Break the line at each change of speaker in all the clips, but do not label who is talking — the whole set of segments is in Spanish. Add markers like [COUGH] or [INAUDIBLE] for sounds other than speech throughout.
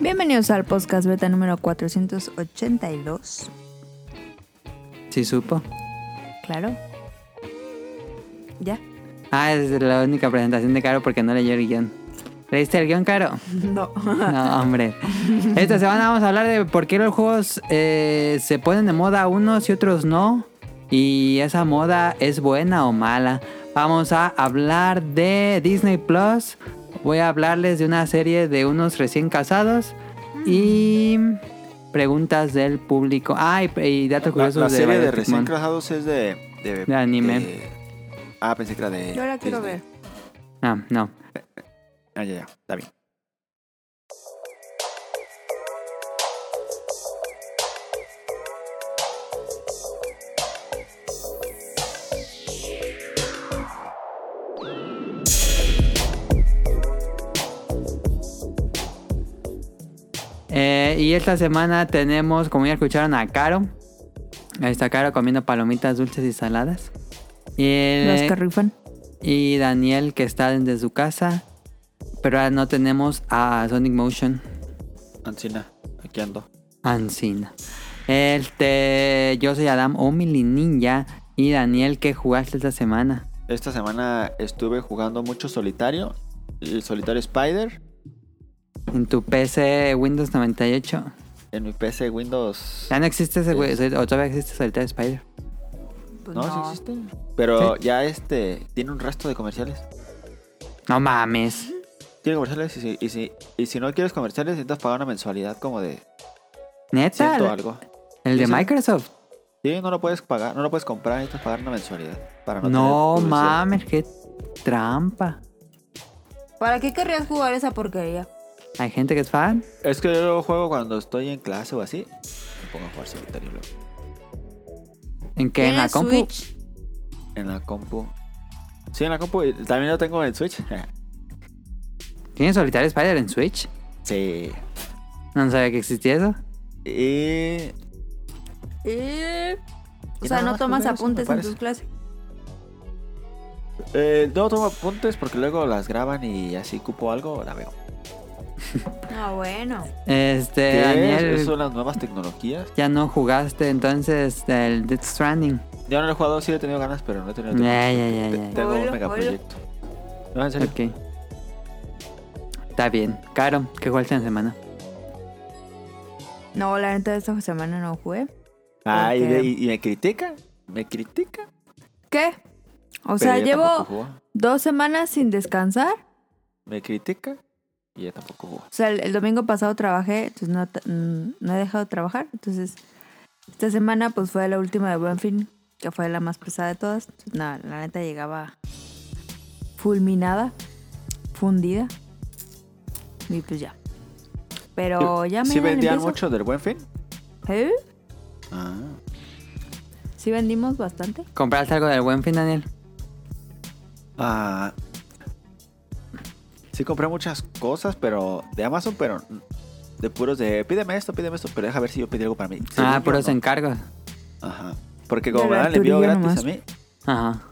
Bienvenidos al podcast beta número 482.
Sí supo.
Claro. Ya.
Ah, es la única presentación de Caro porque no leyó el guión. ¿Leíste el guión, Caro?
[LAUGHS] [LAUGHS] No.
No, hombre. Esta semana vamos a hablar de por qué los juegos eh, se ponen de moda unos y otros no. Y esa moda es buena o mala. Vamos a hablar de Disney Plus. Voy a hablarles de una serie de unos recién casados. Y preguntas del público. Ah, y, y datos
La,
curiosos
la
de
serie de
Bioshock
recién
Mon.
casados es de, de,
De anime.
de- ah, pensé que era de.
Yo la quiero ver.
Disney.
Ah, no.
Ah, ya, ya. Está bien.
Eh, y esta semana tenemos, como ya escucharon, a Caro. Ahí está Caro comiendo palomitas dulces y saladas. Y, el-
Eh,
Los que rifan.
y Daniel que está desde su casa. Pero ahora no tenemos a Sonic Motion
Ancina, aquí ando.
Ancina. Este, yo soy Adam Omili Ninja. Y Daniel, ¿qué jugaste esta semana?
Esta semana estuve jugando mucho solitario. El solitario Spider.
En tu PC Windows 98.
En mi PC Windows.
Ya no existe ese güey. O todavía existe Solitario Spider.
Pues
No, sí existe. Pero
Sí.
ya este. Tiene un resto de comerciales.
No mames.
Tiene comerciales y si, y si, y si no quieres comerciales, necesitas pagar una mensualidad como de
Neta.
ciento algo.
El de
Sí, sí.
Microsoft.
Sí, no lo puedes pagar, no lo puedes comprar, necesitas pagar una mensualidad. Para no,
No
tener publicidad.
mames, qué trampa.
¿Para qué querrías jugar esa porquería?
Hay gente que es fan.
Es que yo lo juego cuando estoy en clase o así. Me pongo a jugar solitario luego.
¿En qué? ¿En la
¿Tienes
compu?
Switch?
En la compu. Sí, en la compu. y También lo tengo en el Switch. [LAUGHS]
¿Tiene Solitario Spider en Switch?
sí.
No sabía que existía eso.
Y.
Eh, O
Y
sea,
nada
no
más
tomas
jugué eso,
apuntes
me
en tus
parece.
clases.
eh, no tomo apuntes porque luego las graban y así cupo algo, la veo.
Ah, bueno.
Este,
¿Qué es?
Daniel,
Esas son las nuevas tecnologías.
ya no jugaste entonces el Death Stranding.
Yo no lo he jugado, sí he tenido ganas, pero no he tenido tiempo.
Ya, ya, ya,
Te-
ya.
Tengo
Oilo,
un megaproyecto. No, en serio.
Ok. Está bien. Caro, ¿qué jugaste en la semana?
No, la neta esta semana no jugué.
Ah, y,
Ok.
y- y me critica. Me critica.
¿Qué? O sea,
pero ella
llevo
tampoco jugó.
dos semanas sin descansar.
Me critica y ella tampoco jugó.
O sea, el, el domingo pasado trabajé, entonces no, ta- mm, no he dejado de trabajar. Entonces, esta semana pues fue la última de Buen Fin, que fue la más pesada de todas. Entonces, nada, la neta llegaba fulminada, fundida. Y pues ya. Pero Oh, ya me
¿Sí vendían mucho del buen fin?
¿Eh?
Ah.
Sí vendimos bastante.
¿Compraste algo del buen fin, Daniel?
Ah. Sí compré muchas cosas, pero de Amazon, pero de puros de pídeme esto, pídeme esto, pero deja ver si yo pedí algo para mí. Según
ah,
yo,
puros
no.
encargos.
Ajá. Porque
De
como me
la
dan el envío
Arturillo nomás.
gratis a mí,
Ajá.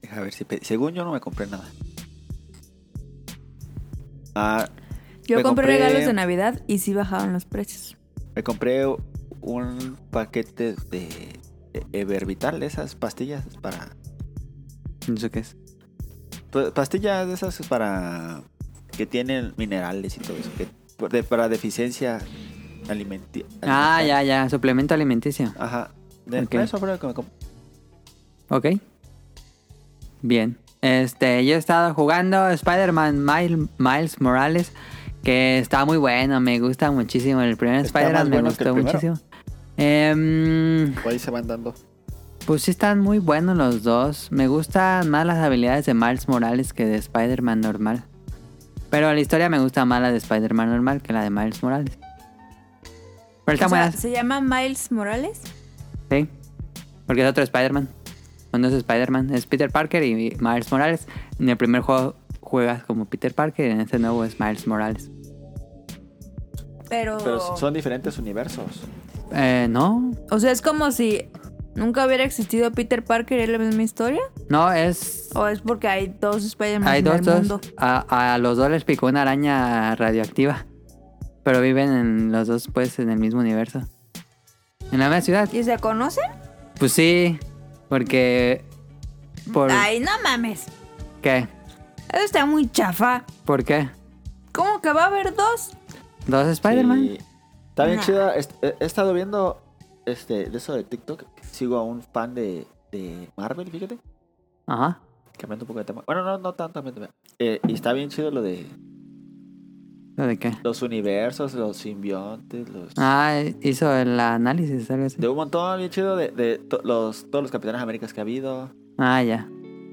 deja ver si pedí. Según yo no me compré nada. Ah,
Yo
Me
compré,
compré-
regalos de Navidad y sí bajaron los precios.
me compré un paquete de, de Evervital, esas pastillas para.
¿Eso qué es?
pa- Pastillas de esas para. que tienen minerales y todo eso, que, de- para deficiencia alimenti-
Ah,
alimentaria.
ya, ya. Suplemento alimenticio.
Ajá. De
Ok.
eso fue lo que me comp-
Ok. Bien. Este, yo he estado jugando Spider-Man Mil- Miles Morales, que está muy bueno, me gusta muchísimo. El primer
Está
Spider-Man
más
me
bueno que el
gustó
primero.
muchísimo. Em,
Ahí se van dando.
pues sí están muy buenos los dos. Me gustan más las habilidades de Miles Morales que de Spider-Man normal. Pero la historia me gusta más la de Spider-Man normal que la de Miles Morales. Pero
O
están
sea,
buenas.
se llama Miles Morales.
Sí. Porque es otro Spider-Man. Bueno, no es Spider-Man, es Peter Parker y Miles Morales. En el primer juego juegas como Peter Parker y en este nuevo es Miles Morales.
Pero.
Pero son diferentes universos.
Eh, no.
O sea, es como si nunca hubiera existido Peter Parker y es la misma historia.
No, es.
¿O es porque hay dos Spider-Man
Hay
en
dos,
el
dos.
mundo?
A, a los dos les picó una araña radioactiva. pero viven en los dos, pues, en el mismo universo. En la misma ciudad.
¿Y se conocen?
Pues sí, porque... Por...
Ay, no mames.
¿Qué?
Eso está muy chafa.
¿Por qué?
¿Cómo que va a haber dos?
¿Dos Spider-Man?
Sí. Está bien
Nah.
chida. Est- He, he estado viendo este, de eso de TikTok. Sigo a un fan de, de Marvel, fíjate.
Ajá.
Cambiando un poco de tema. Bueno, no, no tanto. cambiando de tema. Eh, y está bien chido lo de
¿Lo de qué?
los universos, los simbiontes, los...
Ah, hizo el análisis, algo así.
De un montón bien chido de, de to- los, todos los Capitanes Américas que ha habido.
Ah, ya.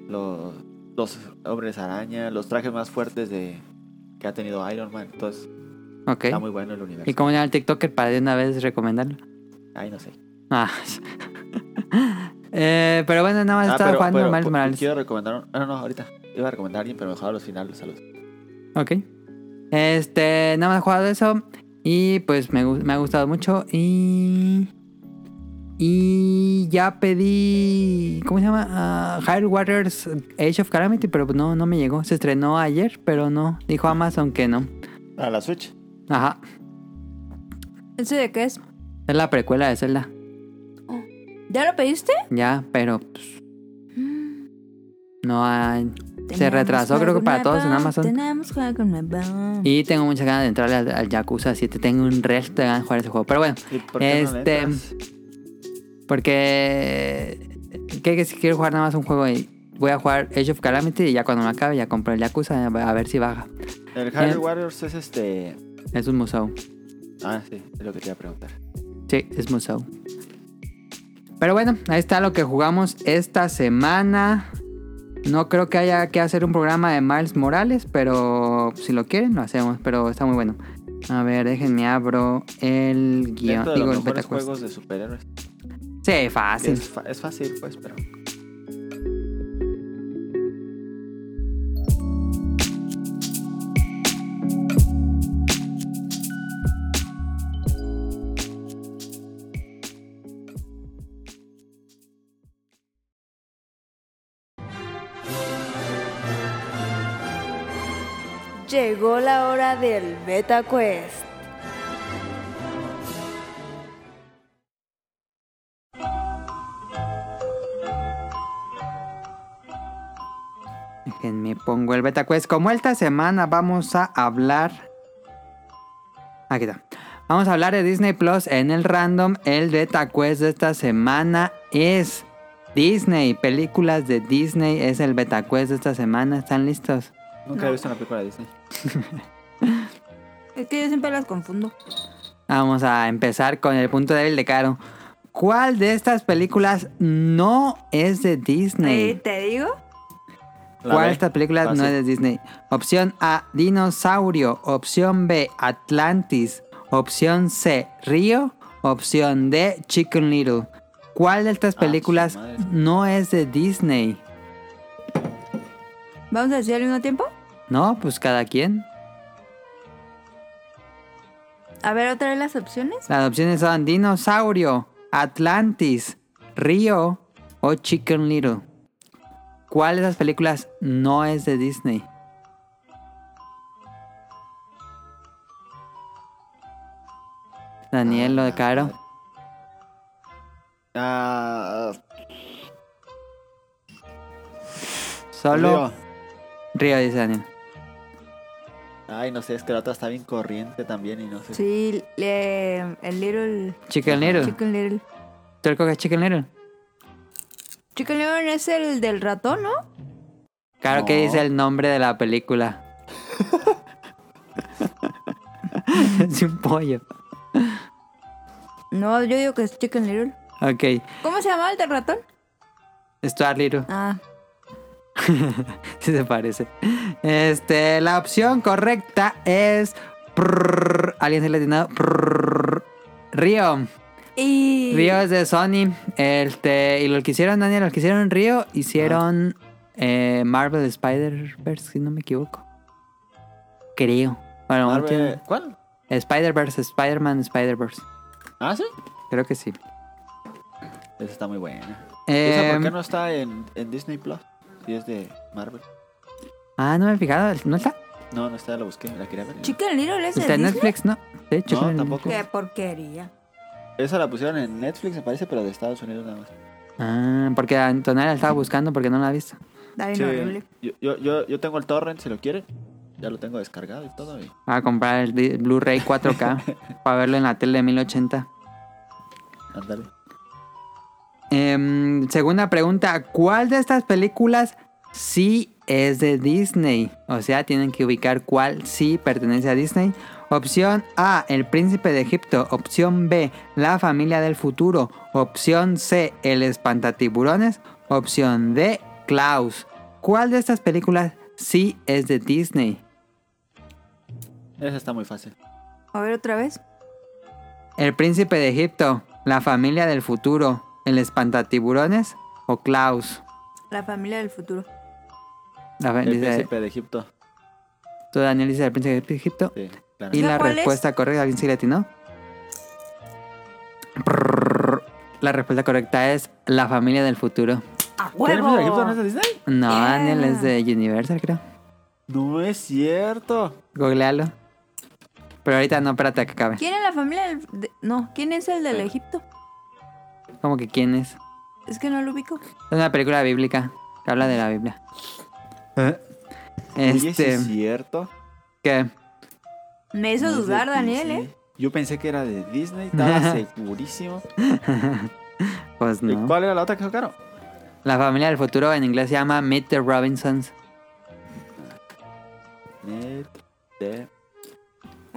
Los, los hombres araña, los trajes más fuertes de que ha tenido Iron Man. Entonces,
Ok.
está muy bueno el universo.
¿Y cómo llama el TikToker para de una vez recomendarlo?
Ay, no sé.
Ah. [LAUGHS] Eh, pero bueno, nada más
Ah,
estaba
pero-
jugando
pero
Miles
pu-
Morales.
Quiero recomendar... un- Ah, no, no, ahorita. Iba a recomendar a alguien, pero mejor a los finales. A los-
Ok. Este, nada más he jugado eso. Y pues me, gu- me ha gustado mucho. Y. Y ya pedí. ¿Cómo se llama? Ah, Higher Waters Age of Calamity, pero pues, no, no me llegó. Se estrenó ayer, pero no. Dijo Amazon que no.
A la Switch.
Ajá.
¿Eso de qué es?
Es la precuela de Zelda.
¿Ya lo pediste?
Ya, pero pues, no hay. Se
Tenemos
retrasó, creo que para
juego
todos en
nuevo,
Amazon.
Tenemos juego nuevo.
Y tengo muchas ganas de entrarle al, al Yakuza 7. Tengo un resto de ganas de jugar ese juego. Pero bueno,
¿Y por qué no le
Este,
entras?
porque. Que, que si quiero jugar nada más un juego y voy a jugar Age of Calamity y ya cuando me acabe ya compro el Yakuza a ver si baja.
El Harry
eh.
Warriors es este.
Es un museo.
Ah, sí, es lo que te iba a preguntar.
Sí, es museo. Pero bueno, ahí está lo que jugamos esta semana. No creo que haya que hacer un programa de Miles Morales, pero si lo quieren lo hacemos, pero está muy bueno. A ver, déjenme abro el guión.
Dentro de
Digo,
los
el
mejores
betacuest.
juegos de superhéroes.
Sí, fácil.
Es, fa- es fácil, pues, pero.
Llegó la hora del Beta Quest.
Déjenme pongo el beta quest. Como esta semana vamos a hablar. Aquí está. Vamos a hablar de Disney Plus en el random. El beta quest de esta semana es Disney. Películas de Disney es el beta quest de esta semana. ¿Están listos?
Nunca he visto una película de Disney.
Es que yo siempre las confundo.
Vamos a empezar con el punto débil de Caro. ¿Cuál de estas películas no es de
Ahí
Disney?
Eh, te digo.
La
¿Cuál
B.
de estas películas no
Fácil.
es de Disney? Opción A, Dinosaurio. Opción B, Atlantis. Opción C, Río. Opción D, Chicken Little. ¿Cuál de estas
Ah, su
películas
madre.
no es de Disney?
¿Vamos a decir al mismo tiempo?
No, pues cada quien.
A ver, otra vez las opciones.
Las opciones son Dinosaurio, Atlantis, Río o Chicken Little. ¿Cuál de estas películas no es de Disney? Daniel, lo de Caro.
Ah,
Solo
Río.
Río, dice Daniel.
Ay, no sé, es que la otra está bien corriente también y no sé.
Sí, le- el Little.
Chicken Little.
Chicken Little.
¿Tú le coges Chicken Little?
Chicken Little es el del ratón, ¿no?
Claro que
No.
dice el nombre de la
[LAUGHS]
película. [LAUGHS] es un pollo.
No, yo digo que es Chicken Little.
Ok.
¿Cómo se llama el del ratón?
Stuart Little.
Ah,
[LAUGHS] Si se parece. Este, la opción correcta es. prrr, ¿Alguien se le ha atinado? Prrr, Río.
y.
Río es de Sony. Este, y lo que hicieron, Daniel, lo que hicieron Río, hicieron
Ah.
eh, Marvel Spider-Verse, si no me equivoco. Creo. Bueno,
Marvel-
último-
¿Cuál?
Spider-Verse, Spider-Man, Spider-Verse.
Ah, sí.
Creo que sí.
Esa está muy buena. ¿Esa
Eh,
por qué no está en, en Disney Plus? Si es de Marvel.
Ah, no me he fijado. ¿No está?
No, no está, la busqué, la quería ver.
Chica en Little es de
Está en
Disney?
Netflix, ¿no? De hecho,
No,
en-
tampoco.
Qué porquería.
Esa la pusieron en Netflix, me parece, pero de Estados Unidos nada más.
Ah, porque Antonella la estaba buscando porque no la ha visto.
Está bien
Sí,
horrible.
yo, yo, yo, yo tengo el torrent, si lo quieren. Ya lo tengo descargado y todo. y-
A comprar el di- Blu-ray 4K para verlo en la tele de 1080.
ándale.
Em, segunda pregunta, ¿cuál de estas películas sí es de Disney? O sea, tienen que ubicar cuál sí pertenece a Disney. Opción A, El Príncipe de Egipto. Opción B, La Familia del Futuro. Opción C, El Espantatiburones. Opción D, Klaus. ¿Cuál de estas películas sí es de Disney?
Esa está muy fácil.
A ver otra vez.
El Príncipe de Egipto, La Familia del Futuro, El Espantatiburones o Klaus.
La familia del futuro.
La fa-
El
dice-
príncipe de Egipto.
Tú, Daniel, dice el príncipe de Egipto.
Sí, claro.
Y
¿Ya
la
cuál es?
respuesta correcta, ¿alguien sí le atinó? Prrrr. La respuesta correcta es La familia del futuro.
¡A
¿El príncipe de
huevo!
Egipto no es de Disney?
No,
Yeah.
Daniel es de Universal, creo.
No es cierto.
Googlealo. Pero ahorita no, espérate a que acabe.
¿Quién es la familia del... de- No, ¿quién es el del
Bueno.
Egipto?
¿Cómo que quién es?
Es que no lo ubico.
Es una película bíblica que habla de la Biblia.
Oye, sí
Este,
es cierto.
¿qué?
Me
No
hizo
es de
dudar, Daniel,
Disney.
¿eh?
Yo pensé que era de Disney,
[LAUGHS]
estaba segurísimo.
Pues
¿Y
no.
cuál era la otra que sacaron?
La familia del futuro en inglés se llama Meet the Robinsons.
Net de-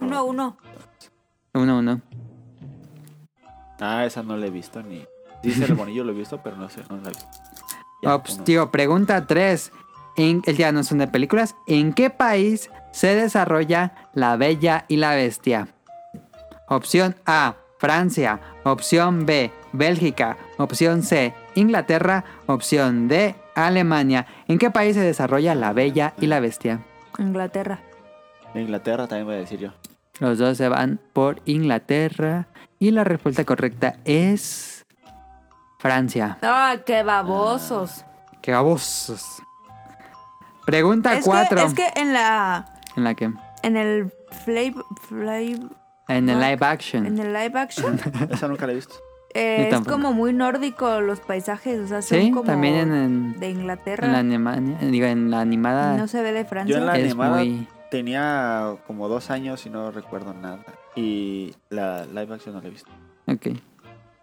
Uno a uno.
Uno, uno.
Ah, esa no la he visto ni.
[LAUGHS]
Dice el bonillo, lo he visto, pero no sé, no la he visto. Ya,
Ops,
uno.
Ah, pues, tío, pregunta 3. Ya no son de películas. ¿En qué país se desarrolla La Bella y la Bestia? Opción A, Francia. Opción B, Bélgica. Opción C, Inglaterra. Opción D, Alemania. ¿En qué país se desarrolla La Bella y la Bestia?
Inglaterra.
Inglaterra también voy
[LAUGHS]
a decir yo.
Los dos se van por Inglaterra. Y la respuesta correcta es Francia.
¡Ah, qué babosos!
¡Qué abusos! Pregunta
es,
4.
que, es que en la...
En la que...
En el... Play, play,
En el
Rock.
live action.
en el live
[LAUGHS]
action
Esa nunca la he visto.
eh, es
tampoco.
como muy nórdico los paisajes o sea son
Sí,
como
también en, en-
de Inglaterra
en la animania- eh, digo, en la animada.
no se ve de Francia
Yo en la
es
animada
muy-
tenía como dos años y no recuerdo nada. Y la live action no la he visto.
ok.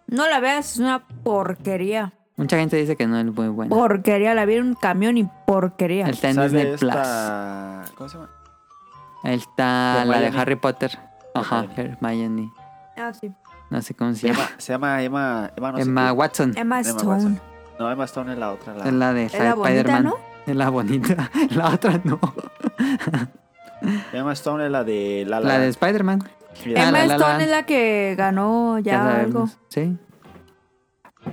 No la veas, es una porquería.
Mucha gente dice que no es muy buena.
Porquería, la vi en un camión y porquería.
Está en
Sale
Disney
esta- ¿Cómo
[LAUGHS]
se llama?
Plus. Ahí Está la de
Hermione.
Harry Potter. Ajá,
Hermione.
Hermione.
Ah, sí.
No sé cómo se llama.
Emma- se llama Emma. Emma, no sé
Emma
qué.
Watson.
Emma
Emma
Stone.
Watson. No, Emma Stone es la otra. La...
Es la de
Em- Es la bonita,
Spider-Man.
¿no?
Es la bonita. [LAUGHS] La otra no.
Emma Stone es la de La La
La de
Land.
Spider-Man.
Y
Ah,
Emma
la, la,
Stone
la.
es la que ganó ya
Ya sabemos, Oh.
algo.
Sí.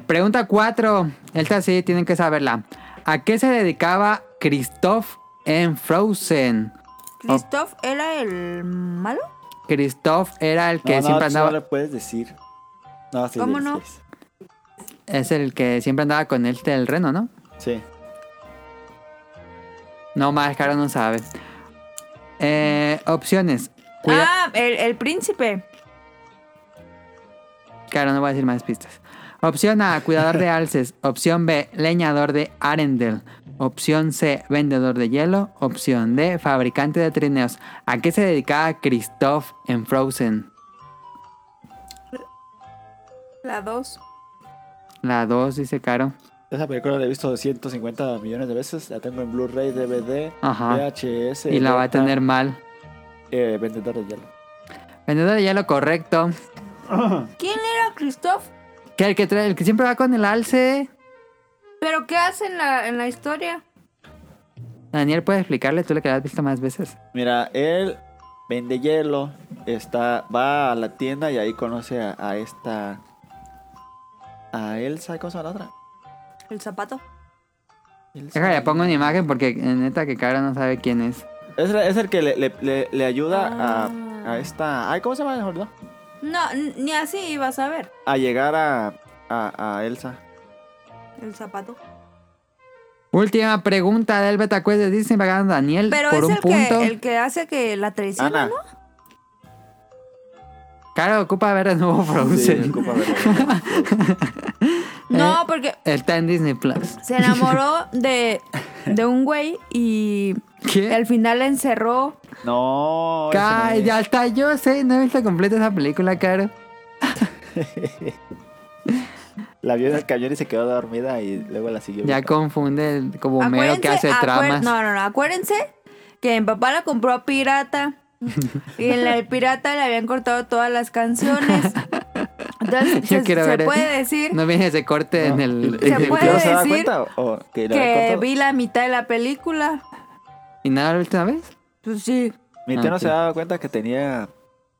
Pregunta 4. Esta sí tienen que saberla. ¿A qué se dedicaba Christoph en Frozen?
¿Christoph era el malo?
Christoph era el que
no, no,
siempre
tú
andaba.
No le puedes decir. No, sí,
¿Cómo
sí,
no?
sí.
Es el que siempre andaba con él del reno, ¿no?
Sí.
No más, Caro no sabe. Eh, opciones. Cuida-
Ah, el, el príncipe.
Caro, no voy a decir más pistas. Opción A, cuidador de alces. Opción B, leñador de Arendelle. Opción C, vendedor de hielo. Opción D, fabricante de trineos. ¿A qué se dedicaba Christoph en Frozen?
La dos.
La 2, dice Caro.
Esa película la he visto 150 millones de veces. La tengo en Blu-ray, DVD,
Ajá.
VHS.
Y la va a
Delta,
tener mal.
Eh, vendedor de hielo.
Vendedor de hielo, correcto.
¿Quién era Christoph?
Que el que, trae- el que siempre va con el alce.
¿Pero qué hace en la, en la historia?
Daniel, ¿puedes explicarle? Tú le que la has visto más veces.
Mira, él vende hielo. Está, va a la tienda y ahí conoce a, a esta. A Elsa, ¿cómo se llama la otra?
El zapato.
Elsa.
Déjale, pongo una imagen porque eh, neta que Caro no sabe quién es.
Es, la- es el que le, le- le- le ayuda
Ah.
a, a esta. Ay, ¿cómo se llama? Mejor no?
No, n- ni así ibas a ver.
A llegar a, a, a Elsa.
El zapato.
Última pregunta del Beta Quest de Disney. Va ganando Daniel
Pero
por
es
un
el
punto.
que, el que hace que la traición,
Ana.
¿no?
Claro, ocupa ver de nuevo
Sí,
Frozen.
disculpa, pero-
Eh.
No, porque
Está en Disney Plus.
se enamoró de, de un güey y
¿Qué?
al final la encerró.
No. ese no
Ca-
es.
ya hasta yo sé, no he visto completa esa película, Caro.
La vio en el camión y se quedó dormida y luego la siguió.
Ya
viendo.
confunde el- como mero que hace
acuér-
tramas.
No, no, no. Acuérdense que mi papá la compró a pirata. Y en la del pirata le habían cortado todas las canciones. Entonces,
Yo
se,
quiero
se
ver-
puede decir
No viene ese corte en el.
Se
¿Y
puede
Dios se da
decir
cuenta? ¿O que la
que
cortó?
vi la mitad de la película.
¿Y nada la última vez?
Pues sí.
Mi
Ah,
tío no
ok.
se daba cuenta que tenía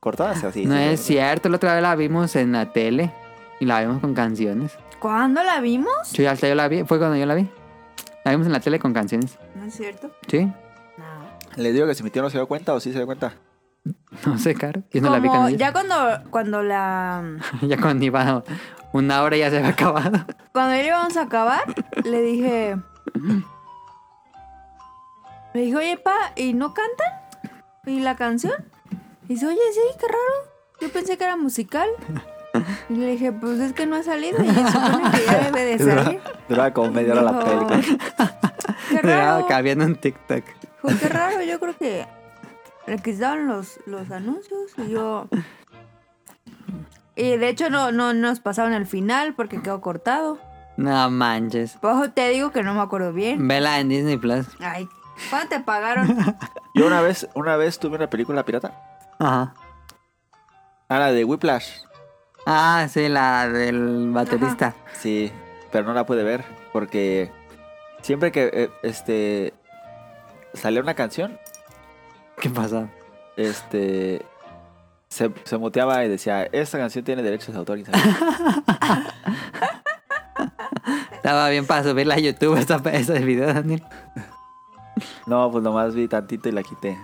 cortadas así.
no
sí,
es
sí.
cierto, la otra vez la vimos en la tele y la vimos con canciones.
¿Cuándo la vimos?
Yo ya hasta yo la vi, fue cuando yo la vi. La vimos en la tele con canciones.
¿No es cierto?
¿Sí? [LAUGHS]
No.
Le digo que si mi tío no se dio cuenta o sí se dio cuenta.
No sé, Caro. Yo no la vi
Como
con ella.
ya cuando, cuando la.
[LAUGHS] Ya, cuando iba una hora ya se había acabado.
Cuando ya íbamos a acabar, le dije. Le dije, oye, pa, ¿y no cantan? ¿Y la canción? Y dice, oye, sí, qué raro. Yo pensé que era musical. Y le dije, pues es que no ha salido. Y se supone que ya debe de
Duraba,
salir.
duraba como media hora la
Dijo,
película.
[LAUGHS]
Qué
Estaba
raro.
cabiendo en TikTok.
Dijo, qué raro, yo creo que le quitaron los, los anuncios y yo... Y de hecho no, no nos pasaron al final porque quedó cortado.
No manches.
Por eso Pues, te digo que no me acuerdo bien.
Vela en Disney Plus.
Ay, ¿cuánto te
[LAUGHS]
pagaron?
Yo una vez, una vez tuve una película pirata.
Ajá.
Ah, la de Whiplash.
Ah, sí, la del baterista.
Sí, pero no la pude ver porque siempre que eh, este salía una canción,
[LAUGHS] ¿Qué pasa?
este se, se muteaba y decía, esta canción tiene derechos de autor. y sabe qué".
Estaba bien para subirla a YouTube [LAUGHS] esa, ese video, Daniel.
No, pues nomás vi tantito y la quité.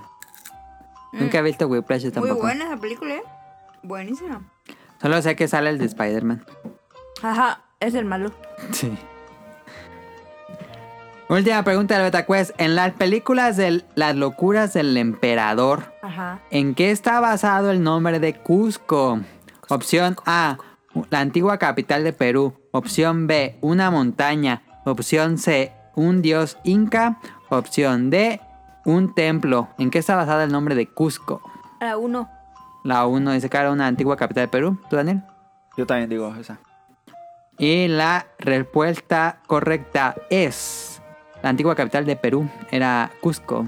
Nunca he visto Whiplash yo
Mm. Muy
tampoco.
buena esa película, ¿eh? Buenísima.
Solo sé que sale el de Spider-Man.
Ajá, es el malo.
Sí. Última pregunta del BetaQuest. En las películas de Las locuras del emperador,
Ajá.
¿en qué está basado el nombre de Cusco? Opción A, la antigua capital de Perú. Opción B, una montaña. Opción C, un dios inca. Opción D, un templo. ¿En qué está basado el nombre de Cusco?
A la uno.
La 1 dice que era una antigua capital de Perú. ¿Tú, Daniel?
Yo también digo esa.
Y la respuesta correcta es... La antigua capital de Perú era Cusco.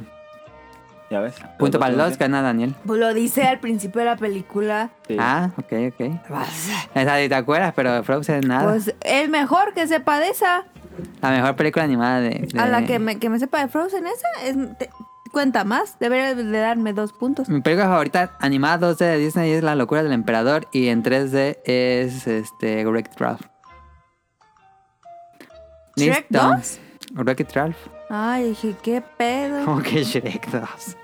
¿Ya ves?
Punto
Los
para los dos,
tuvimos
gana Daniel.
Pues lo dice al principio de la película.
bien. Sí.
Ah, ok, ok. Esa ni te acuerdas, pero Frozen nada.
Pues es mejor que sepa de esa.
la mejor película animada de... de-
A la que me, que me sepa de Frozen esa es, te- cuenta más. Debería de darme dos puntos.
Mi película favorita animada 2D de Disney es La locura del emperador y en 3D es este Wreck-It Ralph.
¿Shrek
Listo.
2?
Wreck-It Ralph. [LAUGHS]
Ay, dije, qué pedo.
Como que Shrek 2.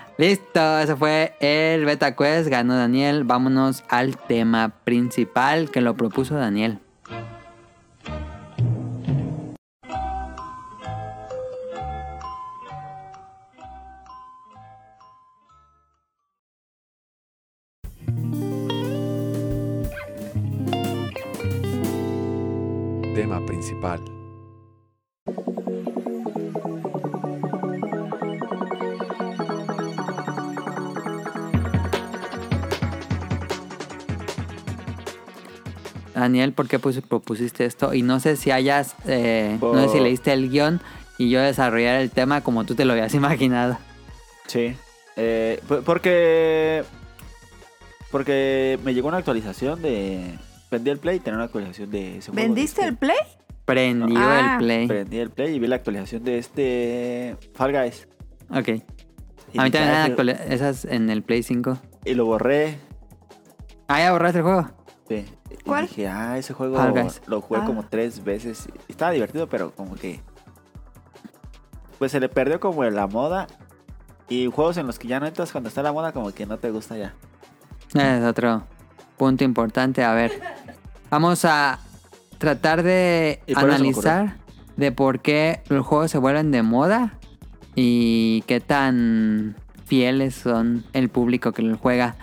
[LAUGHS] Listo, eso fue el Beta Quest. Ganó Daniel. Vámonos al tema principal que lo propuso Daniel.
Tema principal.
Daniel, ¿por qué pus- propusiste esto? Y no sé si hayas. eh, No sé si
Por-
leíste el guión y yo desarrollar el tema como tú te lo habías [LAUGHS] imaginado.
Sí. Eh, po- porque. Porque me llegó una actualización de. Vendí el play y tenía una actualización de ese juego.
¿Vendiste
Este,
el play?
Prendió
Ah.
el play.
Prendí el play y vi la actualización de este. Fall Guys.
Ok.
Y
A mí
dije,
también
"Ah,
eran
sí".
actuali- esas en el Play 5.
Y lo borré.
Ah, ya borraste el juego.
sí. Y
¿Cuál?
dije, ah, ese juego
Fall Guys.
lo jugué
Ah.
como tres veces. Estaba divertido, pero como que. Pues se le perdió como la moda. Y juegos en los que ya no entras cuando está la moda, como que no te gusta ya.
Ah, Es otro punto importante. A ver, vamos a tratar de
Y por eso me
analizar de por qué los juegos se vuelven de moda y qué tan fieles son el público que los juega.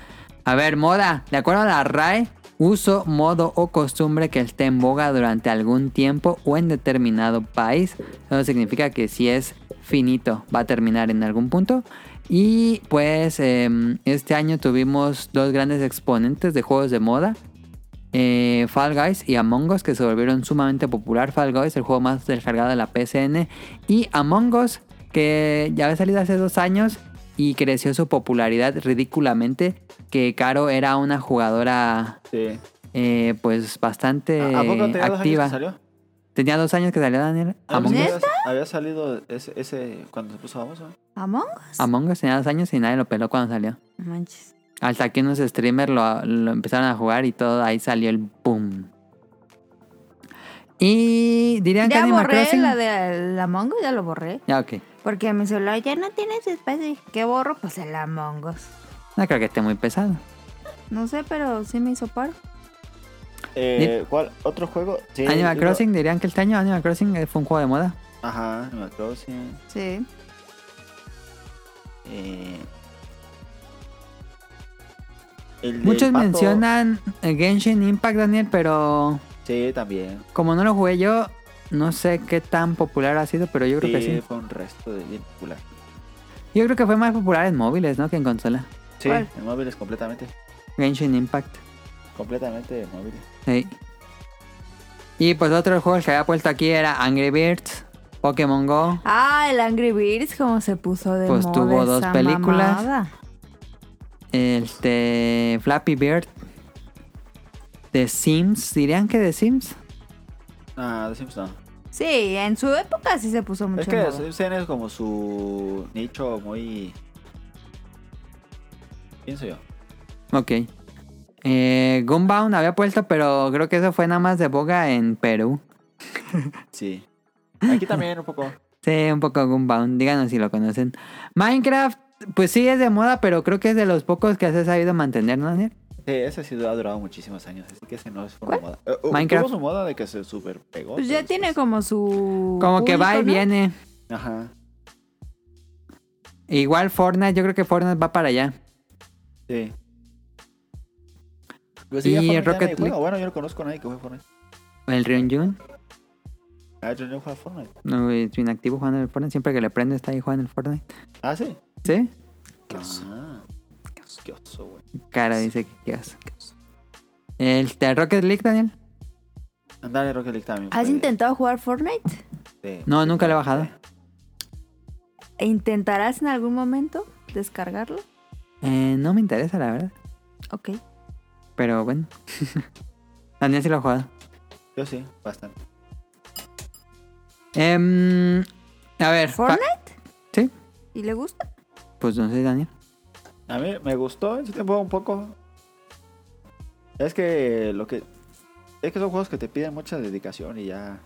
A ver, moda, de acuerdo a la RAE, uso, modo o costumbre que esté en boga durante algún tiempo o en determinado país. Eso significa que si es finito, va a terminar en algún punto. Y pues em, este año tuvimos dos grandes exponentes de juegos de moda eh, Fall Guys y Among Us que se volvieron sumamente popular. Fall Guys, el juego más descargado de la PSN. Y Among Us, que ya había salido hace dos años y creció su popularidad ridículamente. Que Caro era una jugadora
Sí.
eh, pues bastante
¿A, a poco tenía dos años que
activa.
salió?
tenía dos años que salió Daniel.
Ah,
Among
pues
Us.
¿Neta?
había, había salido ese, ese cuando se puso famoso.
¿Among Us?
Among Us tenía dos años y nadie lo peló cuando salió.
No manches.
Hasta que unos streamers lo, lo empezaron a jugar y todo, ahí salió el boom. Y dirían que
Ya
Animal
borré
Crossing-
la de la Among Us, ya lo borré.
Ya, ok.
Porque mi celular ya no tiene ese espacio. Dije, ¿Qué borro? Pues el Among Us.
No creo que esté muy pesado.
No sé, pero sí me hizo paro.
Eh, ¿Cuál? ¿Otro juego? Sí,
Animal
digo-
Crossing, dirían que este año Animal Crossing eh, fue un juego de moda.
Ajá, Animal Crossing.
Sí.
Eh, el del
Muchos
pato,
mencionan eh, Genshin Impact, Daniel, pero
Sí, también.
como no lo jugué yo, no sé qué tan popular ha sido, pero yo creo
sí,
que sí.
fue un resto de bien popular.
Yo creo que fue más popular en móviles, ¿no? Que en consola.
Sí,
¿Cuál?
en móviles completamente.
Genshin Impact.
Completamente en móviles.
Sí. Y pues otro juego que había puesto aquí era Angry Birds, Pokémon Go.
Ah, el Angry Birds, como se puso de
Pues
moda
tuvo
esa
dos películas.
mamada.
Este. Flappy Bird. The Sims. ¿Dirían que The Sims?
Ah, The Sims no.
Sí, en su época sí se puso mucho
Es
en
que The
moda.
Sims es como su nicho muy. Pienso yo.
Ok. Eh, Gunbound había puesto, pero creo que eso fue nada más de boga en Perú.
Sí. Aquí también un poco.
Sí, un poco Gunbound. Díganos si lo conocen. Minecraft, pues sí es de moda, pero creo que es de los pocos que se ha sabido mantener, ¿no, Daniel?
Sí, ese sí ha durado muchísimos años, así que ese no es una
¿Cuál?
moda. Eh, uh,
Minecraft.
Tuvo su moda de que se super pegó.
Pues ya
pero
tiene
después-
como su.
Como que va y
público, ¿no?
viene.
Ajá.
Igual Fortnite, yo creo que Fortnite va para allá.
Sí. Pues
Y
ya Fortnite ya
Rocket
nadie
League.
juega. Bueno, yo no conozco a nadie que juegue Fortnite.
El Ryunjun,
Ah, yo no juego a Fortnite.
no, es inactivo jugando el Fortnite. Siempre que le prendo está ahí jugando el Fortnite.
Ah, sí.
¿Sí?
Qué oso. Qué oso, qué oso, güey.
Cara, dice que qué oso. El de Rocket League, Daniel.
Andale, Rocket League también.
¿Has
fue-
intentado jugar Fortnite?
sí.
No, nunca lo he bajado.
¿E intentarás en algún momento descargarlo?
Eh, no me interesa, la verdad.
Ok.
Pero bueno. [LAUGHS] Daniel sí lo ha jugado.
Yo sí, bastante.
Em, a ver. fa-
¿Fortnite?
Sí.
¿Y le gusta?
Pues no sé, Daniel.
A mí me gustó en su tiempo un poco. Es que lo que. Es que son juegos que te piden mucha dedicación y ya.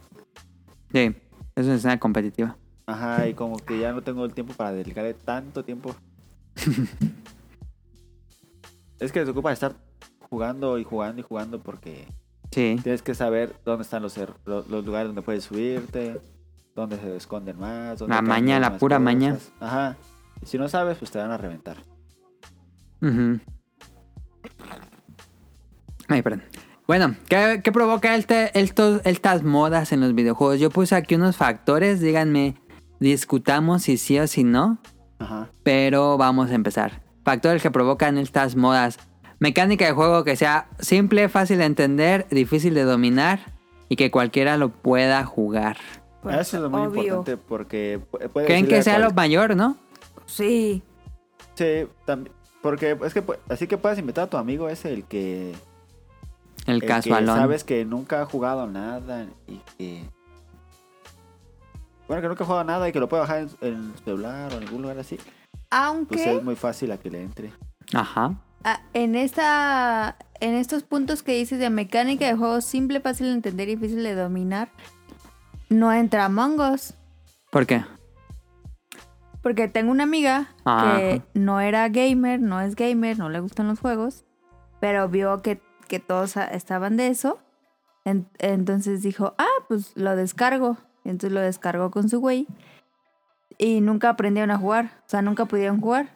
Sí, es una escena competitiva.
Ajá, y como que ya no tengo el tiempo para dedicarle
[LAUGHS]
tanto tiempo. es que se ocupa estar jugando y jugando y jugando porque
Sí.
tienes que saber dónde están los, er- lo- los lugares donde puedes subirte, dónde se esconden más. Dónde
La
cambian
maña, la
más
pura maña.
cosas. Ajá. Y si no sabes, pues te van a reventar.
Ujú. Ay, perdón. Bueno, ¿qué, qué provoca este- estos, estas modas en los videojuegos? Yo puse aquí unos factores, díganme, discutamos si sí o si no.
Ajá.
Pero vamos a empezar. Factores que provocan estas modas. Mecánica de juego que sea simple, fácil de entender, difícil de dominar y que cualquiera lo pueda jugar.
Pues,
Ah, Eso es muy
obvio.
importante porque pu- puede
¿Creen
decirle
que
a
sea lo
cual-
mayor, no?
Sí.
Sí, también. Porque es que pu- así que puedes invitar a tu amigo es el que
El
que
casualón.
sabes que nunca ha jugado nada y que. Bueno, que nunca ha jugado nada y que lo puede bajar en, en celular o en algún lugar así.
Aunque
Pues es muy fácil a que le entre.
Ajá.
ah, en esta. En estos puntos que dices de mecánica de juego simple, fácil de entender y difícil de dominar, no entra Among Us.
¿Por qué?
Ah,
Porque tengo una amiga
Ajá.
que no era gamer, no es gamer, no le gustan los juegos, pero vio que, que todos a- estaban de eso. En- entonces dijo, ah, pues lo descargo. Entonces lo descargó con su güey. Y nunca aprendieron a jugar. O sea, nunca pudieron jugar.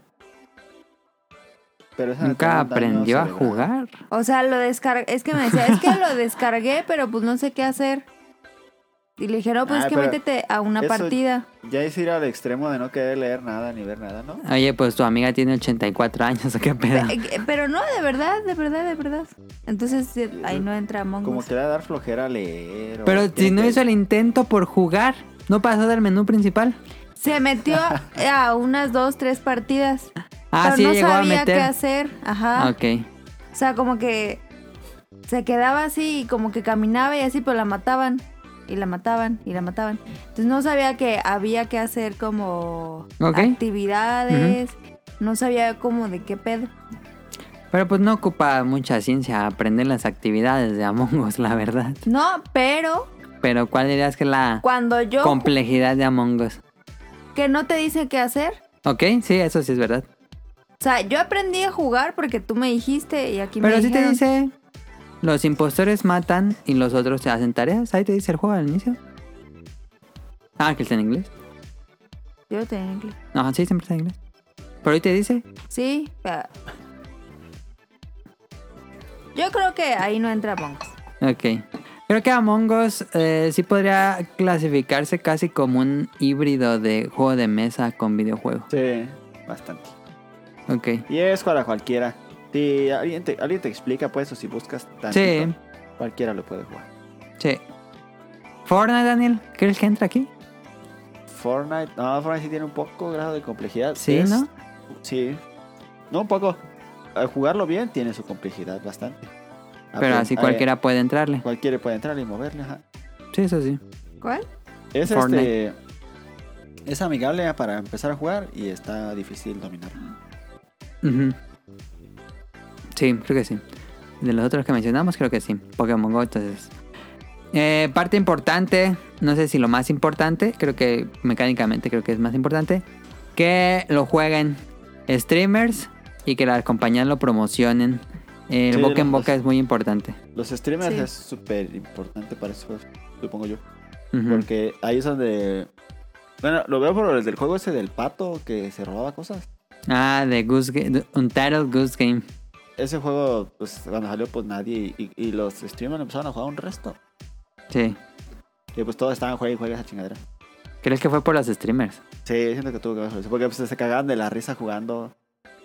Pero eso no te
Nunca
da un daño
aprendió a
cerebral.
jugar.
O sea, lo descargué. Es que me decía, es que lo
[LAUGHS]
descargué, pero pues no sé qué hacer. Y le dije, no, pues
Ay,
es que
Ah, pero
métete a una
eso- [LAUGHS]
partida.
Ya es ir al extremo de no querer leer nada ni ver nada, ¿no?
Oye, pues tu amiga tiene 84 años, ¿o qué pedo?
Eh, eh, Pero no, de verdad, de verdad, de verdad. Entonces eh, ahí no entra Among
Como
Us.
que le va a dar flojera leer.
[LAUGHS]
o
Pero si
tiene
no
que-
hizo el intento por jugar, no pasó del menú principal.
Se
[LAUGHS]
metió a unas dos, tres partidas.
Ah,
pero
sí
no
llegó a
sabía qué
meter.
hacer. Ajá.
Ok.
O sea, como que se quedaba así y como que caminaba y así, pero la mataban. Y la mataban y la mataban. Entonces no sabía que había que hacer como
Ok.
actividades. No sabía como de qué pedo.
Pero pues no ocupa mucha ciencia aprender las actividades de Among Us, la verdad.
No, pero
Pero ¿cuál dirías que es la
cuando yo...
complejidad de Among Us?
que no te dice qué hacer.
Ok, sí, eso sí es verdad.
O sea, yo aprendí a jugar porque tú me dijiste y aquí
Pero
me
sí te
dijeron.
dice, los impostores matan y los otros se hacen tareas. Ahí te dice el juego al inicio. Ah, que está en inglés.
Yo lo tenía en inglés.
No, sí, siempre está en inglés. Pero ahí te dice,
Sí. o sea, Yo creo que ahí no entra Among Us.
Ok. Creo que Among Us eh, sí podría clasificarse casi como un híbrido de juego de mesa con videojuego.
Sí, bastante.
Ok.
Y es para cualquiera. Si alguien te, alguien te explica, pues, o si buscas tantito,
Sí.
cualquiera lo puede jugar.
Sí. Fortnite, Daniel, ¿crees que entra aquí?
Fortnite, no, Fortnite sí tiene un poco grado de complejidad.
Sí,
Es-
¿no?
Sí. No, un poco. Al jugarlo bien tiene su complejidad bastante.
Pero
Apre-
así
eh,
cualquiera puede entrarle.
cualquiera puede entrar y moverle, ajá.
Sí, eso sí.
¿Cuál?
Es
Fortnite.
este. Es amigable para empezar a jugar y está difícil dominar.
Ujú. Sí, creo que sí. De los otros que mencionamos, creo que sí. Pokémon Go, entonces. Eh, parte importante, no sé si lo más importante, creo que mecánicamente creo que es más importante, que lo jueguen streamers y que las compañías lo promocionen. El
Sí,
boca en
los-
boca es muy importante.
Los streamers
Sí.
es súper importante para eso, supongo yo.
Ujú.
Porque ahí es donde. Bueno, lo veo por el del juego ese del pato que se robaba cosas.
Ah, de Goose Game, Untitled Goose Game.
Ese juego, pues cuando salió, pues nadie. Y, y los streamers empezaron a jugar un resto.
Sí.
Y pues todos estaban jugando y jugando esa chingadera.
¿Crees que fue por los streamers?
Sí, siento que tuvo que ver con eso. Porque pues, se cagaban de la risa jugando.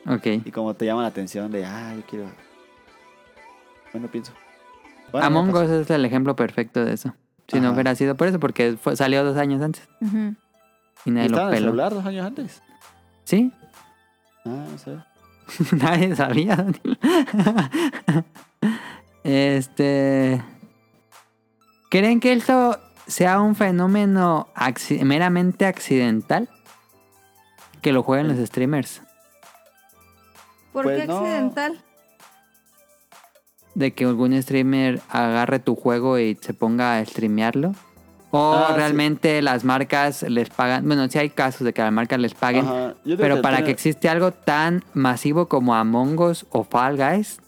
Ok.
Y como te llama la atención de, ah, yo quiero. Bueno, pienso. Bueno, pues,
Among
ya pasó.
Us es el ejemplo perfecto de eso. Si no
Ajá.
hubiera sido por eso, porque fue- salió dos años antes.
Ujú.
Y
Y
nadie
estaba
lo
en el
peló.
celular dos años antes.
¿Sí? [LAUGHS]
Ah, no sé.
nadie sabía, Daniel. [LAUGHS] este. ¿Creen que esto sea un fenómeno acci- meramente accidental? Que lo jueguen los streamers.
¿Por
Pues
qué
no.
accidental?
De que algún streamer agarre tu juego y se ponga a streamearlo. O
Ah, sí.
realmente las marcas les pagan. Bueno, sí hay casos de que las marcas les paguen.
Ajá. Yo creo
Pero para que
tiene-
existe algo tan masivo como Among Us o Fall Guys,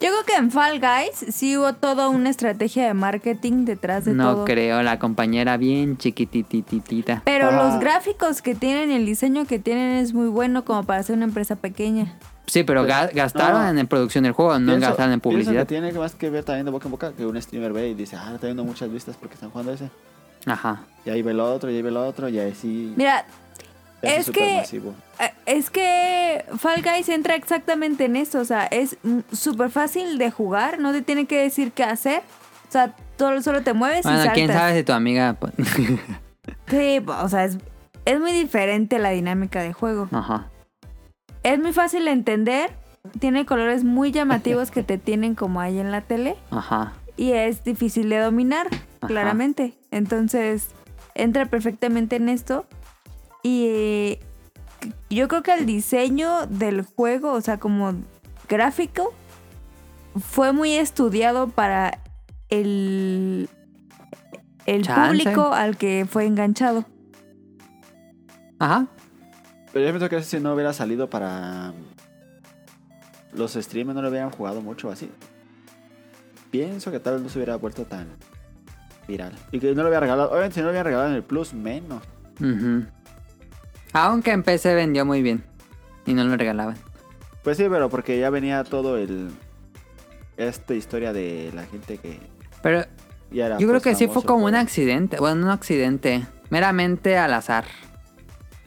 Yo creo que en Fall Guys sí hubo toda una estrategia de marketing detrás de
no
todo.
creo. La compañera bien chiquitititita.
Pero
Ajá.
los gráficos que tienen y el diseño que tienen es muy bueno como para ser una empresa pequeña.
Sí, pero
Pues,
ga- gastaron
no.
en producción del juego, no
pienso-
gastaron en
pienso
publicidad.
que tiene más que ver también de boca en boca que un streamer ve y dice, ah, está viendo muchas vistas porque están jugando ese.
Ajá.
Y ahí ve el otro, y ahí ve el otro, y ahí sí.
Mira,
se hace
es
súper
que-
masivo.
eh, es que Fall Guys entra exactamente en esto. O sea, es mm, súper fácil de jugar, no te tiene que decir qué hacer. O sea, todo, solo te mueves y
Bueno,
saltas.
quién sabe si tu amiga. pues, [LAUGHS]
Sí, o sea, es, es muy diferente la dinámica de juego.
Ajá.
Es muy fácil de entender. Tiene colores muy llamativos que te tienen como ahí en la tele.
Ajá.
Y es difícil de dominar,
Ajá.
claramente. Entonces, entra perfectamente en esto. Y eh, yo creo que el diseño del juego, o sea, como gráfico, fue muy estudiado para el, el
Chance.
público al que fue enganchado.
Ajá.
Pero yo pienso que ese si no hubiera salido para. Los streamers no lo hubieran jugado mucho así. pienso que tal vez no se hubiera vuelto tan viral. Y que no lo había regalado. Obviamente, si no lo habían regalado en el Plus, menos.
Ujú. Aunque en PC vendió muy bien. Y no lo regalaban.
Pues sí, pero porque ya venía todo el. Esta historia de la gente que
Pero
ya era.
yo creo
pues,
que sí fue
famoso
como
por-
un accidente. Bueno, un accidente. Meramente al azar.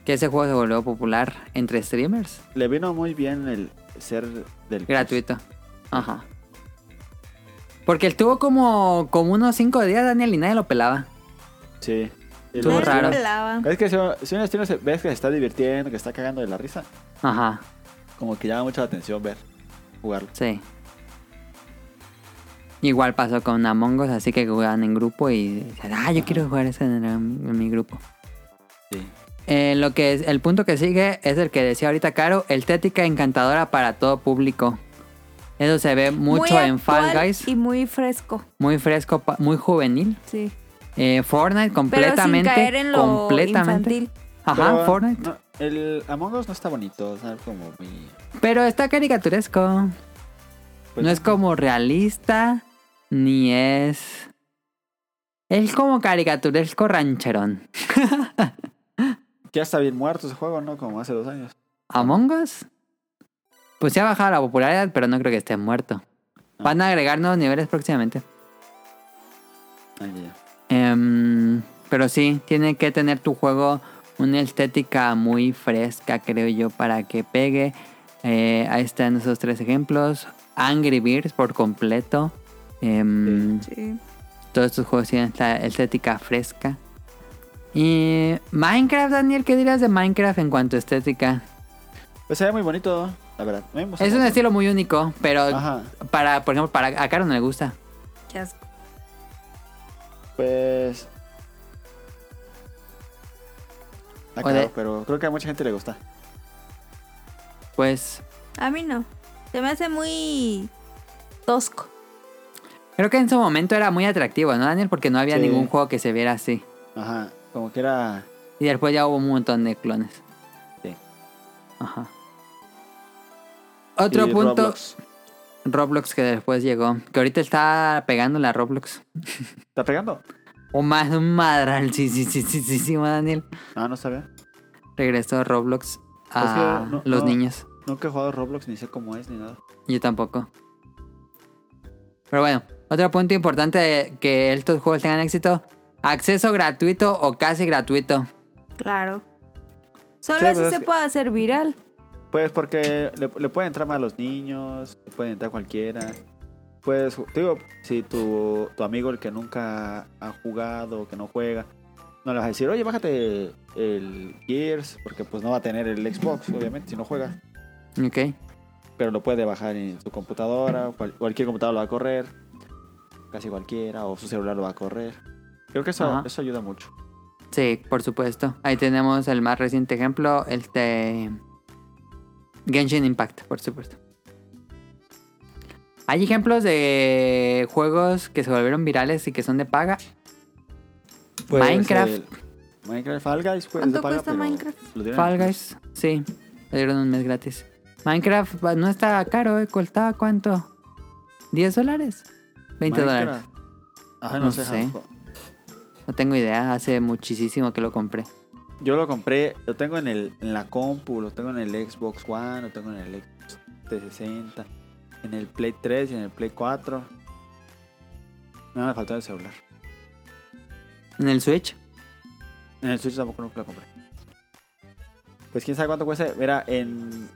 Que ese juego se volvió popular entre streamers.
Le vino muy bien el ser del.
Gratuito. Ajá. Porque él tuvo como, como unos 5 días, Daniel, y nadie lo pelaba.
Sí. Y
Estuvo
luego-
raro.
pelaba.
Es que si, si un streamer se- ves que se está divirtiendo, que está cagando de la risa,
Ajá,
como que llama mucho la atención ver jugarlo.
sí. Igual pasó con Among Us, así que jugaban en grupo y decían, ah, yo quiero jugar ese en, en mi grupo.
Sí.
Eh, lo que es, el punto que sigue es el que decía ahorita Caro, el tética encantadora para todo público. Eso se ve mucho
Muy
en Fall
actual
Guys,
Y muy fresco,
muy fresco, pa- muy juvenil.
sí.
Eh, Fortnite
Pero sin
completamente,
caer en lo
completamente.
infantil.
Ajá,
Pero, ah.
Fortnite.
no, el Among Us no está bonito, o sea, como muy.
Pero está caricaturesco.
pues,
no es como realista, ni es... Es como caricaturesco rancherón.
Ya está bien muerto ese juego, ¿no? Como hace dos años.
¿Among Us? Pues se ha bajado la popularidad, pero no creo que esté muerto.
No.
Van a agregar nuevos niveles próximamente.
Ay, ya.
Em, pero sí, tiene que tener tu juego una estética muy fresca, creo yo, para que pegue. Eh, ahí están esos tres ejemplos. Angry Birds por completo. Em,
Sí.
Todos estos juegos tienen esta estética fresca. Y Minecraft, Daniel, ¿qué dirías de Minecraft en cuanto a estética?
Pues se ve muy bonito, la verdad. A mí me gusta
Es un
mucho.
estilo muy único, pero
Ajá.
para, por ejemplo, para a Caro no le gusta.
Qué asco.
Pues. Está
O
caro,
de-
pero creo que a mucha gente le gusta.
Pues
A mí no. Se me hace muy tosco.
creo que en su momento era muy atractivo, ¿no, Daniel? Porque no había
Sí.
ningún juego que se viera así.
Ajá. Como que era.
Y después ya hubo un montón de clones.
Sí.
Ajá. Otro
y
punto, Roblox.
Roblox.
que después llegó. Que ahorita está pegando la Roblox.
¿Está pegando?
O más un madral, sí, sí, sí, sí, sí, sí, Daniel.
Ah, no sabía.
Regresó a Roblox a
Es que no-
los
no-
niños.
Nunca he jugado Roblox, ni sé cómo es, ni nada.
Yo tampoco. Pero bueno, otro punto importante de que estos juegos tengan éxito. Acceso gratuito o casi gratuito.
Claro. Solo
Sí,
así
pues es
se
que-
puede hacer viral.
Pues porque le, le puede entrar más a los niños, le puede entrar cualquiera. Pues, te digo, si tu, tu amigo, el que nunca ha jugado, que no juega, no le vas a decir, oye, bájate el Gears, porque pues no va a tener el Xbox, obviamente, si no juega.
Ok.
Pero lo puede bajar en su computadora, o cual- cualquier computadora lo va a correr, casi cualquiera, o su celular lo va a correr. Creo que eso,
Ajá.
eso ayuda mucho.
Sí, por supuesto. Ahí tenemos el más reciente ejemplo, este Genshin Impact, por supuesto. Hay ejemplos de juegos que se volvieron virales y que son de paga. Pues, Minecraft.
el- Minecraft Fall Guys, pues,
¿Cuánto
lo paga,
cuesta
pero
Minecraft?
lo dieron en
Fall
Plus.
Guys, sí, le dieron un mes gratis. Minecraft va- no está caro, ¿eh? ¿Costaba cuánto? ¿10 dólares? ¿20 dólares?
Minecraft. Ay, no,
No
sé.
sé.
Jaco.
No tengo idea, hace muchísimo que lo compré.
Yo lo compré, lo tengo en, el, en la compu, lo tengo en el Xbox One, lo tengo en el Xbox 360, en el Play 3 y en el Play 4. No, me faltó el celular.
¿En el Switch?
En el Switch tampoco nunca lo compré. Pues quién sabe cuánto cuesta. Mira, en.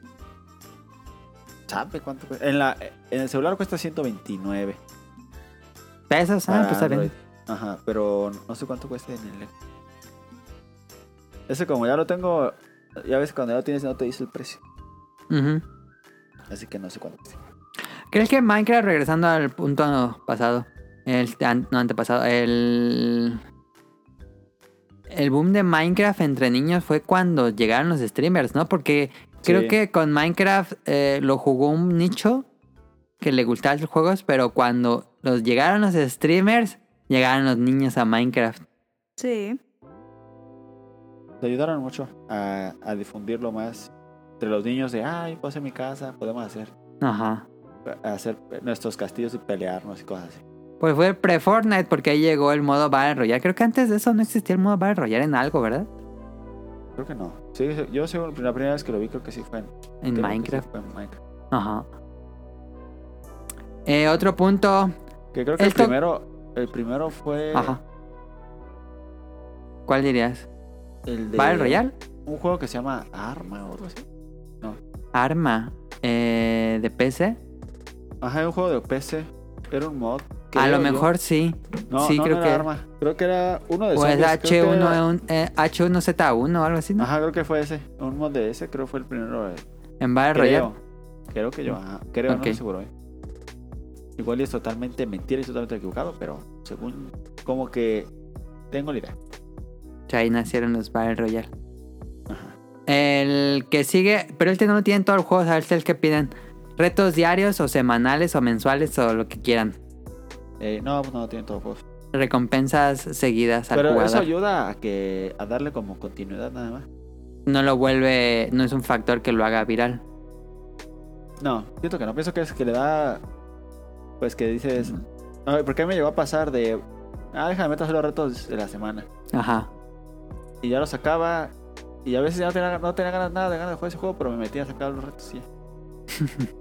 ¿Sabe cuánto cuesta? En, la, en el celular cuesta 129.
¿Pesos? Ah,
para
pues está bien.
Android. Ajá, pero no sé cuánto cuesta en el. Ese como ya lo tengo, ya ves cuando ya lo tienes no te dice el precio,
Ujú.
así que no sé cuánto cuesta.
¿Crees que Minecraft, regresando al punto pasado, el an- no antepasado, el el boom de Minecraft entre niños fue cuando llegaron los streamers, ¿no? Porque creo
Sí.
que con Minecraft eh, lo jugó un nicho que le gustaba los juegos, pero cuando los llegaron los streamers, llegaron los niños a Minecraft.
Sí.
Te ayudaron mucho a, pues a difundirlo más entre los niños de, ay, puedo hacer mi casa, podemos hacer.
Ajá.
hacer nuestros castillos y pelearnos y cosas así.
Pues fue el pre-Fortnite porque ahí llegó el modo Battle Royale. Creo que antes de eso no existía el modo Battle Royale en algo, ¿verdad?
Creo que no. Sí, yo según la primera vez que lo vi creo que sí fue en, creo
En
que
Minecraft.
sí fue en Minecraft.
Ajá. Eh, otro punto.
Que creo que
El
el,
to-
primero el primero fue
Ajá. ¿Cuál dirías?
el de
¿Battle Royale?
un juego que se llama Arma o algo así.
Arma. Eh, ¿De PC?
Ajá, era un juego de PC. Era un mod.
A lo
creo yo.
mejor sí.
No,
sí,
no,
creo
no
que-
era Arma. Creo que era uno de
O es
zombies, creo que era-
H1, eh, H1Z1 o algo así, ¿no?
Ajá, creo que fue ese. Un mod de ese, creo que fue el primero. eh,
En Battle Royale.
Creo. Creo que yo, ajá. Creo, no
Ok.
estoy seguro, eh. Igual y es totalmente mentira y es totalmente equivocado, pero según como que tengo la idea.
Ahí nacieron los Battle Royale.
Ajá.
El que sigue, pero este no lo tienen todos los juegos, a ver si es el que piden. Retos diarios o semanales o mensuales o lo que quieran.
Eh, no, pues no tiene todo juegos.
Recompensas seguidas al
Pero eso
jugador.
ayuda a que a darle como continuidad nada más.
No lo vuelve, no es un factor que lo haga viral.
No, siento que no. Pienso que es que le da. Pues que dices. Ay, ¿Por qué me llegó a pasar de. Ah, déjame meter los retos de la semana.
Ajá.
Y ya los sacaba. Y a veces ya no tenía, no tenía ganas nada de ganas de jugar ese juego, pero me metía a sacar los retos y ya.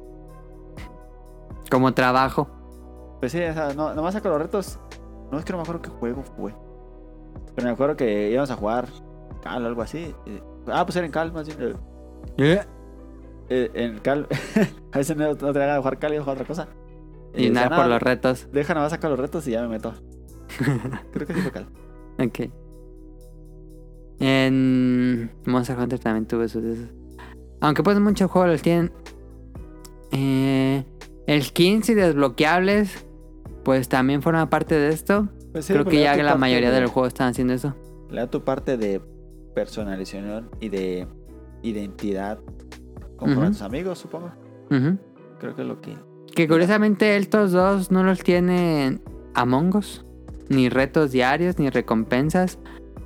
Como trabajo.
Pues sí, o sea, no, nomás saco los retos. No es que no me acuerdo qué juego fue. Pero me acuerdo que íbamos a jugar Cal o algo así. y- Ah, pues era en Cal, más bien. eh, eh, en Cal. [LAUGHS] a veces no, no tenía ganas de jugar Cal y iba a jugar otra cosa.
Y "Ah".
decía,
nada por
"No,
los retos.
Deja nomás sacar los retos y ya me meto.
[LAUGHS]
Creo que sí fue Cal.
Ok. En Monster Hunter también tuve sus de esos. Aunque pues muchos juegos los tienen. Eh, el skins y desbloqueables. Pues también forma parte de esto.
Pues sí,
Creo
porque
que
le da
ya
tu
la
parte
mayoría de
de-
los juegos están haciendo eso.
Le da tu parte de personalización y de identidad con
Ujú.
tus amigos, supongo.
Ujú.
Creo que es lo que.
Que curiosamente estos dos no los tienen Among Us. Ni retos diarios, ni recompensas.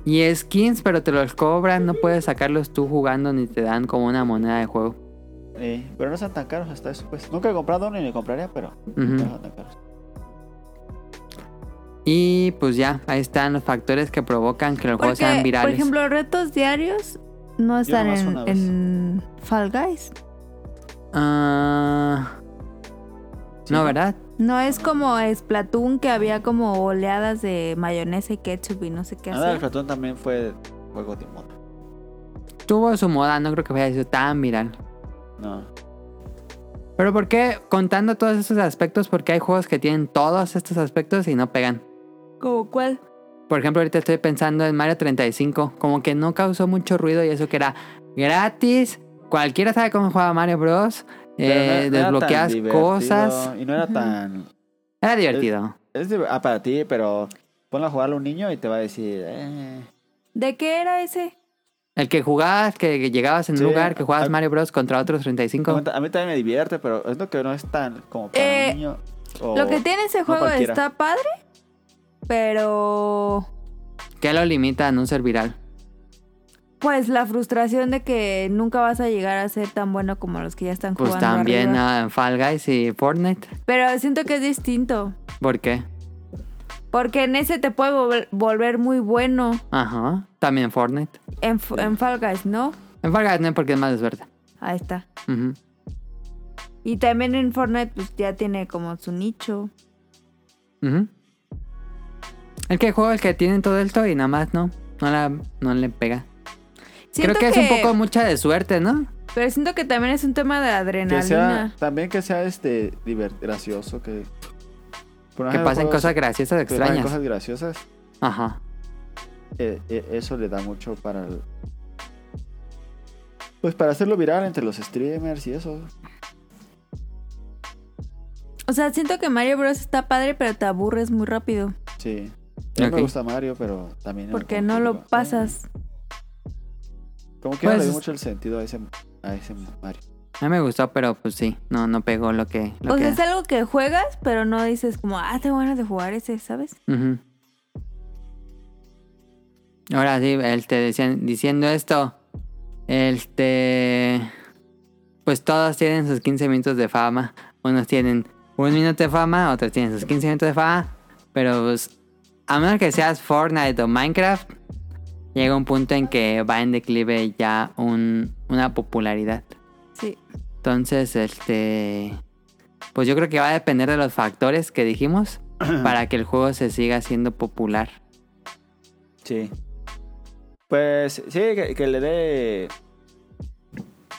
Y skins, pero te los cobran. No puedes sacarlos tú jugando ni te dan como una moneda de juego.
Eh, pero no están tan caros hasta eso, pues. Nunca he comprado uno ni me compraría, pero
Ujú.
no están tan caros.
Y pues ya, ahí están los factores que provocan que los juegos sean
Porque, por
virales.
ejemplo, retos diarios no están
nomás
en,
una vez.
en Fall Guys.
Ah,
Sí,
no, ¿verdad?
No es como Splatoon que había como oleadas de mayonesa y ketchup y no sé qué
Nada, el
hacer.
Platón también fue juego de moda.
Tuvo su moda, no creo que haya sido tan viral.
No.
Pero ¿por qué contando todos estos aspectos? Porque hay juegos que tienen todos estos aspectos y no pegan.
¿Como cuál?
Por ejemplo, ahorita estoy pensando en Mario 35, como que no causó mucho ruido y eso que era gratis. Cualquiera sabe cómo jugaba Mario Bros.
Pero no-
eh,
no era tan
desbloqueas
divertido
cosas.
Y no era
Ujú.
tan.
Era divertido.
Es de- ah, para ti, pero ponlo a jugarlo a un niño y te va a decir. Eh.
¿De qué era ese?
El que jugabas, que que llegabas en
Sí,
un lugar, que jugabas
a-
Mario Bros. contra otros 35.
A mí, ta- a mí también me divierte, pero es lo que no es tan como para
Eh,
un niño. o-
Lo que tiene ese
no
juego
Oh, cualquiera.
está padre, pero
¿Qué lo limita a no ser viral?
pues la frustración de que nunca vas a llegar a ser tan bueno como los que ya están
Pues
jugando.
también
arriba.
ah, en Fall Guys y Fortnite.
Pero siento que es distinto,
¿Por qué?
porque en ese te puede vol- volver muy bueno
Ajá. También Fortnite.
en, F- en Fall Guys, ¿no?
En Fall Guys no porque es más desverde.
Ahí está.
Ujú.
Y también en Fortnite pues ya tiene como su nicho.
Ujú. El que juega el que tiene todo esto y nada más no. No, la, no le pega.
Siento
Creo que, es un poco mucha de suerte, ¿no?
Pero siento que también es un tema de
que sea,
adrenalina.
también que sea este divert- gracioso, que. por
que
ejemplo,
pasen
juegos-
cosas graciosas
que pasen
extrañas.
cosas graciosas.
Ajá.
eh, eh, eso le da mucho para el- Pues para hacerlo viral entre los streamers y eso.
O sea, siento que Mario Bros está padre, pero te aburres muy rápido.
Sí. A mí
Ok.
me gusta Mario, pero también.
Porque
como
no
que
lo
digo,
pasas.
"Mm". Como que no le
Pues-
dio mucho el sentido a ese, a ese Mario.
A mí me gustó, pero pues sí. No, no pegó lo que. lo
O sea,
que-
Pues es algo que juegas, pero no dices como, ah, tengo ganas de jugar ese, ¿sabes?
Ujú. Ahora sí, este, decían- diciendo esto, este, pues todos tienen sus 15 minutos de fama. Unos tienen un minuto de fama, otros tienen sus 15 minutos de fama. Pero pues, a menos que seas Fortnite o Minecraft, llega un punto en que va en declive ya un- una popularidad.
Sí.
Entonces, este. Pues yo creo que va a depender de los factores que
[CLEARS THROAT]
dijimos para que el juego se siga siendo popular.
Sí. Pues sí, que, que le dé.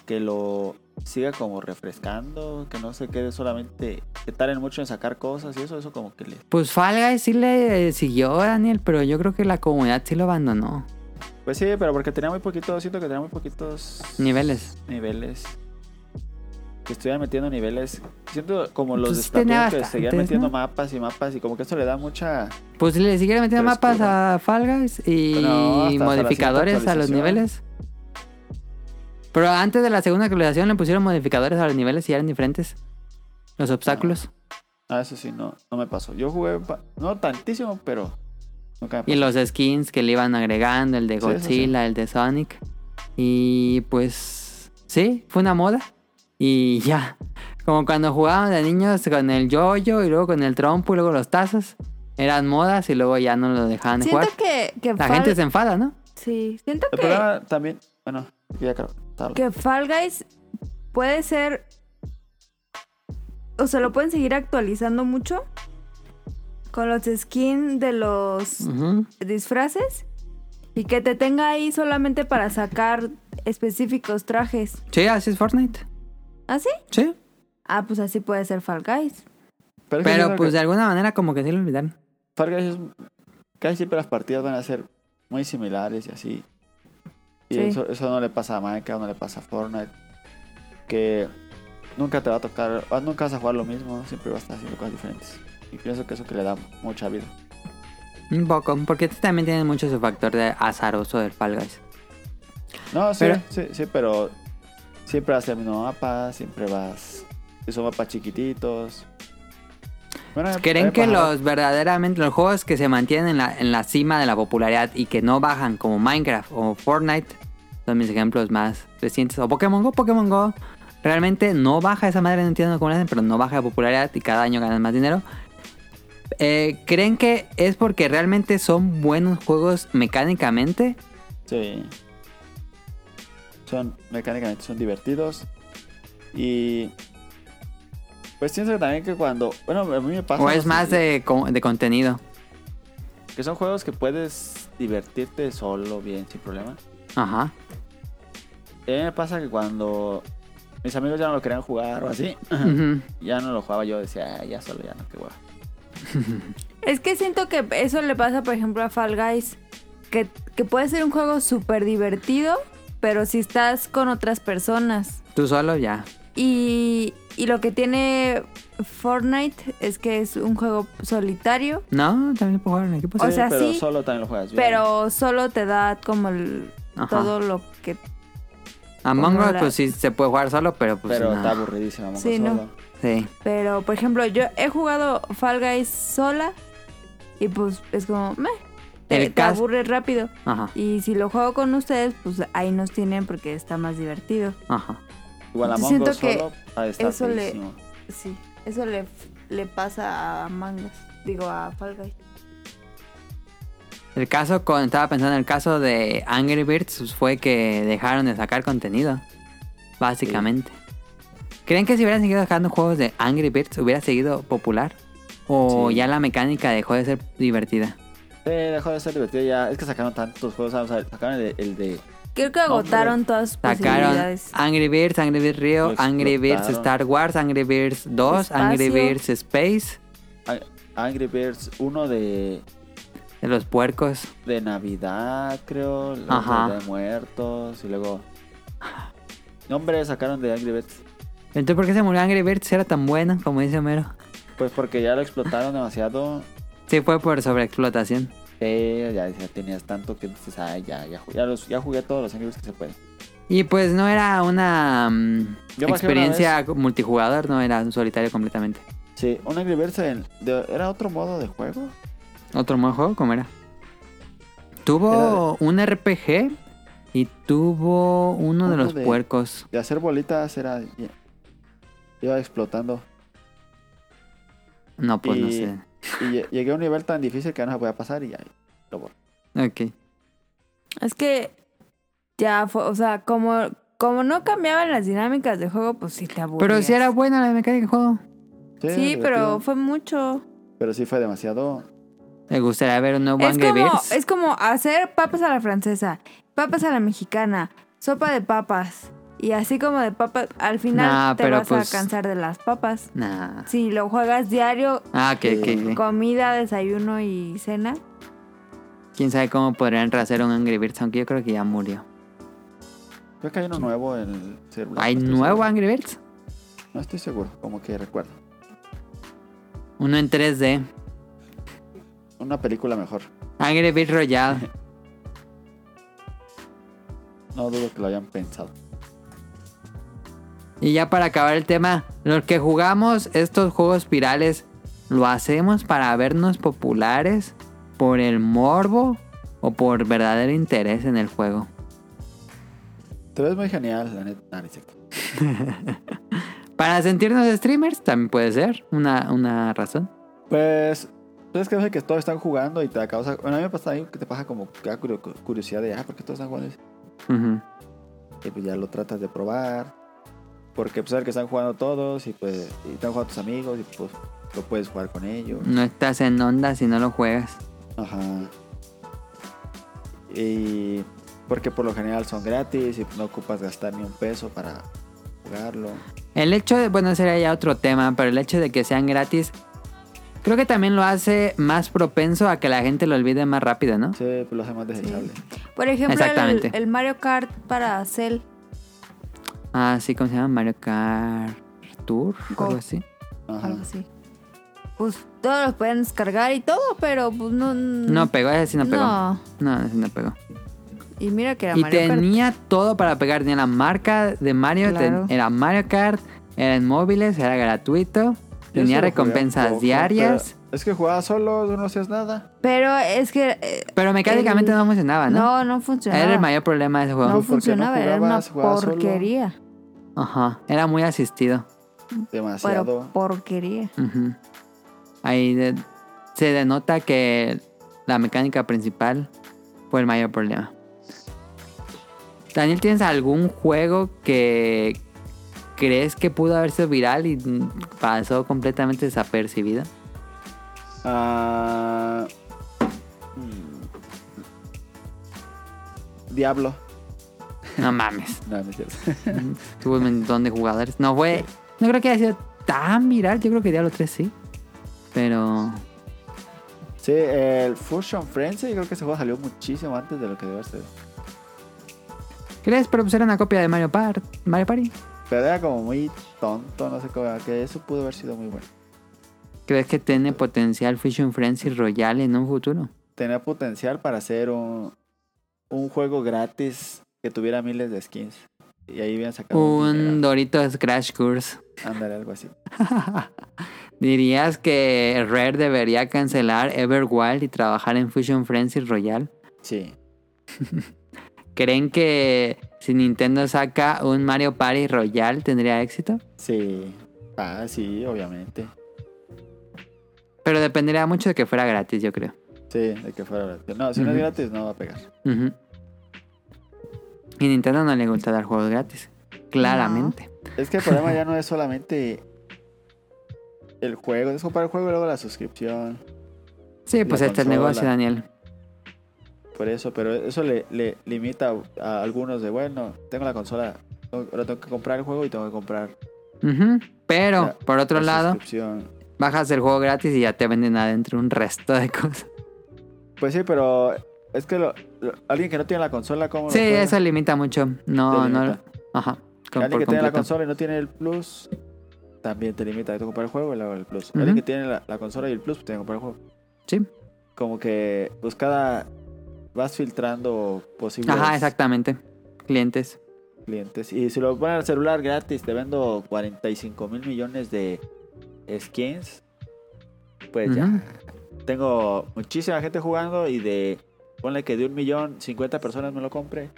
Que lo siga como refrescando, que no se quede solamente. Que tarden mucho en sacar cosas y eso, eso como que le.
Pues Fall Guys sí le eh, siguió Daniel, pero yo creo que la comunidad sí lo abandonó.
Pues sí, pero porque tenía muy poquitos, siento que tenía muy poquitos.
Niveles.
niveles. Que estuviera metiendo niveles. Siento como los
Pues
de Splatoon
tenía
que seguían
bastantes,
metiendo
¿no?
mapas y mapas y como que esto le da mucha.
Pues le siguieron metiendo
Pero
mapas
escudo.
a Fall Guys y
Pero hasta- hasta la
modificadores
siguiente
a los
actualización.
niveles. Pero antes de la segunda actualización le pusieron modificadores a los niveles y eran diferentes. Los obstáculos.
Ah, eso sí, no, no me pasó. Yo jugué, pa- no tantísimo, pero nunca me
Y los skins que le iban agregando, el de
Sí, eso sí.
Godzilla, el de Sonic. Y pues sí, fue una moda. Y [LAUGHS] ya. Como cuando jugaban de niños con el yoyo y luego con el trompo y luego los tazos. Eran modas y luego ya no lo dejaban
Siento
jugar.
que, que
La
Fall-
gente se enfada, ¿no?
Sí, siento
El
que,
problema también, bueno, ya creo. tarde.
que Fall Guys puede ser... O sea, lo pueden seguir actualizando mucho con los skins de los
Ujú.
disfraces y que te tenga ahí solamente para sacar específicos trajes.
Sí, así es Fortnite.
¿Así?
Sí.
Ah, pues así puede ser Fall Guys.
Pero,
Pero
es que siento
pues
que
de alguna manera como que sí lo olvidaron.
Fall Guys es- casi siempre las partidas van a ser muy similares y así. Y
Sí.
eso, eso no le pasa a Minecraft, no le pasa a Fortnite. Que nunca te va a tocar, ah, nunca vas a jugar lo mismo, siempre vas a estar haciendo cosas diferentes. Y pienso que eso que le da mucha vida.
Un poco, porque este también tiene mucho su factor de azaroso del Fall Guys.
No, sí,
Pero-
sí, sí, pero siempre vas al mismo mapa, siempre vas. Son mapas chiquititos. Bueno,
¿Creen
hay
que
pájaros.
los verdaderamente los juegos que se mantienen en la, en la cima de la popularidad y que no bajan como Minecraft o Fortnite son mis ejemplos más recientes? O Pokémon Go, Pokémon Go realmente no baja esa madre, no entiendo cómo lo hacen, pero no baja de popularidad y cada año ganan más dinero. Eh, ¿Creen que es porque realmente son buenos juegos mecánicamente?
Sí. Son mecánicamente son divertidos. Y. Pues pienso que también que cuando. Bueno, a mí me pasa.
¿O
no
es
sé,
más de, co- de contenido?
Que son juegos que puedes divertirte solo, bien, sin problema.
Ajá.
Y a mí me pasa que cuando. Mis amigos ya no lo querían jugar o así. [CLEARS THROAT]
Ujú.
Ya no lo jugaba yo, decía, "Ah, ya solo, ya no, qué guay.
Es que siento que eso le pasa, por ejemplo, a Fall Guys. Que, que puede ser un juego súper divertido, pero si estás con otras personas.
Tú solo ya.
Y, y lo que tiene Fortnite es que es un juego solitario,
No, también puedo jugar en equipo.
O
sí.
sea,
pero
sí,
solo también lo juegas bien.
pero solo te da como el-
Ajá.
todo lo que...
Among
como
Us,
la-
pues sí se puede jugar solo, pero pues
Pero
no.
está aburridísimo, vamos
Sí,
solo.
no.
Sí.
Pero, por ejemplo, yo he jugado Fall Guys sola y pues es como... Meh, te,
El
te
cas-
aburres rápido.
Ajá,
Y si lo juego con ustedes, pues ahí nos tienen porque está más divertido.
ajá.
Igual a
Yo
Mongo
siento que
solo ha de estar
eso le-
feísimo.
Sí, eso le, le pasa a Mangas. Digo, a Fall Guys.
El caso con, estaba pensando en el caso de Angry Birds, pues, fue que dejaron de sacar contenido. Básicamente. ¿Creen que si hubieran seguido sacando juegos de Angry Birds hubiera seguido popular? ¿O
Sí.
ya la mecánica dejó de ser divertida?
Sí, Eh, dejó de ser divertido ya. Es que sacaron tantos juegos, o sea, sacaron el de, el de-
Creo que
No,
agotaron todas sus
Sacaron
posibilidades.
Angry Birds, Angry Birds Rio,
Lo
Angry Birds
explotaron.
Star Wars, Angry Birds 2, Angry
Espacio.
Birds Space,
A- Angry Birds, uno de,
de los puercos.
de Navidad, creo, luego
Ajá.
de Muertos, y luego... No, hombre, sacaron de Angry Birds.
Entonces, ¿por qué se murió Angry Birds? Era tan bueno, como dice Homero.
Pues porque ya lo explotaron demasiado.
Sí, fue por sobreexplotación.
Eh, ya, ya tenías tanto que dices, ay, ya, ya, ju- ya, los, ya jugué todos los Angry Birds que se pueden.
Y pues no era una mm,
Yo bajé una
experiencia multijugador, no era un solitario completamente.
Sí, un Angry Birds en- de- era otro modo de juego.
¿Otro modo de juego? ¿Cómo era? Tuvo un RPG Y tuvo uno de
Uno
los
de-
puercos.
De hacer bolitas era. Iba explotando.
No, pues no
Y-
sé.
Y lle- llegué a un nivel tan difícil que ya no se podía pasar y ya. Lo borré.
Ok.
Es que ya fue, o sea, como, como no cambiaban las dinámicas del juego, pues sí te aburrías.
Pero si era buena la mecánica del juego.
era
Sí, pero
divertido,
fue mucho.
Pero sí fue demasiado.
Me gustaría ver un nuevo
Es
Angry
como,
Birds.
es como hacer papas a la francesa, papas a la mexicana, sopa de papas. Y así como de papas, al final
Nah,
te
pero
vas
pues-
a cansar de las papas.
Nah.
Si lo juegas diario,
Ah, que,
Sí.
que, que.
comida, desayuno y cena.
Quién sabe cómo podrían hacer un Angry Birds, aunque yo creo que ya murió.
Creo que hay uno nuevo en el celular.
¿Hay
no estoy
nuevo
seguro.
Angry Birds?
No estoy seguro, como que recuerdo.
Uno en 3D.
Una película mejor.
Angry Birds Royale.
No dudo que lo hayan pensado.
Y ya para acabar el tema, los que jugamos estos juegos virales, ¿lo hacemos para vernos populares? ¿Por el morbo? ¿O por verdadero interés en el juego?
Te ves muy genial, la neta. Ah, no es cierto.
¿Para sentirnos streamers? También puede ser una, una razón.
Pues, ¿sabes qué? Que todos están jugando y te causa. Bueno, a mí me pasa algo que te pasa como que da curio- curiosidad de, ah, ¿por qué todos están jugando? eso?"
Ujú.
Y pues ya lo tratas de probar. Porque pues sabes que están jugando todos y pues y están jugando tus amigos y pues lo puedes jugar con ellos.
No estás en onda si no lo juegas.
Ajá. Y porque por lo general son gratis y no ocupas gastar ni un peso para jugarlo.
El hecho de, bueno, sería ya otro tema, pero el hecho de que sean gratis, creo que también lo hace más propenso a que la gente lo olvide más rápido, ¿no?
Sí, pues lo hace más desechable.
Por ejemplo, el,
Exactamente.
el Mario Kart para Cell.
Ah, sí, ¿cómo se llama? Mario Kart Tour, o
Go.
algo así.
Ajá.
algo así. Pues todos los pueden descargar y todo, pero pues no.
No pegó, ese sí no pegó. No,
No.
ese no pegó.
Y mira que era
Y
Mario Kart.
tenía todo para pegar, tenía la marca de Mario,
Claro.
ten- era Mario Kart, era en móviles, era gratuito,
Yo
tenía
solo jugué
recompensas
un poco,
diarias,
pero Es que jugaba solo, no hacías nada.
Pero es que. eh,
pero, mecánicamente
el-
no funcionaba, Ah, ¿no?
No, no funcionaba.
era el mayor problema de ese
No
juego.
porque no
funcionaba, era una
jugabas, jugabas solo.
porquería.
Ajá, era muy asistido.
Pero
Demasiado.
porquería.
Ujú. Ahí de- se denota que la mecánica principal fue el mayor problema. Daniel, ¿tienes algún juego que crees que pudo haber sido viral y pasó completamente desapercibido?
Ah, mm. Diablo.
No mames.
No, no es cierto. [LAUGHS]
Tuvo un montón de jugadores. No fue. No creo que haya sido tan viral. Yo creo que Diablo 3 sí. Pero.
sí, el Fusion Frenzy, creo que ese juego salió muchísimo antes de lo que debe ser.
¿Crees? Pero pues era una copia de Mario, Par Mario Party.
Pero era como muy tonto, no sé cómo. Que eso pudo haber sido muy bueno.
¿Crees que tiene potencial Fusion Frenzy Royale en un futuro?
Tenía potencial para hacer un, un juego gratis que tuviera miles de skins. Y ahí habían sacado.
Un
dineral.
Doritos Crash Course.
Ándale, algo así.
¿Dirías que Rare debería cancelar Everwild y trabajar en Fusion Frenzy Royale?
Sí.
¿Creen que si Nintendo saca un Mario Party Royale tendría éxito?
Sí. Ah, sí, obviamente.
Pero dependería mucho de que fuera gratis, yo creo.
Sí, de que fuera gratis. No, si no es
Ujú.
gratis, no va a pegar.
Ujú. Y Nintendo no le gusta dar juegos gratis. Claramente.
Es que el problema ya no es solamente el juego, es comprar el juego y luego la suscripción.
Sí, pues
La
este es el
consola.
negocio, Daniel.
Por eso, pero eso le, le limita a, a algunos de, bueno, tengo la consola, tengo- ahora tengo que comprar el juego y tengo que comprar
Ujú. Pero,
La-
por otro
la
lado,
suscripción.
bajas el juego gratis y ya te venden adentro un resto de [LAUGHS] cosas.
Pues sí, pero es que lo- lo- alguien que no tiene la consola, ¿cómo lo
Sí,
juega?
eso limita mucho. No,
Te
no.
pues, limita.
Ajá. con-
Alguien
por
que tiene la
completo.
consola y no tiene el plus, también te limita. Tengo que comprar el juego y luego el plus.
Ujú.
Alguien que tiene la, la consola y el plus, pues tiene que comprar el juego.
Sí.
Como que, pues cada... Vas filtrando posibles...
Ajá, exactamente. Clientes.
clientes. Y si lo ponen al celular gratis, te vendo 45 mil millones de skins. Pues
Ujú.
ya. Tengo muchísima gente jugando y de. Ponle que de un millón, 50 personas me lo compre.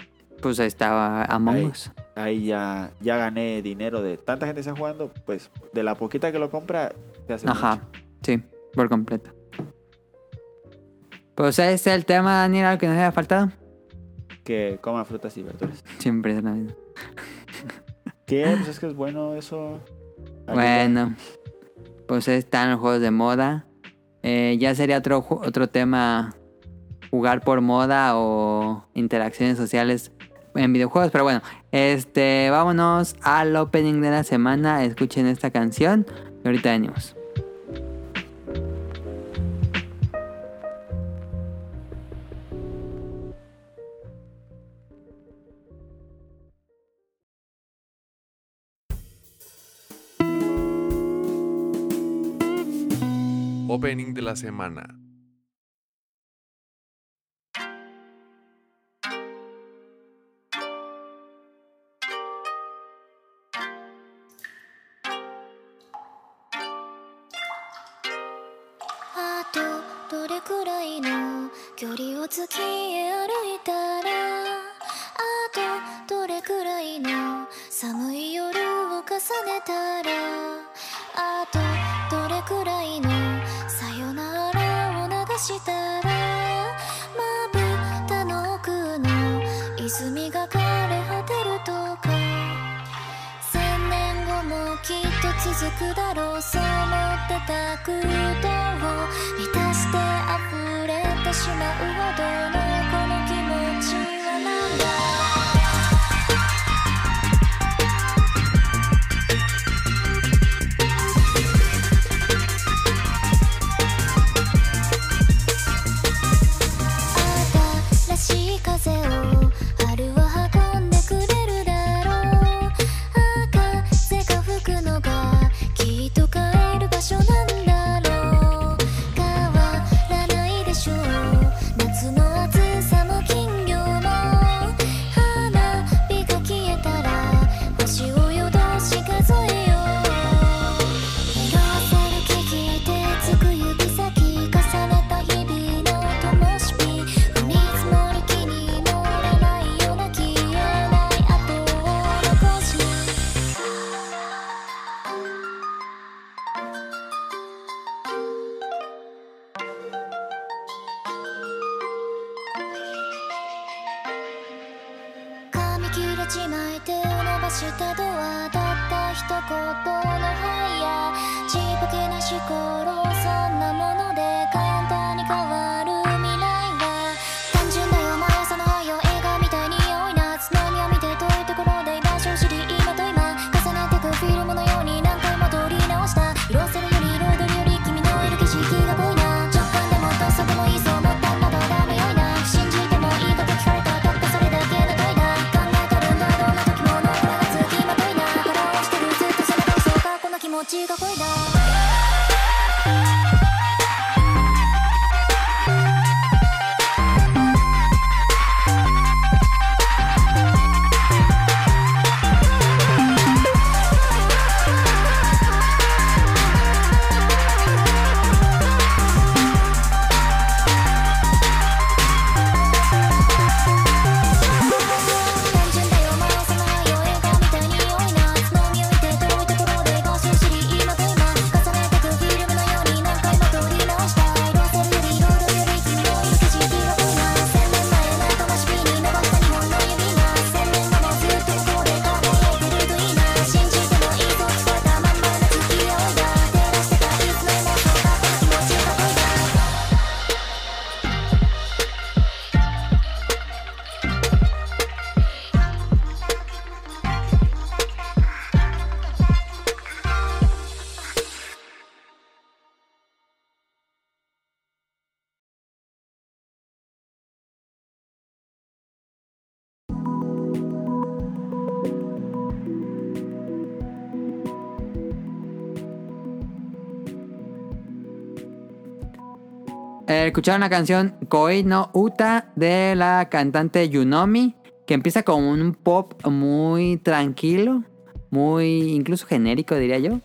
Pues ahí estaba Among
Ahí.
Us.
Ahí ya, ya gané dinero de tanta gente que está jugando, pues de la poquita que lo compra, se hace
Ajá,
mucho.
sí, por completo. Pues ese es el tema, Daniel, algo que nos había faltado.
Que coma frutas y verduras.
Siempre es la misma.
¿Qué? Pues es que es bueno eso. Ayuda.
Ah. Bueno, pues están los juegos de moda. Eh, ya sería otro, ju- otro tema jugar por moda o interacciones sociales en videojuegos. Pero bueno, este, vámonos al opening de la semana. Escuchen esta canción y ahorita venimos.
Opening de la semana.
あとどれくらいの距離を月へ歩いたらあとどれくらいの寒い夜を重ねたらあとどれくらいのさよならを流したらまぶたの奥の泉が枯れ果てるとか千年後もきっと続くだろうそう思ってた空洞を満たして溢れてしまうほどのこの気持ちはなんだ新しい風を春は運んでくれるだろう風が吹くのがきっと帰る場所なんだろう変わらないでしょう夏の暑さも金魚も花火が消えたら星を夜通し数えよう「色褪せる聞き手つく指先」「重ねた日々の灯し火」「踏み積もり気に乗らないような消えない跡を残し」髪切れちまい手を伸ばしたドアだった一言のハイヤーちぼけなし頃そんなもので簡単に変わる未来は単純だよ毎朝の早い映画みたいに多いな津波を見て遠いところで居場所を知り今と今重ねてくフィルムのように何回も撮り直した色褪せるより彩りより君のいる景色が濃いな直感でもどうもいいそう思ったんだどうだもよいな信じてもいいこと聞かれたたったそれだけの問いだ考えたるんだどんな時も残らず気まといな腹をしてるずっとそれがそうかこの気持ちが濃いな単純だよ前さまよ映画みたいに多いなつまみを見て遠いところで合唱しり今と今重ねてくフィルムのように何回も撮り直した色褪せるより彩りより君のいる景色が濃いな千年前の灯し火に伸ばした日本の指が千年後もずっとここで輝いてるといいな信じてもいいと伝えたまんまの月を追いだ照らしてたいつの間にかこの気持ちが濃いな
Eh, escucharon la canción Koi no Uta de la cantante Yunomi, que empieza con un pop muy tranquilo, muy incluso genérico, diría yo.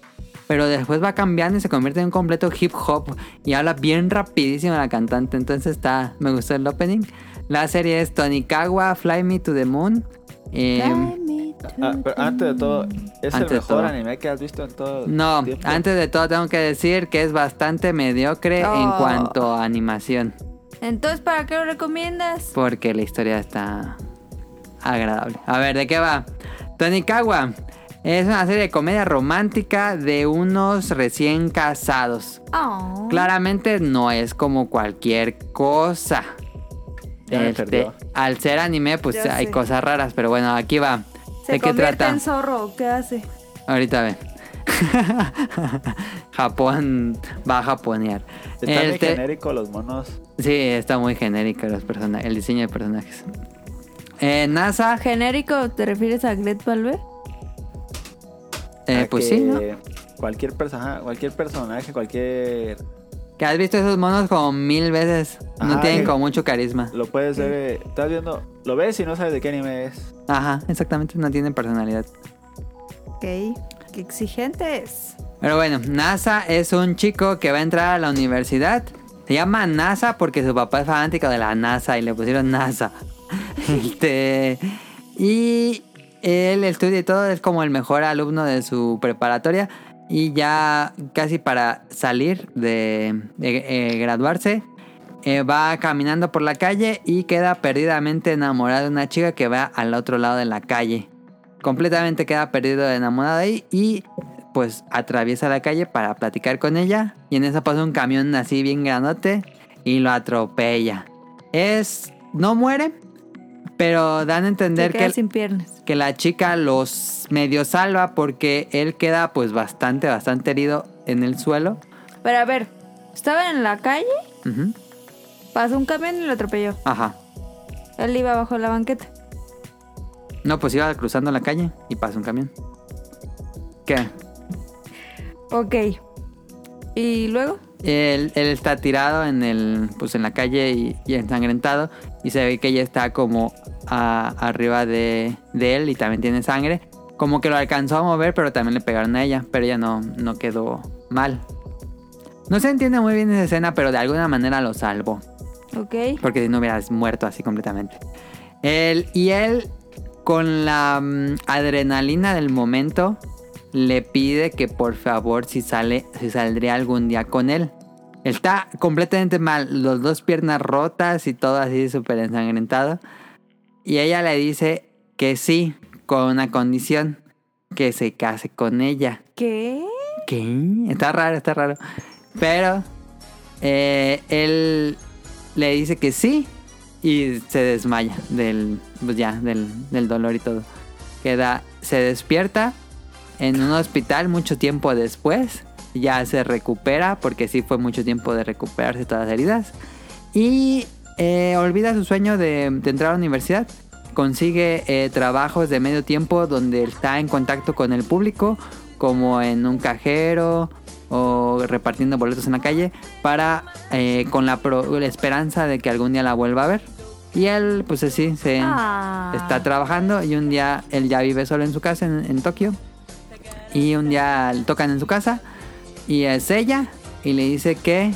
pero después va cambiando y se convierte en un completo hip hop y habla bien rapidísimo la cantante. Entonces está, me gustó el opening. La serie es Tonikawa, Fly Me to the Moon. Eh,
Ah, pero antes de todo,
Antes
es el
de
mejor
todo.
anime que has visto en todo el
no,
tiempo?
antes de todo tengo que decir que es bastante mediocre en
Oh.
cuanto a animación,
Entonces, ¿para qué lo recomiendas?
porque la historia está agradable. A ver, ¿de qué va? Tonikawa es una serie de comedia romántica de unos recién casados.
Oh.
Claramente no es como cualquier cosa.
Ya me
Este,
perdió.
al ser anime, pues
Ya
hay
sé.
cosas raras, pero bueno, aquí va.
Se
¿De qué
convierte
trata?
en zorro, ¿qué hace?
Ahorita ve. [LAUGHS] Japón va a japonear.
Está bien
Este-
genérico los monos.
sí, está muy genérico los persona- el diseño de personajes. Eh, NASA,
¿Genérico te refieres a Gret Valver?
eh,
a
pues
Ah, que
sí, ¿no?
Cualquier, personaje cualquier personaje, cualquier...
Que has visto esos monos como mil veces. No
Ajá,
tienen
Ah, que-
como mucho carisma.
Lo puedes ver... eh, Estás viendo... Lo ves y no sabes de qué anime es.
Ajá, exactamente, no tienen personalidad.
Ok, qué exigentes.
Pero bueno, NASA es un chico que va a entrar a la universidad. Se llama NASA porque su papá es fanático de la NASA y le pusieron NASA. [LAUGHS] Este, y él estudia y todo, es como el mejor alumno de su preparatoria. Y ya casi para salir de, de, eh, graduarse, eh, va caminando por la calle y queda perdidamente enamorado de una chica que va al otro lado de la calle. Completamente queda perdido enamorado ahí y pues atraviesa la calle para platicar con ella y en eso pasa un camión así bien grandote y lo atropella. Es... no muere, pero dan a entender
Se
que...
queda
el-
sin piernas.
que la chica los medio salva porque él queda pues bastante, bastante herido en el suelo.
Pero a ver, estaba en la calle,
Ujú.
pasó un camión y lo atropelló.
Ajá.
Él iba bajo la banqueta.
No, pues iba cruzando la calle y pasa un camión. ¿Qué?
Ok. ¿Y luego?
Él, él está tirado en el pues en la calle y, y ensangrentado y se ve que ella está como a- arriba de, de él y también tiene sangre. Como que lo alcanzó a mover, pero también le pegaron a ella, pero ella no, no quedó mal. No se entiende muy bien esa escena, pero de alguna manera lo salvó.
Ok.
Porque si no hubieras muerto así completamente. Él, y él, con la mm, adrenalina del momento, le pide que por favor si sale, si saldría algún día con él. Está completamente mal, las dos piernas rotas y todo así súper ensangrentado. Y ella le dice que sí, con una condición, que se case con ella.
¿Qué?
¿Qué? Está raro, está raro. Pero eh, él le dice que sí y se desmaya del, pues ya, del, del dolor y todo. Queda, se despierta en un hospital mucho tiempo después. Ya se recupera porque sí fue mucho tiempo de recuperarse todas las heridas. Y eh, olvida su sueño de, de entrar a la universidad. Consigue eh, trabajos de medio tiempo donde está en contacto con el público, como en un cajero o repartiendo boletos en la calle, para eh, con la, pro- la esperanza de que algún día la vuelva a ver. Y él, pues así, se,
Ah.
está trabajando y un día él ya vive solo en su casa en, en Tokio. Y un día le tocan en su casa y es ella y le dice que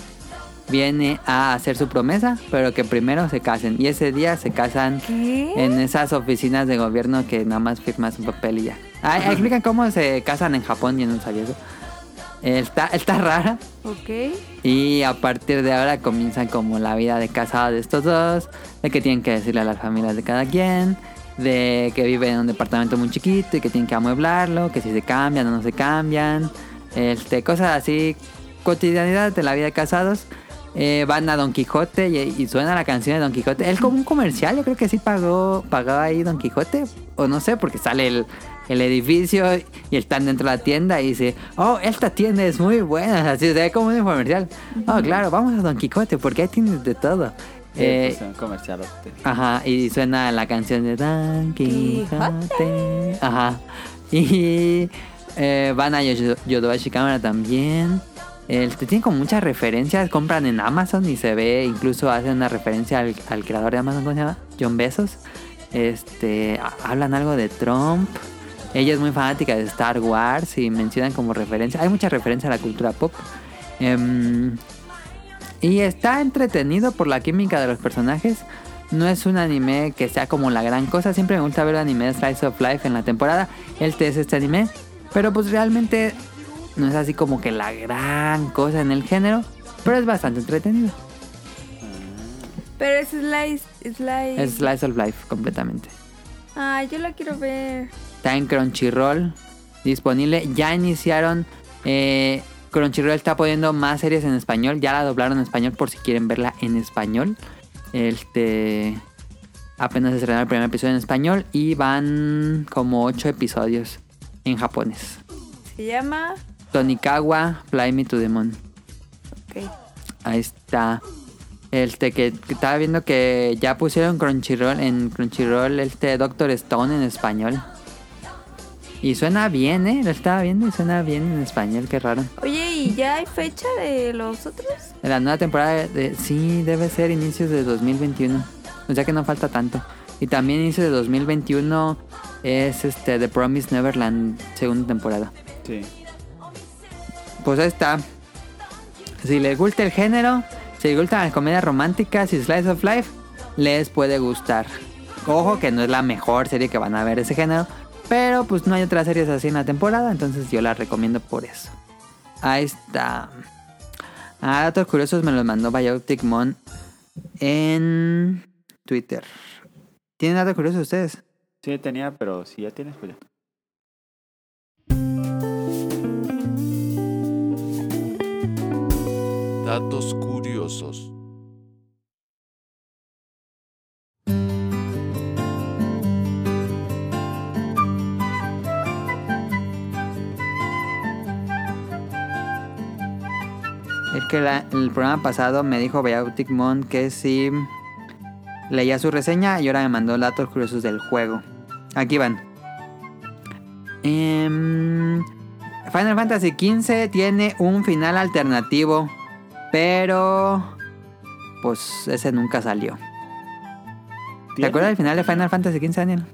viene a hacer su promesa, pero que primero se casen. Y ese día se casan
¿Qué?
en esas oficinas de gobierno que nada más firmas un papel y ya. Ah, explican cómo se casan en Japón, yo no sabía eso. Está, está rara.
Ok.
Y a partir de ahora comienza como la vida de casado de estos dos, de que tienen que decirle a las familias de cada quien, de que vive en un departamento muy chiquito y que tienen que amueblarlo, que si se cambian o no se cambian, este, cosas así, cotidianidad de la vida de casados. Eh, van a Don Quijote y, y suena la canción de Don Quijote. Es como un comercial, yo creo que sí pagó, pagaba ahí Don Quijote, o no sé, porque sale el, el edificio y están dentro de la tienda y dice, oh, esta tienda es muy buena, así se ve como un comercial. Oh, claro, vamos a Don Quijote porque ahí tienes de todo. Eh,
Eh, pues, un comercial.
Ajá, y suena la canción de Don Quijote. Ajá. [LAUGHS] Y eh, van a Yo- Yodobashi Cámara también. Este, tiene como muchas referencias, compran en Amazon y se ve, incluso hacen una referencia al, al creador de Amazon, ¿cómo se llama? John Besos. Este, ha- hablan algo de Trump. Ella es muy fanática de Star Wars y mencionan como referencia. Hay mucha referencia a la cultura pop. Em, y está entretenido por la química de los personajes. No es un anime que sea como la gran cosa. Siempre me gusta ver anime Slice of Life en la temporada. Este es este anime. Pero pues realmente no es así como que la gran cosa en el género. Pero es bastante entretenido.
Pero es Slice. Slice.
Es Slice of Life completamente.
Ah, yo la quiero ver.
Está en Crunchyroll disponible. Ya iniciaron. eh, Crunchyroll está poniendo más series en español. Ya la doblaron en español por si quieren verla en español. Este. Apenas estrenó el primer episodio en español y van como 8 episodios en japonés.
Se llama.
Tonikawa, Fly Me to the Moon.
Ok.
Ahí está. Este que, que estaba viendo que ya pusieron Crunchyroll en Crunchyroll este Doctor Stone en español. Y suena bien, ¿eh? Lo estaba viendo y suena bien en español, qué raro.
Oye, ¿y ya hay fecha de los otros?
La nueva temporada de, de- sí debe ser inicios de 2021. O sea que no falta tanto. Y también inicio de 2021 es este The Promise Neverland segunda temporada.
Sí.
Pues ahí está. Si les gusta el género, si les gustan las comedias románticas y slice of life, les puede gustar. Ojo que no es la mejor serie que van a ver de ese género, pero pues no hay otras series así en la temporada, entonces yo la recomiendo por eso. Ahí está. Ah, datos curiosos me los mandó Biotic Mon en Twitter. ¿Tienen datos curiosos ustedes?
Sí, tenía, pero si ya tienes, pues ya.
Datos curiosos.
Es que la- el programa pasado me dijo Beautic Mon que si leía su reseña y ahora me mandó datos curiosos del juego. Aquí van. Em, Final Fantasy XV tiene un final alternativo, pero pues ese nunca salió. ¿Te
¿Tiene?
acuerdas del final de Final Fantasy XV, Daniel?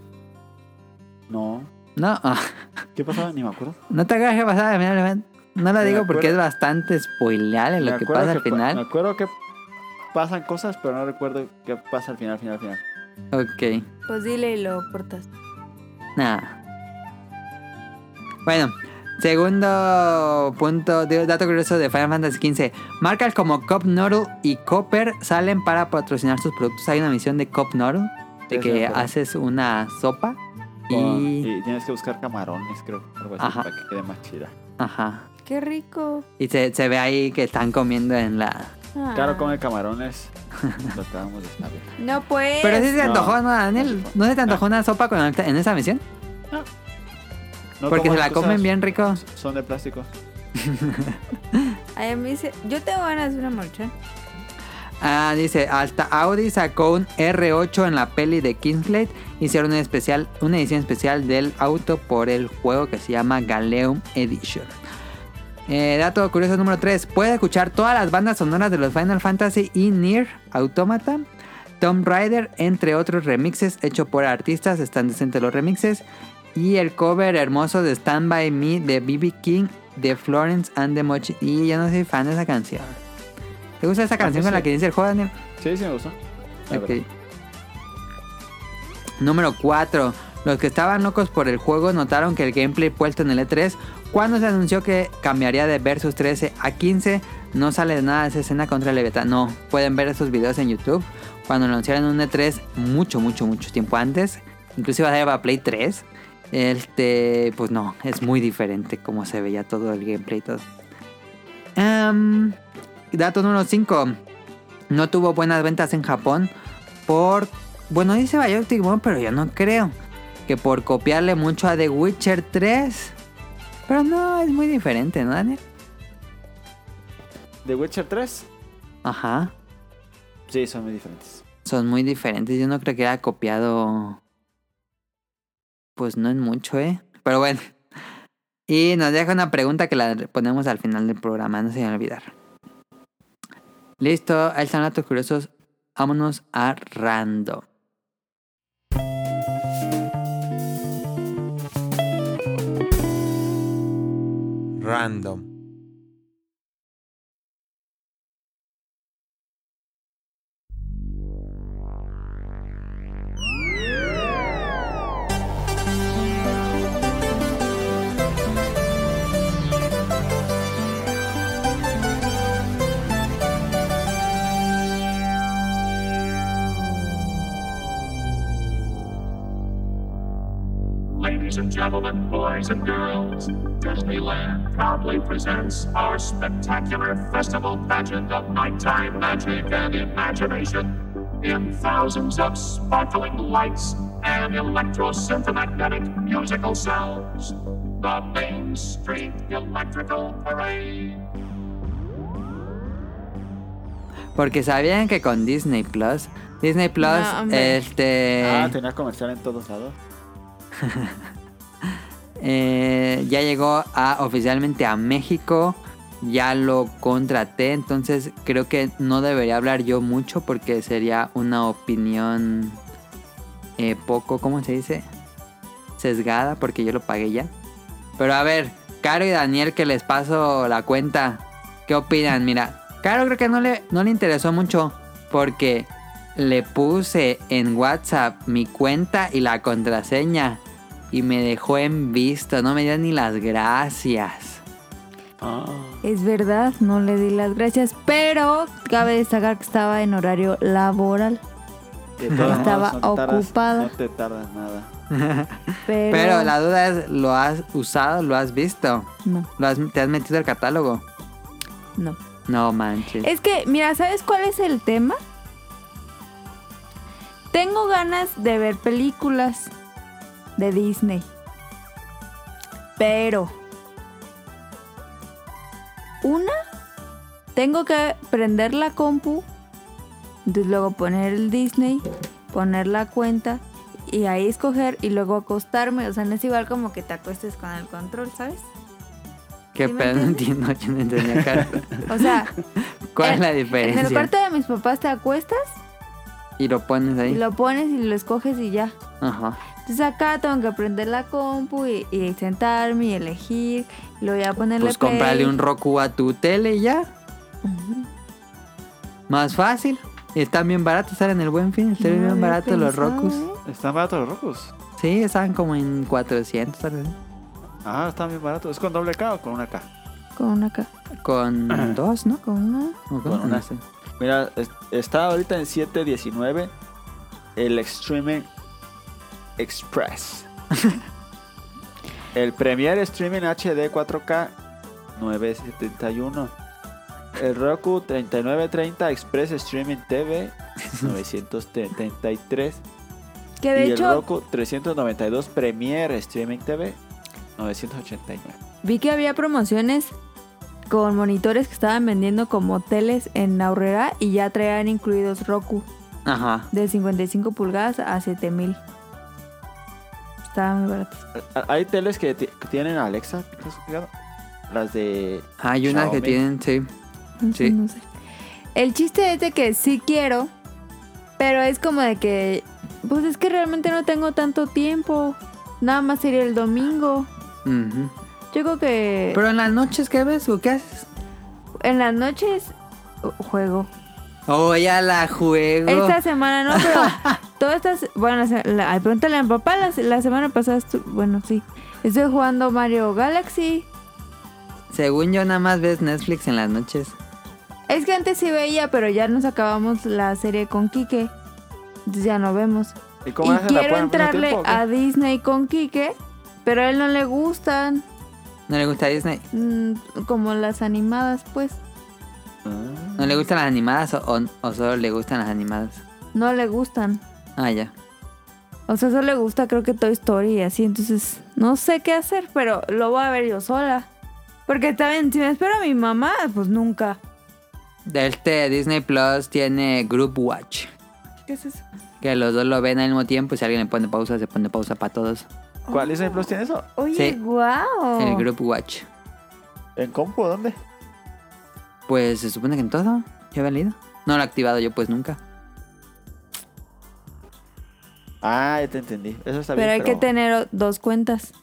No.
No, ah,
¿Qué pasaba? Ni me acuerdo.
no te acuerdas qué pasaba al final. ¿verdad? No lo
Me
digo porque es
acuerdo-
bastante spoileable
Me
lo que
acuerdo
pasa al
pa-
final.
Me acuerdo que pasan cosas, pero no recuerdo qué pasa al final, final, final.
Ok.
Pues dile y lo cortas.
Nada. Bueno, segundo punto, digo, dato curioso de Final Fantasy XV. Marcas como Cop Noodle y Copper salen para patrocinar sus productos. Hay una misión de Cop Noodle, de
Sí, sí, me
que
acuerdo.
haces una sopa
Con-
y...
y tienes que buscar camarones, creo, algo así,
Ajá.
para que quede más chida.
Ajá.
Qué rico.
Y se, se ve ahí que están comiendo en la...
Ah.
Claro, come camarones. Lo acabamos de
[LAUGHS]
saber.
No, pues.
Pero sí se
No,
antojó, ¿no, Daniel? ¿No se te antojó una sopa con alta- en esa misión?
No
Porque
como
se la
las cosas-
comen bien rico.
Son de plástico.
Ay, a mí se- Yo tengo ganas de una marcha.
Ah, dice, hasta Audi sacó un R8 en la peli de Kingsglade. Hicieron un especial, una edición especial del auto por el juego que se llama Galeum Edition. Eh, dato curioso número 3. Puedes escuchar todas las bandas sonoras de los Final Fantasy y Nier Automata. Tomb Raider, entre otros remixes hechos por artistas, están decentes los remixes. Y el cover hermoso de Stand By Me de B.B. King, de Florence and the Mochi. Y yo no soy fan de esa canción. ¿Te gusta esa
mí
canción con la
sí.
que inicia el juego, Daniel?
Sí, sí me gustó. La
Ok.
verdad.
Número 4. Los que estaban locos por el juego notaron que el gameplay puesto en el E3, cuando se anunció que cambiaría de Versus 13 a 15, no sale nada de esa escena contra el beta. No, pueden ver esos videos en YouTube. Cuando anunciaron un E3 mucho, mucho, mucho tiempo antes, inclusive a para Play 3, este, pues no, es muy diferente como se veía todo el gameplay y todo. Em, dato número 5. No tuvo buenas ventas en Japón por... Bueno, dice Bioptic Moon, pero yo no creo. Que por copiarle mucho a The Witcher 3. Pero no, es muy diferente, ¿no, Daniel?
¿The Witcher 3?
Ajá.
Sí, son muy diferentes.
Son muy diferentes. Yo no creo que haya copiado... Pues no es mucho, ¿eh? Pero bueno. Y nos deja una pregunta que la ponemos al final del programa, no se van a olvidar. Listo, ahí están los datos curiosos. Vámonos a random.
random.
Ladies and gentlemen, boys and girls, Disneyland proudly presents our spectacular festival pageant of nighttime magic and imagination in thousands of sparkling lights and electrosynthomagnetic musical sounds. The Main Street Electrical Parade.
Porque sabían que con Disney Plus, Disney Plus,
No, hombre.
este,
Ah, tenía comercial en todos lados.
eh, ya llegó a, oficialmente a México. Ya lo contraté, entonces creo que no debería hablar yo mucho porque sería una opinión eh, poco, ¿cómo se dice? Sesgada porque yo lo pagué ya. Pero a ver, Caro y Daniel que les paso la cuenta, ¿qué opinan? Mira, Caro creo que no le, no le interesó mucho porque le puse en WhatsApp mi cuenta y la contraseña y me dejó en visto, no me dio ni las gracias.
Es verdad, no le di las gracias, pero cabe destacar que estaba en horario laboral.
De todos
Estaba
modos, no tardas-
ocupada.
No te tardas nada.
Pero,
Pero la duda es, ¿lo has usado? ¿Lo has visto?
No,
¿Lo has- ¿Te has metido al catálogo?
no.
No manches.
Es que, mira, ¿sabes cuál es el tema? Tengo ganas de ver películas de Disney. Pero... Una, tengo que prender la compu, entonces luego poner el Disney, poner la cuenta y ahí escoger y luego acostarme. O sea, no es igual como que te acuestes con el control, ¿sabes?
Qué
¿sí me
pedo, no entiendo, yo no entendía, Caro.
[LAUGHS] O sea,
¿Cuál es
En-
la
en el
diferencia?
cuarto de mis papás te acuestas
Y lo pones ahí.
Y lo pones y lo escoges y ya.
Ajá.
Entonces acá tengo que prender la compu y, y sentarme y elegir. Y luego ya ponerle
Pues comprarle
play.
un Roku a tu tele y ya. Más fácil. Y están bien baratos, salen en el buen fin. Están
No
bien
había
baratos los
pensado,
Rokus.
¿eh?
¿Están baratos los rojos?
Sí, estaban como en 400 tal vez.
Ah, están bien baratos. ¿Es con doble K o con una K?
Con una ca-
[CLEARS THROAT]
Con dos, ¿no?
con una.
¿O
Con
con
una.
no sé.
Mira, es- está ahorita en 7.19 el Streaming [LAUGHS] Express. el Premier Streaming HD 4K 971. El Roku 3930 Express Streaming [LAUGHS] TV 973.
Que
Y
de
el
hecho
Roku 392 Premier Streaming TV 989.
vi que había promociones con monitores que estaban vendiendo como teles en Aurrera y ya traían incluidos Roku
Ajá.
de 55 pulgadas a 7000. Estaban muy baratos.
A- Hay teles que, ti- que tienen Alexa. ¿te has fijado? Las de
Hay unas que
Xiaomi.
tienen, sí. Sí.
No sé. El chiste es de que sí quiero, pero es como de que, pues es que realmente no tengo tanto tiempo. Nada más sería el domingo.
Ujú.
Yo creo que
Pero en las noches, ¿qué ves o qué haces?
en las noches uh, juego.
Oh, ya la juego.
Esta semana no,
[LAUGHS]
pero todas estas, bueno, la se- la- ay, pregúntale a mi papá, la, se- la semana pasada, estu- bueno, sí. Estoy jugando Mario Galaxy.
Según yo, nada más ves Netflix en las noches.
Es que antes sí veía, pero ya nos acabamos la serie con Quique. Entonces ya no vemos.
¿Y cómo
y
haces? ¿La
quiero
ponen al mismo
entrarle
tiempo o qué?
a Disney con Quique, pero a él no le gustan
¿No le gusta Disney?
mm, como las animadas, pues.
Ah,
¿No le gustan las animadas o, o- o solo le gustan las animadas?
No le gustan.
Ah, ya.
O sea, solo le gusta creo que Toy Story y así. Entonces, no sé qué hacer, pero lo voy a ver yo sola. Porque también, si me espera mi mamá, pues nunca.
Este Disney Plus tiene Group Watch.
¿Qué es eso?
Que los dos lo ven al mismo tiempo y si alguien le pone pausa, se pone pausa para todos.
¿Cuál Disney Plus tiene eso?
Oye,
Sí.
guau.
El Group Watch.
¿En compu? ¿Dónde?
Pues se supone que en todo. Yo había leído. No lo he activado yo pues nunca.
Ah, ya te entendí. Eso está
Pero hay
bien.
que tener o- dos cuentas.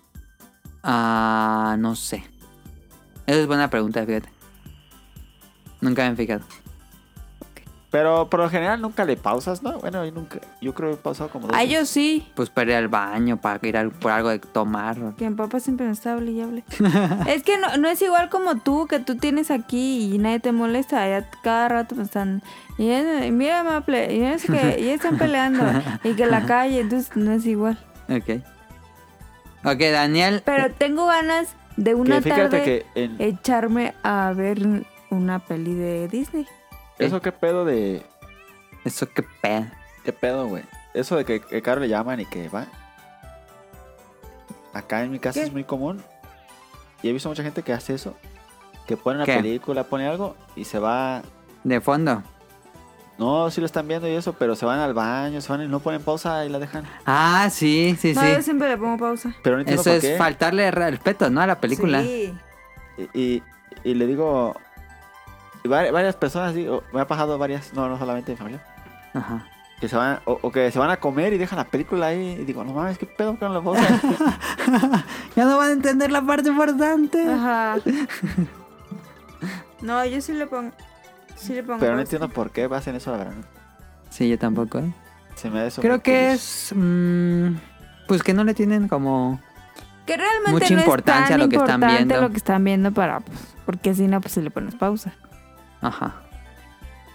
Ah, no sé. Esa es buena pregunta, fíjate. Nunca me he fijado.
Pero por lo general nunca le pausas, ¿no? Bueno, yo nunca. Yo creo que he pausado como dos
Ah,
veces.
yo sí.
Pues para ir al baño, para ir al- por algo de tomar.
Que mi papá siempre me está hable y
[LAUGHS]
hable. es que no, no es igual como tú, que tú tienes aquí y nadie te molesta. Allá cada rato me están. Y es- mira, mamá, ple- y es que ya están peleando. Y que la calle, entonces no es igual.
Ok. Ok, Daniel.
Pero tengo ganas de
Que
una
fíjate
tarde
que en-
echarme a ver una peli de Disney.
eso qué pedo de.
Eso qué pedo.
¿Qué pedo, güey? Eso de que, que caro le llaman y que va. Acá en mi casa
¿Qué?
es muy común. Y he visto mucha gente que hace eso. Que pone una
¿Qué?
película, pone algo y se va.
De fondo.
No, sí lo están viendo y eso, pero se van al baño, se van y no ponen pausa y la dejan.
Ah, sí, sí,
no, yo
sí.
siempre le pongo pausa.
Pero no entiendo
Eso
por
es
qué.
faltarle respeto, ¿no? A la película.
Sí.
Y, y- y le digo. y va- varias personas, digo, me ha pasado varias, no, no solamente mi familia.
Ajá.
Que se van, o, o que se van a comer y dejan la película ahí. Y digo, no mames, qué pedo con la
[LAUGHS]
pausa.
Ya no van a entender la parte importante.
[LAUGHS]
Ajá. No, yo sí le pongo. Sí le pongo
pero no
pausa.
entiendo por qué hacen eso, la verdad.
Sí, yo tampoco, ¿eh?
Se me da eso.
Creo
muy
que es.
curioso.
mm, pues que no le tienen como.
Que realmente
Mucha
no
importancia
es tan
a lo que están
importante
viendo.
lo que están viendo para, pues, porque si no, pues si le pones pausa.
Ajá.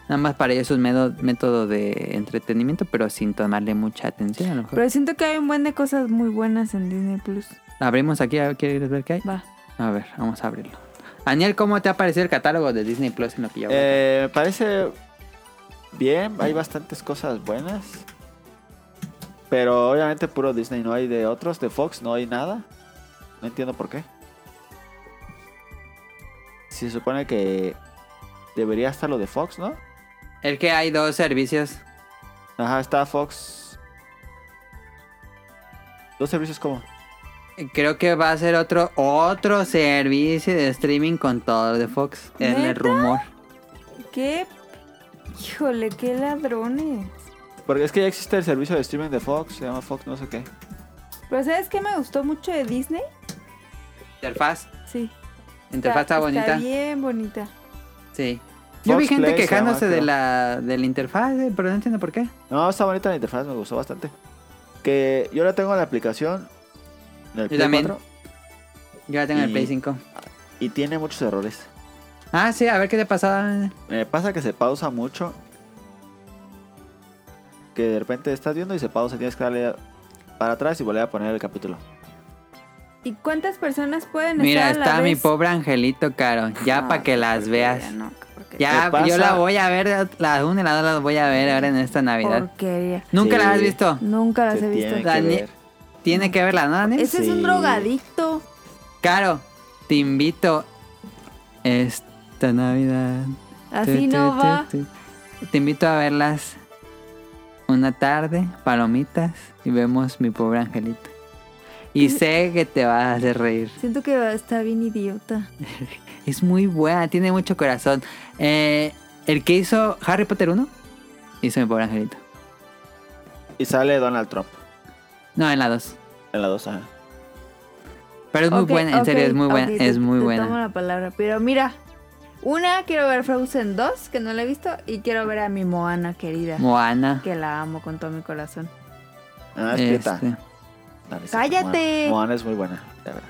Nada más para ellos es un medo- método de entretenimiento, pero sin tomarle mucha atención a lo mejor.
Pero siento que hay un buen de cosas muy buenas en Disney Plus.
Abrimos aquí, a ver, ¿quieres ver qué hay?
Va.
A ver, vamos a abrirlo. Daniel, ¿cómo te ha parecido el catálogo de Disney Plus en lo que yo veo?
Eh, me parece bien, hay bastantes cosas buenas. Pero obviamente puro Disney, no hay de otros, de Fox no hay nada. No entiendo por qué. Se supone que debería estar lo de Fox, ¿no?
El que hay dos servicios.
Ajá, está Fox. ¿Dos servicios como
Creo que va a ser otro otro servicio de streaming con todo lo de Fox. Es el
¿Neta?
rumor.
¿Qué? Híjole, qué ladrones.
Porque es que ya existe el servicio de streaming de Fox, se llama Fox no sé qué.
Pero ¿sabes qué me gustó mucho de Disney?
Interfaz.
Sí.
Interfaz está, bonita.
Está bien bonita.
Sí. Yo vi
Fox
gente
Play se
quejándose
llama,
de
creo.
la, de la interfaz, eh, pero no entiendo por qué.
No, está bonita la interfaz, me gustó bastante. Que yo la tengo en la aplicación del Play
también.
4,
Yo ya tengo el
Y-
Play 5.
y tiene muchos errores.
Ah, sí, a ver qué te pasaba.
Me pasa que se pausa mucho. Que de repente estás viendo y se pausa, tienes que darle para atrás y volver a poner el capítulo.
¿Y cuántas personas pueden
Mira,
estar a la
está mi
vez? Ah,
pobre angelito, Caro. Ya
No,
para que las
porque
veas.
no, que porque-
Ya,
¿Qué
yo
pasa?
la voy a ver, las una y las dos las voy a ver ahora en esta Navidad.
Porquería.
Nunca
Sí.
las has visto.
Nunca las
Se
he visto.
tiene que
Dani-
ver.
Tiene que verla, ¿no, Daniel?
Ese es un
Sí.
drogadicto.
Caro, te invito esta Navidad.
Así
Tu, tu,
no
tu,
va.
tu. Te invito a verlas una tarde, palomitas, y vemos mi pobre angelito. Y
Pues,
sé que te vas a hacer reír.
Siento que está bien idiota.
Es muy buena, tiene mucho corazón. Eh, el que hizo Harry Potter 1 hizo mi pobre angelito.
Y sale Donald Trump
No, en la 2.
en la 2. ajá.
Pero es muy
Ok,
buena, en serio,
ok,
es muy buena.
ok,
es
te-
muy
te
buena.
tomo la palabra. Pero mira, una, quiero ver Frozen 2, que no la he visto, y quiero ver a mi Moana querida,
Moana.
que la amo con todo mi corazón.
Ah, es prieta.
Este,
Dale, sí,
¡Cállate!
Moana. Moana es muy buena, la verdad.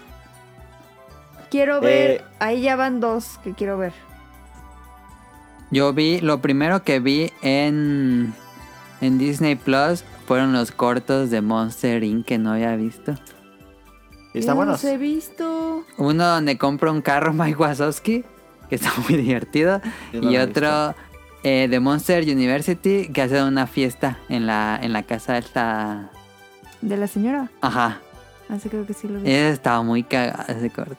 Quiero ver,
Eh,
ahí ya van dos que quiero ver.
Yo vi, lo primero que vi en, en Disney Plus fueron los cortos de Monster Inc. que no había visto.
Y
Yo no
están
los
buenos.
he visto.
Uno donde compra un carro [LAUGHS] Mike Wazowski, que está muy divertido.
Yo no
y
lo he
otro eh, de Monster University, que hace una fiesta en la, en la casa alta.
De la señora.
Ajá.
Así creo que sí lo vi.
Ese estaba muy cagado ese corto.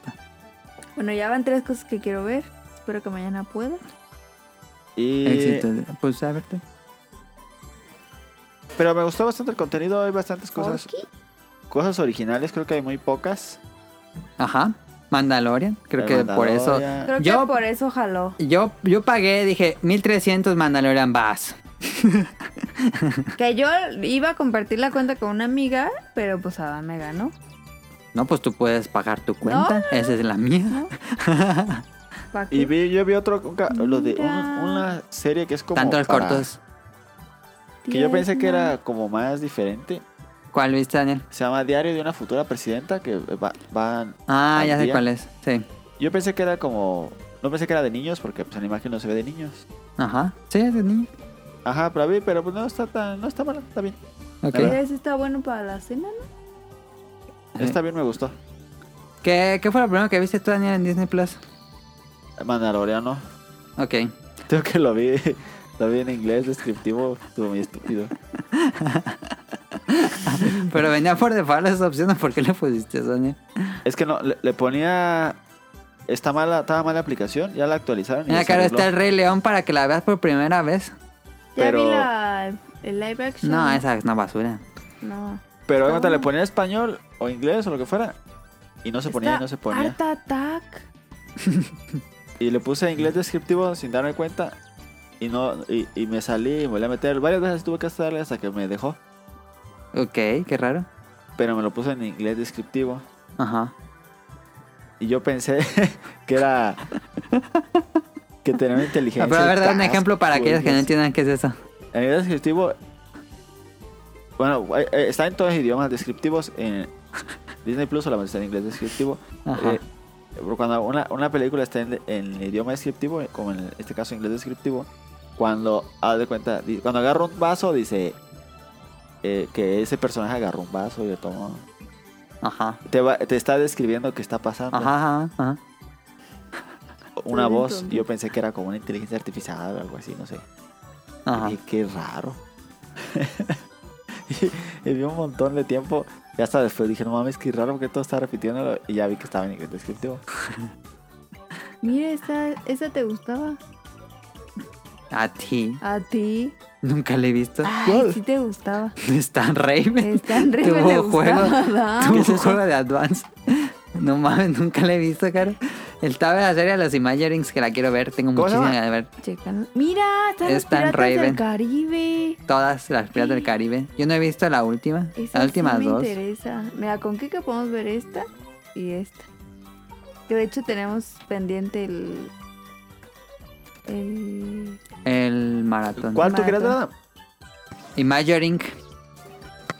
Bueno, ya van tres cosas que quiero ver. Espero que mañana pueda.
Y-
Éxito. Pues a verte.
Pero me gustó bastante el contenido, hay bastantes cosas. Cosas originales, creo que hay muy pocas.
Ajá. Mandalorian. Creo
El
que por eso.
Mandalorian.
Creo
Yo-
que por eso jaló.
Yo, yo pagué, dije, 1300 Mandalorian vas.
Que yo iba a compartir la cuenta con una amiga, pero pues Adam me ganó.
No, pues tú puedes pagar tu cuenta. Esa es la mía.
¿Pa' qué?
Y vi, yo vi otro, un ca- lo de un-
Mira.
una serie que es como.
Tantos
para-
cortos.
Que yo pensé que
Tierna.
era como más diferente.
¿Cuál viste, Daniel?
Se llama Diario de una futura presidenta que va- van.
Ah,
al
ya sé
día.
cuál es. Sí.
Yo pensé que era como. No pensé que era de niños porque pues, en la imagen no se ve de niños.
Ajá. Sí, es de niño.
Ajá, pero vi, pero pues no está tan. No está mal, está bien.
Ok.
La verdad.
Pero ese está bueno para la cena, ¿no?
Sí.
Está bien, me gustó.
¿Qué, ¿Qué fue lo primero que viste tú, Daniel, en Disney Plus?
Mandaloriano. [LAUGHS]
Ok.
Creo que lo vi. [LAUGHS] Lo vi en inglés descriptivo. Estuvo muy estúpido.
Pero venía por default esas opciones. ¿Por qué le pusiste eso, Daniel?
Es que no, le, le ponía. Está mala, estaba mala aplicación, ya la actualizaron. y
Mira, Ah,
ya se
claro,
arregló.
está el Rey León para que la veas por primera vez.
Ya
Pero-
vi la, el live action.
No, esa es una basura.
No.
Pero
está
cuando le
bueno.
ponía español o inglés o lo que fuera. Y no se ponía, y
Está
no se ponía.
Art Attack.
Y le puse inglés descriptivo sin darme cuenta. Y no y, y me salí y me volví a meter. Varias veces tuve que hacerle hasta que me dejó.
Ok, qué raro.
Pero me lo puso en inglés descriptivo.
Ajá.
Y yo pensé [LAUGHS] que era. [LAUGHS] que tenía una inteligencia.
Ah, pero a ver, da un
Task,
ejemplo para aquellos que no
güey.
entiendan qué es eso.
En inglés descriptivo. Bueno, eh, eh, está en todos los idiomas descriptivos. En [LAUGHS] Disney Plus solamente está en inglés descriptivo.
Ajá.
Eh, pero cuando una, una película está en, en el idioma descriptivo, como en este caso inglés descriptivo, cuando haz de cuenta, di- cuando agarra un vaso, dice eh, que ese personaje agarró un vaso y le tomó.
Ajá.
Te, va- te está describiendo qué está pasando.
Ajá, ajá, ajá.
Una
Estoy bien
voz,
tonto.
yo pensé que era como una inteligencia artificial o algo así, no sé.
ajá.
Y qué raro. [LAUGHS] y, y vi un montón de tiempo. Y hasta después dije, no mames, qué raro porque todo está repitiéndolo. Y ya vi que estaba en inglés descriptivo.
Mira, esa, esa te gustaba.
A ti.
A ti.
Nunca le he visto. [LAUGHS]
Ay, sí te gustaba.
Stan Raven.
Stan Raven
Tuvo
le gustaba, ¿verdad?
Tuvo juego de Advance. No mames, nunca le he visto, cara. El tab de la serie de los Imagerings que la quiero ver. Tengo
¿Cómo se
muchísimas
llama?
ganas de ver
Checan. Mira, están los
Stan
piratas
Raven.
del Caribe.
todas las Piratas del Caribe. Yo no he visto la última.
Esa
Las
sí
últimas
me
dos.
interesa. Mira, con Kika podemos ver esta y esta. Que de hecho tenemos pendiente el... El...
El maratón.
¿Cuál tú
Maratón.
querías ver?
Imagining.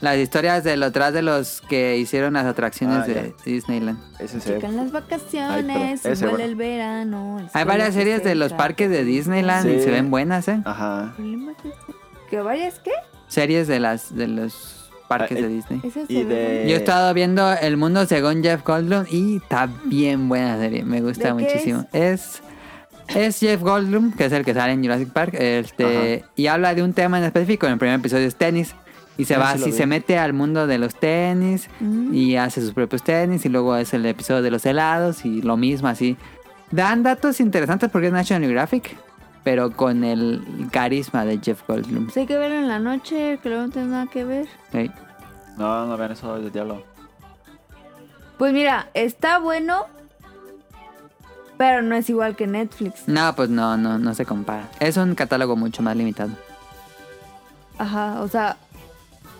Las historias de lo atrás de los que hicieron las atracciones
Ah,
de Disneyland.
Ese se ve
Checan las
Ay,
vacaciones,
pero ese,
vuela
bueno.
el verano. el
Hay
sol
varias
se
series de los
seca.
parques de Disneyland y
Sí. Ah.
se ven buenas, ¿eh?
Ajá.
Problema que- ¿Que varias qué?
Series de las de los parques
Ah, eh,
de Disney.
Esas
Y
se ven-
de.
Yo he estado viendo El Mundo según Jeff Goldblum y está bien buena serie, me gusta
¿De qué
muchísimo. Es? es Jeff Goldblum, que es el que sale en Jurassic Park, este, y habla de un tema en específico, en el primer episodio es tenis. Y se
Ah,
va,
sí lo
si
vi.
se mete al mundo de los tenis
Mm.
y hace sus propios tenis, y luego es el episodio de los helados y lo mismo así. Dan datos interesantes porque es National Geographic, pero con el carisma de Jeff Goldblum.
Pues hay que verlo en la noche, que luego no tengo nada que ver.
Sí.
No, no vean eso del diablo.
Pues mira, está bueno, pero no es igual que Netflix.
No, pues no, no, no se compara. Es un catálogo mucho más limitado.
Ajá, o sea,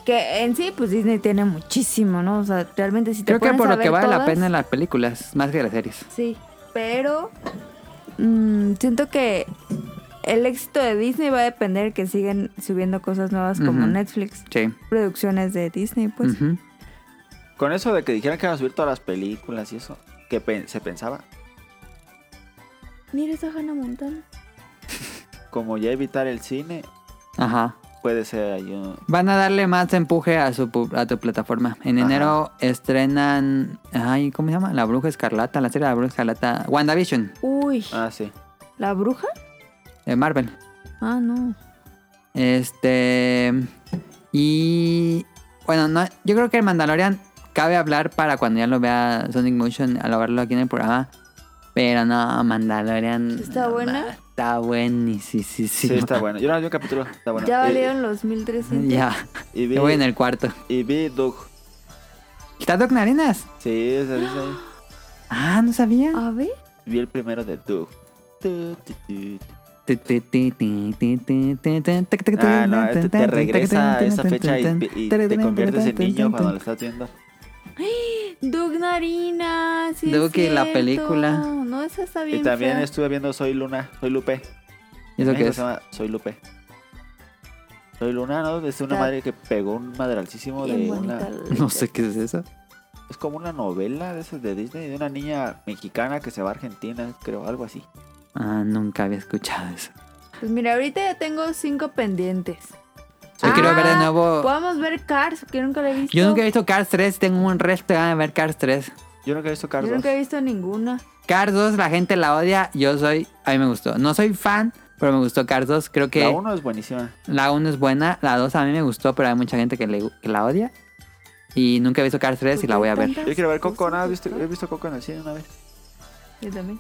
que en sí, pues Disney tiene muchísimo, ¿no? O sea, realmente si te
Creo
pones
que por
a
lo que
ver
vale la
todas-
pena en las películas, más que las series.
Sí, pero mm, siento que el éxito de Disney va a depender que sigan subiendo cosas nuevas como
Ujú.
Netflix,
Sí.
producciones de Disney, pues.
Ujú.
Con eso de que dijeran que iban a subir todas las películas y eso, que pen- se pensaba,
Mira esa Hannah Montana.
como ya evitar el cine,
Ajá.
puede ser ahí un.
Van a darle más empuje a su pu- a tu plataforma. En
Ajá.
enero estrenan. Ay, ¿cómo se llama? La Bruja Escarlata, la serie de la Bruja Escarlata. WandaVision,
Uy,
Ah, sí.
¿la bruja?
de Marvel.
Ah, no.
Este. Y. Bueno, no, yo creo que el Mandalorian cabe hablar para cuando ya lo vea Sonic Motion al verlo aquí en el programa. Pero no, Mandalorian.
¿Está
no,
buena?
ma, Está buenísimo. Sí, sí,
Sí, está bueno. Yo no vi un capítulo, está bueno.
Ya
Y-
valieron los 1300.
eh, Ya,
Y, vi,
yo voy en el cuarto.
y vi Doug.
¿Está Doc Narinas?
Sí, se dice ahí.
Ah, no sabía.
A ver.
Vi el primero de Doug. Tu, tu, tu, tu. Ah, no, este te regresa a esa fecha y, y te conviertes en niño cuando lo estás viendo.
Doug Narina. Sí es
Doug y la
cierto.
película.
No, esa está bien.
Y también
fea.
estuve viendo Soy Luna, Soy Lupe.
¿Y eso
En
qué
México
es?
Se llama Soy Lupe. Soy Luna, ¿no? Es una
Está-
madre que pegó un madralcísimo
Bien
de
bonita
una...
la-
[LAUGHS] No sé qué es eso.
Es como una novela de esas de Disney, de una niña mexicana que se va a Argentina, creo, algo así.
Ah, nunca había escuchado eso.
Pues mira, ahorita ya tengo cinco pendientes.
Yo quiero ver de
Ah,
nuevo.
Podemos ver Cars, que nunca la he visto.
Yo nunca he visto Cars 3, tengo un resto de ganas de ver Cars 3.
Yo nunca he visto
Yo
Carlos.
nunca he visto ninguna.
Cars 2, la gente la odia, yo soy, a mí me gustó. No soy fan, pero me gustó Cars 2. Creo que
La uno es buenísima.
la 1 es buena, la 2 a mí me gustó, pero hay mucha gente que, le- que la odia. Y nunca he visto Cars 3 y la voy a ver.
Yo quiero ver Coco, ¿no? ¿Has visto- Eh, He visto Coco en el cine una vez.
Ah, Yo también.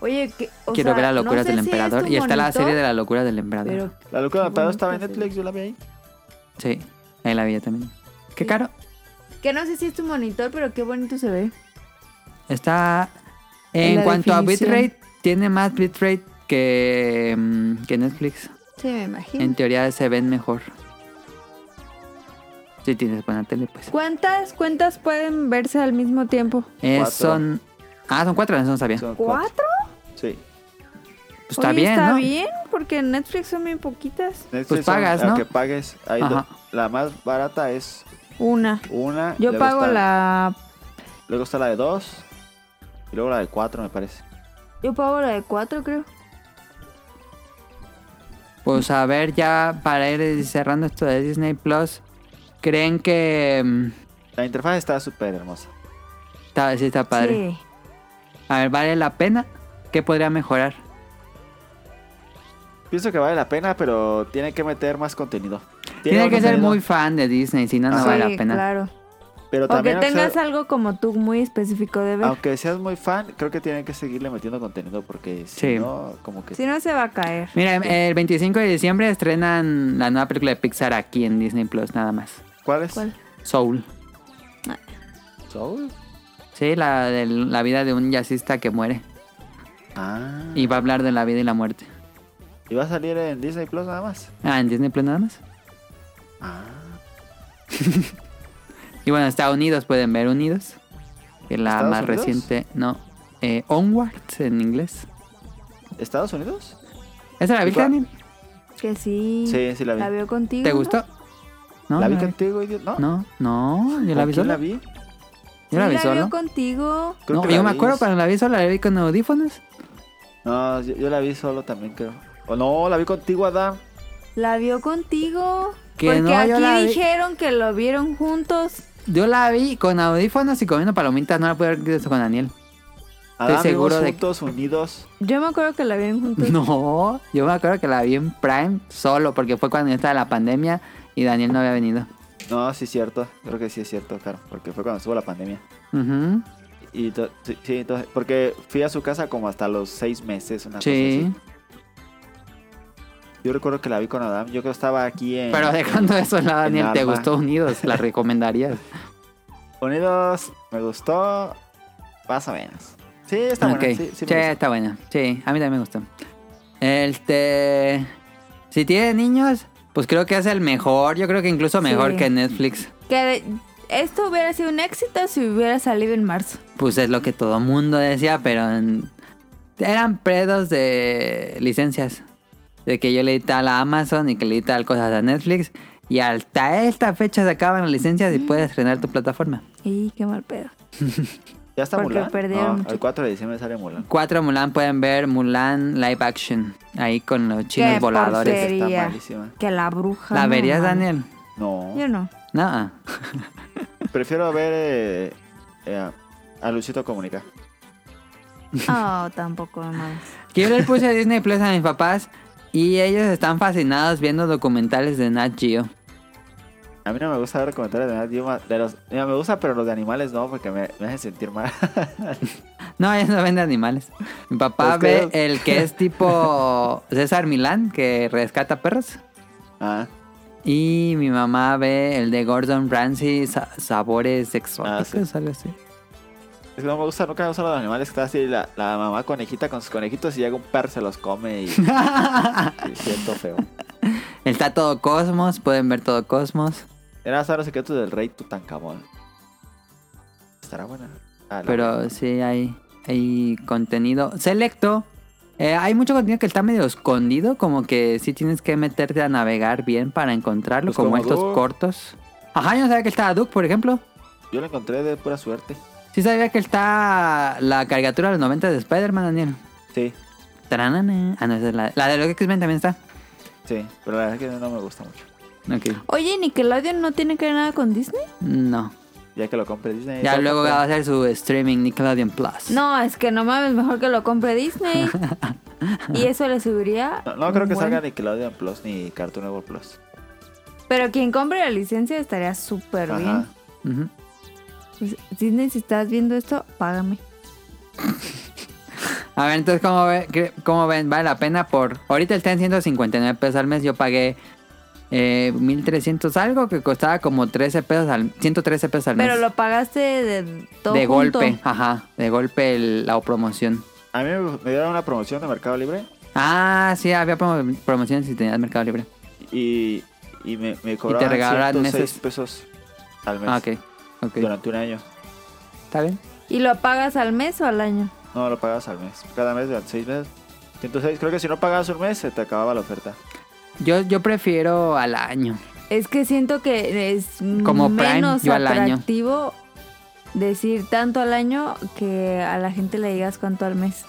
Oye, que, o
Quiero
sea,
ver la
no
locura
sé
del
si es
emperador.
tu
y está la
monitor,
serie de la locura del emperador.
Pero
La locura del
Qué
Pedro estaba en
bonita
Netflix, yo la vi ahí.
Sí, ahí la vi yo también. Qué
Sí.
caro.
que no sé si es tu monitor, pero qué bonito se ve.
Está.
En
En
la
cuanto
definición.
a bitrate, tiene más bitrate que, mm, que Netflix.
Sí, me imagino.
En teoría se ven mejor. Si tienes buena tele, pues.
¿Cuántas cuentas pueden verse al mismo tiempo?
Eh,
Cuatro.
son. Ah, son cuatro, eso no sabía.
Son
¿Cuatro?
Sí.
Pues está
Oye,
bien,
Está
¿no?
bien, porque en Netflix son bien poquitas.
Netflix
Pues pagas,
son-
¿no?
aunque pagues. hay
Ajá.
do- la más barata es
Una.
una.
Yo
luego
pago
está-
la.
Luego está la de dos. Y luego la de cuatro, me parece.
Yo pago la de cuatro, creo.
Pues a ver, ya para ir cerrando esto de Disney Plus, ¿creen que. mm,
La interfaz está súper hermosa.
está, sí, está padre.
Sí.
A ver, ¿vale la pena? ¿Qué podría mejorar?
Pienso que vale la pena, pero tiene que meter más contenido.
Tiene
más
que ser
contenido,
muy fan de Disney, si Ah, no, no
Ajá.
vale
Sí,
la pena.
Claro.
Pero
O que
también, aunque,
tengas
sea-
algo como tú muy específico de ver.
aunque seas muy fan, creo que tiene que seguirle metiendo contenido porque si
Sí.
no, como que...
Si no, se va a caer.
Mira, em, el 25 de diciembre estrenan la nueva película de Pixar aquí en Disney Plus, nada más.
¿Cuál es?
¿Cuál?
Soul.
Soul.
Sí, la de la vida de un jazzista que muere.
Ah.
Y va a hablar de la vida y la muerte.
¿Y va a salir en Disney Plus nada más?
Ah, en Disney Plus nada más.
Ah.
[LAUGHS] Y bueno, está Unidos, pueden ver Unidos. Que es la
¿Estados
más
Unidos?
reciente. No. Eh, Onward en inglés.
¿Estados Unidos?
¿Esa la
¿Y
viste,
cuál?
Dani?
Que sí.
Sí, sí la vi.
La veo contigo.
¿Te
¿no?
gustó? No,
¿La vi
no
contigo, idiota? No.
No, no, yo la
¿Con
vi
quién
sola.
la vi?
Yo la
Sí,
vi
veo
sola.
contigo.
Creo
No,
que la
yo me
vi-
acuerdo, pero la vi sola, la vi con audífonos.
No, yo, yo la vi solo también, creo. O no, la vi contigo, Adam.
La vio contigo.
Que
porque
no, yo
aquí
la vi-
dijeron que lo vieron juntos.
Yo la vi con audífonos y comiendo palomitas, no la pude ver con Daniel.
Adam, vimos
seguro de que-
juntos, unidos.
Yo me acuerdo que la vieron juntos.
[LAUGHS] No, yo me acuerdo que la vi en Prime solo, porque fue cuando yo estaba en la pandemia y Daniel no había venido.
No, sí es cierto. Creo que sí es cierto, claro. Porque fue cuando estuvo la pandemia.
Ujú,
Y to- sí, sí, entonces, porque fui a su casa como hasta los seis meses, una
Sí,
cosa así. Yo recuerdo que la vi con Adam. Yo que estaba aquí en...
pero dejando eso a lado, Daniel, ¿te
Alba.
gustó Unidos?
[LAUGHS]
¿La recomendarías?
Unidos, me gustó. Más o menos. Sí, está
Ok,
bueno. Sí, sí me gustó.
está buena. Sí, a mí también me gustó. Este. Si tiene niños, pues creo que es el mejor. Yo creo que incluso mejor
Sí.
que Netflix.
Que de- esto hubiera sido un éxito si hubiera salido en marzo.
Pues es lo que todo mundo decía, pero en- eran predos de licencias. De que yo le di tal a Amazon y que le di tal cosas a Netflix. Y hasta esta fecha se acaban las licencias
Mm.
y puedes estrenar tu plataforma.
Y qué mal pedo.
¿Ya está
Porque
Mulan?
perdieron
No,
mucho.
el 4 de diciembre sale Mulan.
Cuatro Mulan pueden ver Mulan Live Action. Ahí con los chinos
Qué
voladores.
porquería.
Está malísima.
Que la bruja.
¿La
no
verías,
mames.
Daniel?
No.
Yo
[LAUGHS]
no.
No. ah.
Prefiero ver eh, eh, a Luchito Comunica.
Oh, tampoco, no.
Yo le puse Disney Plus a mis papás y ellos están fascinados viendo documentales de Nat Geo.
A mí no me gusta ver comentarios de nadie. yo ma- De los, mira, me gusta, pero los de animales no, porque me, me hacen sentir mal. [LAUGHS]
No, ellos no ven de animales. Mi papá
Es que
ve el que es
[LAUGHS]
tipo César Milán, que rescata perros.
ah,
Y mi mamá ve el de Gordon Ramsay, sa- sabores exóticos,
Ah, sí.
algo así.
es que no me gusta, nunca me gustan los animales. que Está así la, la mamá conejita con sus conejitos y llega un perro se
[LAUGHS]
los come y, y siento feo.
Está todo Cosmos, pueden ver todo Cosmos.
Era hasta los secretos del rey Tutankamón. Estará buena. Ah, la buena.
Pero sí hay, hay contenido selecto. Eh, hay mucho contenido que está medio escondido, como que sí tienes que meterte a navegar bien para encontrarlo,
Pues
como,
como
estos
Duke.
cortos. Ajá, yo no sabía que estaba Duke, por ejemplo.
Yo la encontré de pura suerte.
Sí sabía que está la caricatura de los 90 de Spider-Man, Daniel.
Sí,
Taranana. Ah, no, esa es la, la de los X-Men también está.
sí. Pero la verdad es que no me gusta mucho.
Ok.
Oye, Nickelodeon no tiene que ver nada con Disney.
No.
Ya que lo compré Disney.
Ya
lo
luego
compré.
va a hacer su streaming Nickelodeon Plus.
No, es que no mames, mejor que lo compre Disney.
[LAUGHS]
y eso le subiría.
No, no creo que
un
salga
buen-
Nickelodeon Plus ni Cartoon Network Plus.
Pero quien compre la licencia estaría súper bien.
Ajá.
Ujú.
Pues, Disney, si estás viendo esto, págame.
A ver, entonces, ¿cómo, ve- qué- cómo ven? ¿Vale la pena por...? Ahorita está en 159 pesos al mes. Yo pagué eh, 1.300 algo que costaba como 13 pesos al... 113 pesos al mes.
Pero lo pagaste de todo.
de
junto.
golpe, ajá. De golpe el- la promoción.
A mí me- me dieron una promoción de Mercado Libre
Ah, sí, había promo- promociones si tenías Mercado Libre.
y, y me, me cobraron
regalaban
106
meses.
pesos al mes
Ah, ok. Ok.
Pues, durante un año.
¿Está bien?
¿Y lo pagas al mes o al año?
No, lo pagas al mes. Cada mes durante 6 meses. 106. Creo que si no pagabas un mes se te acababa la oferta.
Yo, yo prefiero al año.
Es que siento que es
Como Prime,
menos
yo al año.
atractivo decir tanto al año que a la gente le digas cuánto al mes.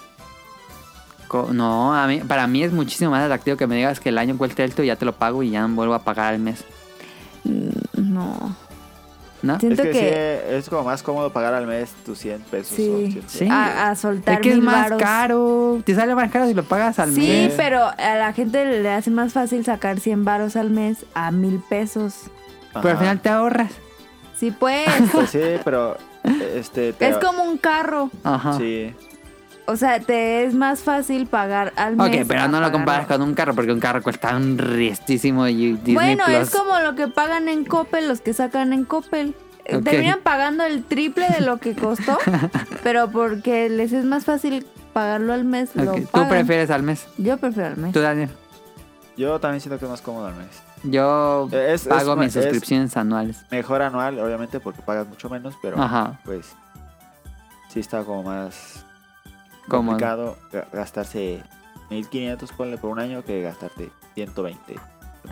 Co- No, a mí, para mí es muchísimo más atractivo que me digas que el año cuesta esto y ya te lo pago y ya no vuelvo a pagar al mes.
Mm, No.
¿No?
Sí. Siento
es que,
que-
sí, eh, es como más cómodo pagar al mes tus 100 pesos.
Sí.
o 100.
Sí.
A, a soltar
Es que es
mil
más
varos.
caro. Te sale más caro si lo pagas al
sí,
mes.
pero a la gente le hace más fácil sacar 100 varos al mes a mil pesos.
Ajá.
Pero al final te ahorras.
Sí,
[LAUGHS]
pues.
Pues sí, pero este te-
es como un carro.
Ajá.
sí,
O sea, te es más fácil pagar al mes.
Ok, pero
a
no lo
pagarlo.
comparas con un carro porque un carro cuesta un restísimo y Disney
bueno,
Plus.
es como lo que pagan en Coppel, los que sacan en Coppel. Eh,
Ok.
Terminan pagando el triple de lo que
[LAUGHS]
costó, pero porque les es más fácil pagarlo al mes. lo
Ok, Tú
pagan.
prefieres al mes.
Yo prefiero al mes.
Tú, Daniel.
yo también siento que es más cómodo al mes.
Yo
Eh, es-
pago
es-
mis
es-
suscripciones anuales.
Mejor anual, obviamente, porque pagas mucho menos, pero
Ajá.
pues sí está como más
Cómodo.
complicado ga- gastarse 1500 ponle por un año que gastarte 120.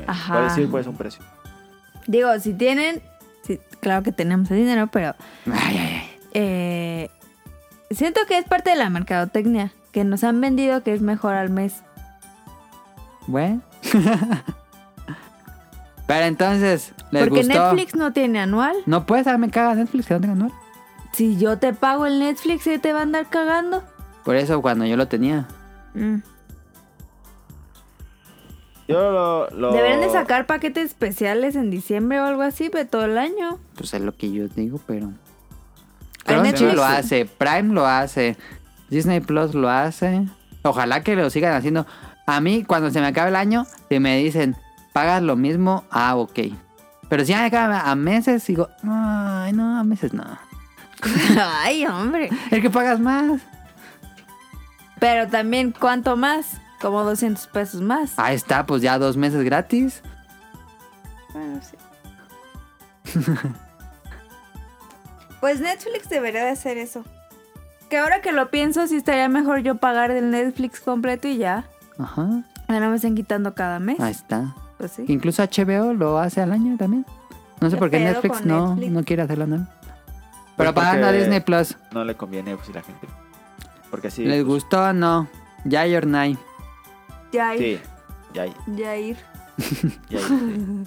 Ajá.
Por decir pues un precio.
Digo, si tienen, sí, claro que tenemos el dinero, pero
Ay, ay,
eh, siento que es parte de la mercadotecnia, que nos han vendido que es mejor al mes.
ay. Bueno. [LAUGHS] Pero entonces, ¿les
Porque
gustó?
Netflix no tiene anual.
No pues, puedes darme cagas Netflix que no tenga anual.
Si yo te pago el Netflix, se te va a andar cagando.
Por eso cuando yo lo tenía.
Mm.
Yo lo, lo-
Deberían de sacar paquetes especiales en diciembre o algo así, pero todo el año.
Pues es lo que yo digo, pero...
Pero
Crunchy
Netflix-
lo hace, Prime lo hace, Disney Plus lo hace. Ojalá que lo sigan haciendo. A mí, cuando se me acabe el año, si me dicen, pagas lo mismo, ah, ok. Pero si ya me acaba a meses, digo, ay, no, a meses no.
[LAUGHS] Ay, hombre.
El que pagas más.
Pero también, ¿cuánto más? Como 200 pesos más.
Ahí está, pues ya dos meses gratis.
Bueno, sí. [LAUGHS] pues Netflix debería de hacer eso. Que ahora que lo pienso, sí estaría mejor yo pagar el Netflix completo y ya.
Ajá,
Ya no me están quitando cada mes.
ahí está.
Pues sí.
Incluso HBO lo hace al año también. No sé
¿Qué
por qué
pedo
Netflix
con
no,
Netflix?
no quiere hacerlo, ¿no?
Pues
Pero pagando a
porque
Disney Plus,
no le conviene pues si la gente. Porque sí.
¿les
pues,
gustó o no? Ya Your Night.
Ya ir.
Sí. Ya hay,
Ya ir.
ya hay, sí.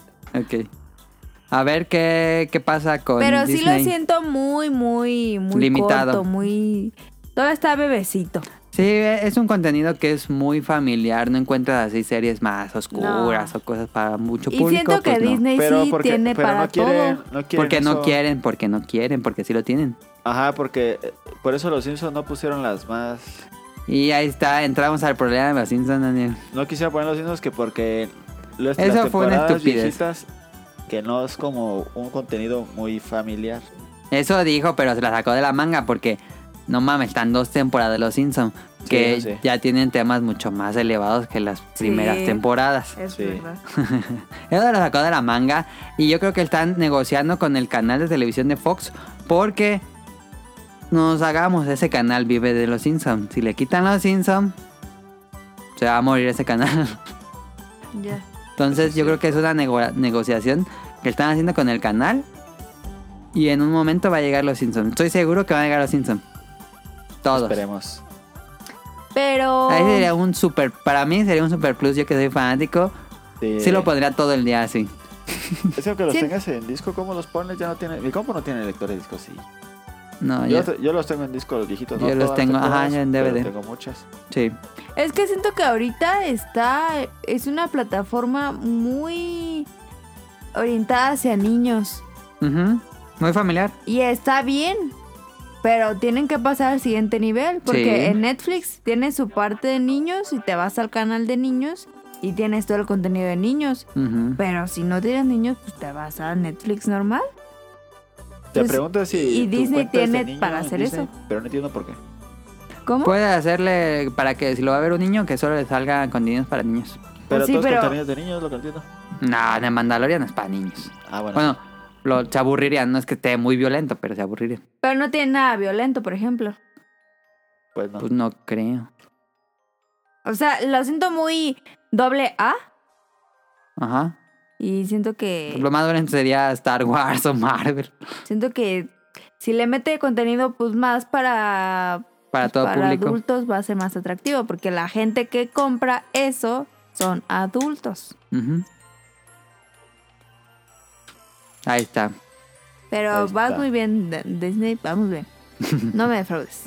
Ok. A ver qué, qué pasa con
Pero sí lo
Disney.
siento muy, muy, muy
Limitado.
corto, muy... Todo está bebecito.
Sí, es un contenido que es muy familiar. No encuentras así series más oscuras
No.
o cosas para mucho
Y
público.
siento que
pues no.
Disney [LAUGHS]
Pero
sí
porque
tiene
pero
para
no quieren,
todo.
no quieren
Porque no
eso.
quieren, porque no quieren, porque sí lo tienen.
Ajá, porque eh, por eso los Simpsons no pusieron las más
Y ahí está, entramos al problema de los Simpsons, Daniel.
No quisiera poner los mismos que porque las,
Eso
las
fue una
temporadas
estupidez.
viejitas, que no es como un contenido muy familiar.
Eso dijo, pero se la sacó de la manga porque no mames, están dos temporadas de los Simpsons que
Sí, yo sé.
ya tienen temas mucho más elevados que las primeras temporadas.
Es
Sí.
verdad.
Eso lo sacó de la manga y yo creo que están negociando con el canal de televisión de Fox porque nos hagamos. Ese canal vive de los Simpsons. Si le quitan los Simpsons, se va a morir ese canal. [LAUGHS]
Ya.
Entonces yo creo que es una nego- negociación que están haciendo con el canal. Y en un momento va a llegar los Simpsons. Estoy seguro que van a llegar los Simpsons. Todos.
Esperemos.
Pero.
Ahí sería un super, para mí sería un super plus, yo que soy fanático.
Sí,
Sí lo pondría todo el día así.
Es que aunque los
Sí.
tengas en disco, ¿cómo los pones? Ya no tiene. Mi compu no tiene lector de disco, sí.
Ah,
No,
Yo,
yo,
te- yo los tengo en disco, los viejitos.
Yo
no
los
todas,
tengo,
no
ajá,
todas,
yo en
pero
DVD.
Tengo muchas.
sí.
Es que siento que ahorita está. Es una plataforma muy. orientada hacia niños.
Ujú. Muy familiar.
Y está bien. Pero tienen que pasar al siguiente nivel. Porque
Sí.
en Netflix tiene su parte de niños y te vas al canal de niños y tienes todo el contenido de niños.
Ujú.
Pero si no tienes niños, pues te vas a Netflix normal.
Te
Pues,
pregunto si.
y
tu
Disney
cuenta es de
tiene
niño
para
en
hacer
Disney,
eso. Pues
Pero no entiendo por qué.
¿Cómo?
Puede hacerle para que si lo va a ver un niño, que solo le salga contenidos para niños.
Pero
sí,
todos
pero-
contenidos de niños, lo que entiendo.
No, de Mandalorian es para niños.
Ah, bueno.
Bueno, lo, se aburrirían. No es que esté muy violento, pero se aburrirían.
Pero no tiene nada violento, por ejemplo.
pues no.
Pues no creo.
O sea, lo siento muy doble A
Ajá.
y siento que
Lo más violento sería Star Wars o Marvel.
siento que si le mete contenido pues más para pues,
Para todo
para
público.
adultos va a ser más atractivo porque la gente que compra eso son adultos.
Ujú. Ahí está.
Pero
Ahí
vas
está.
muy bien D- Disney, vamos
[LAUGHS]
bien. No me defraudes.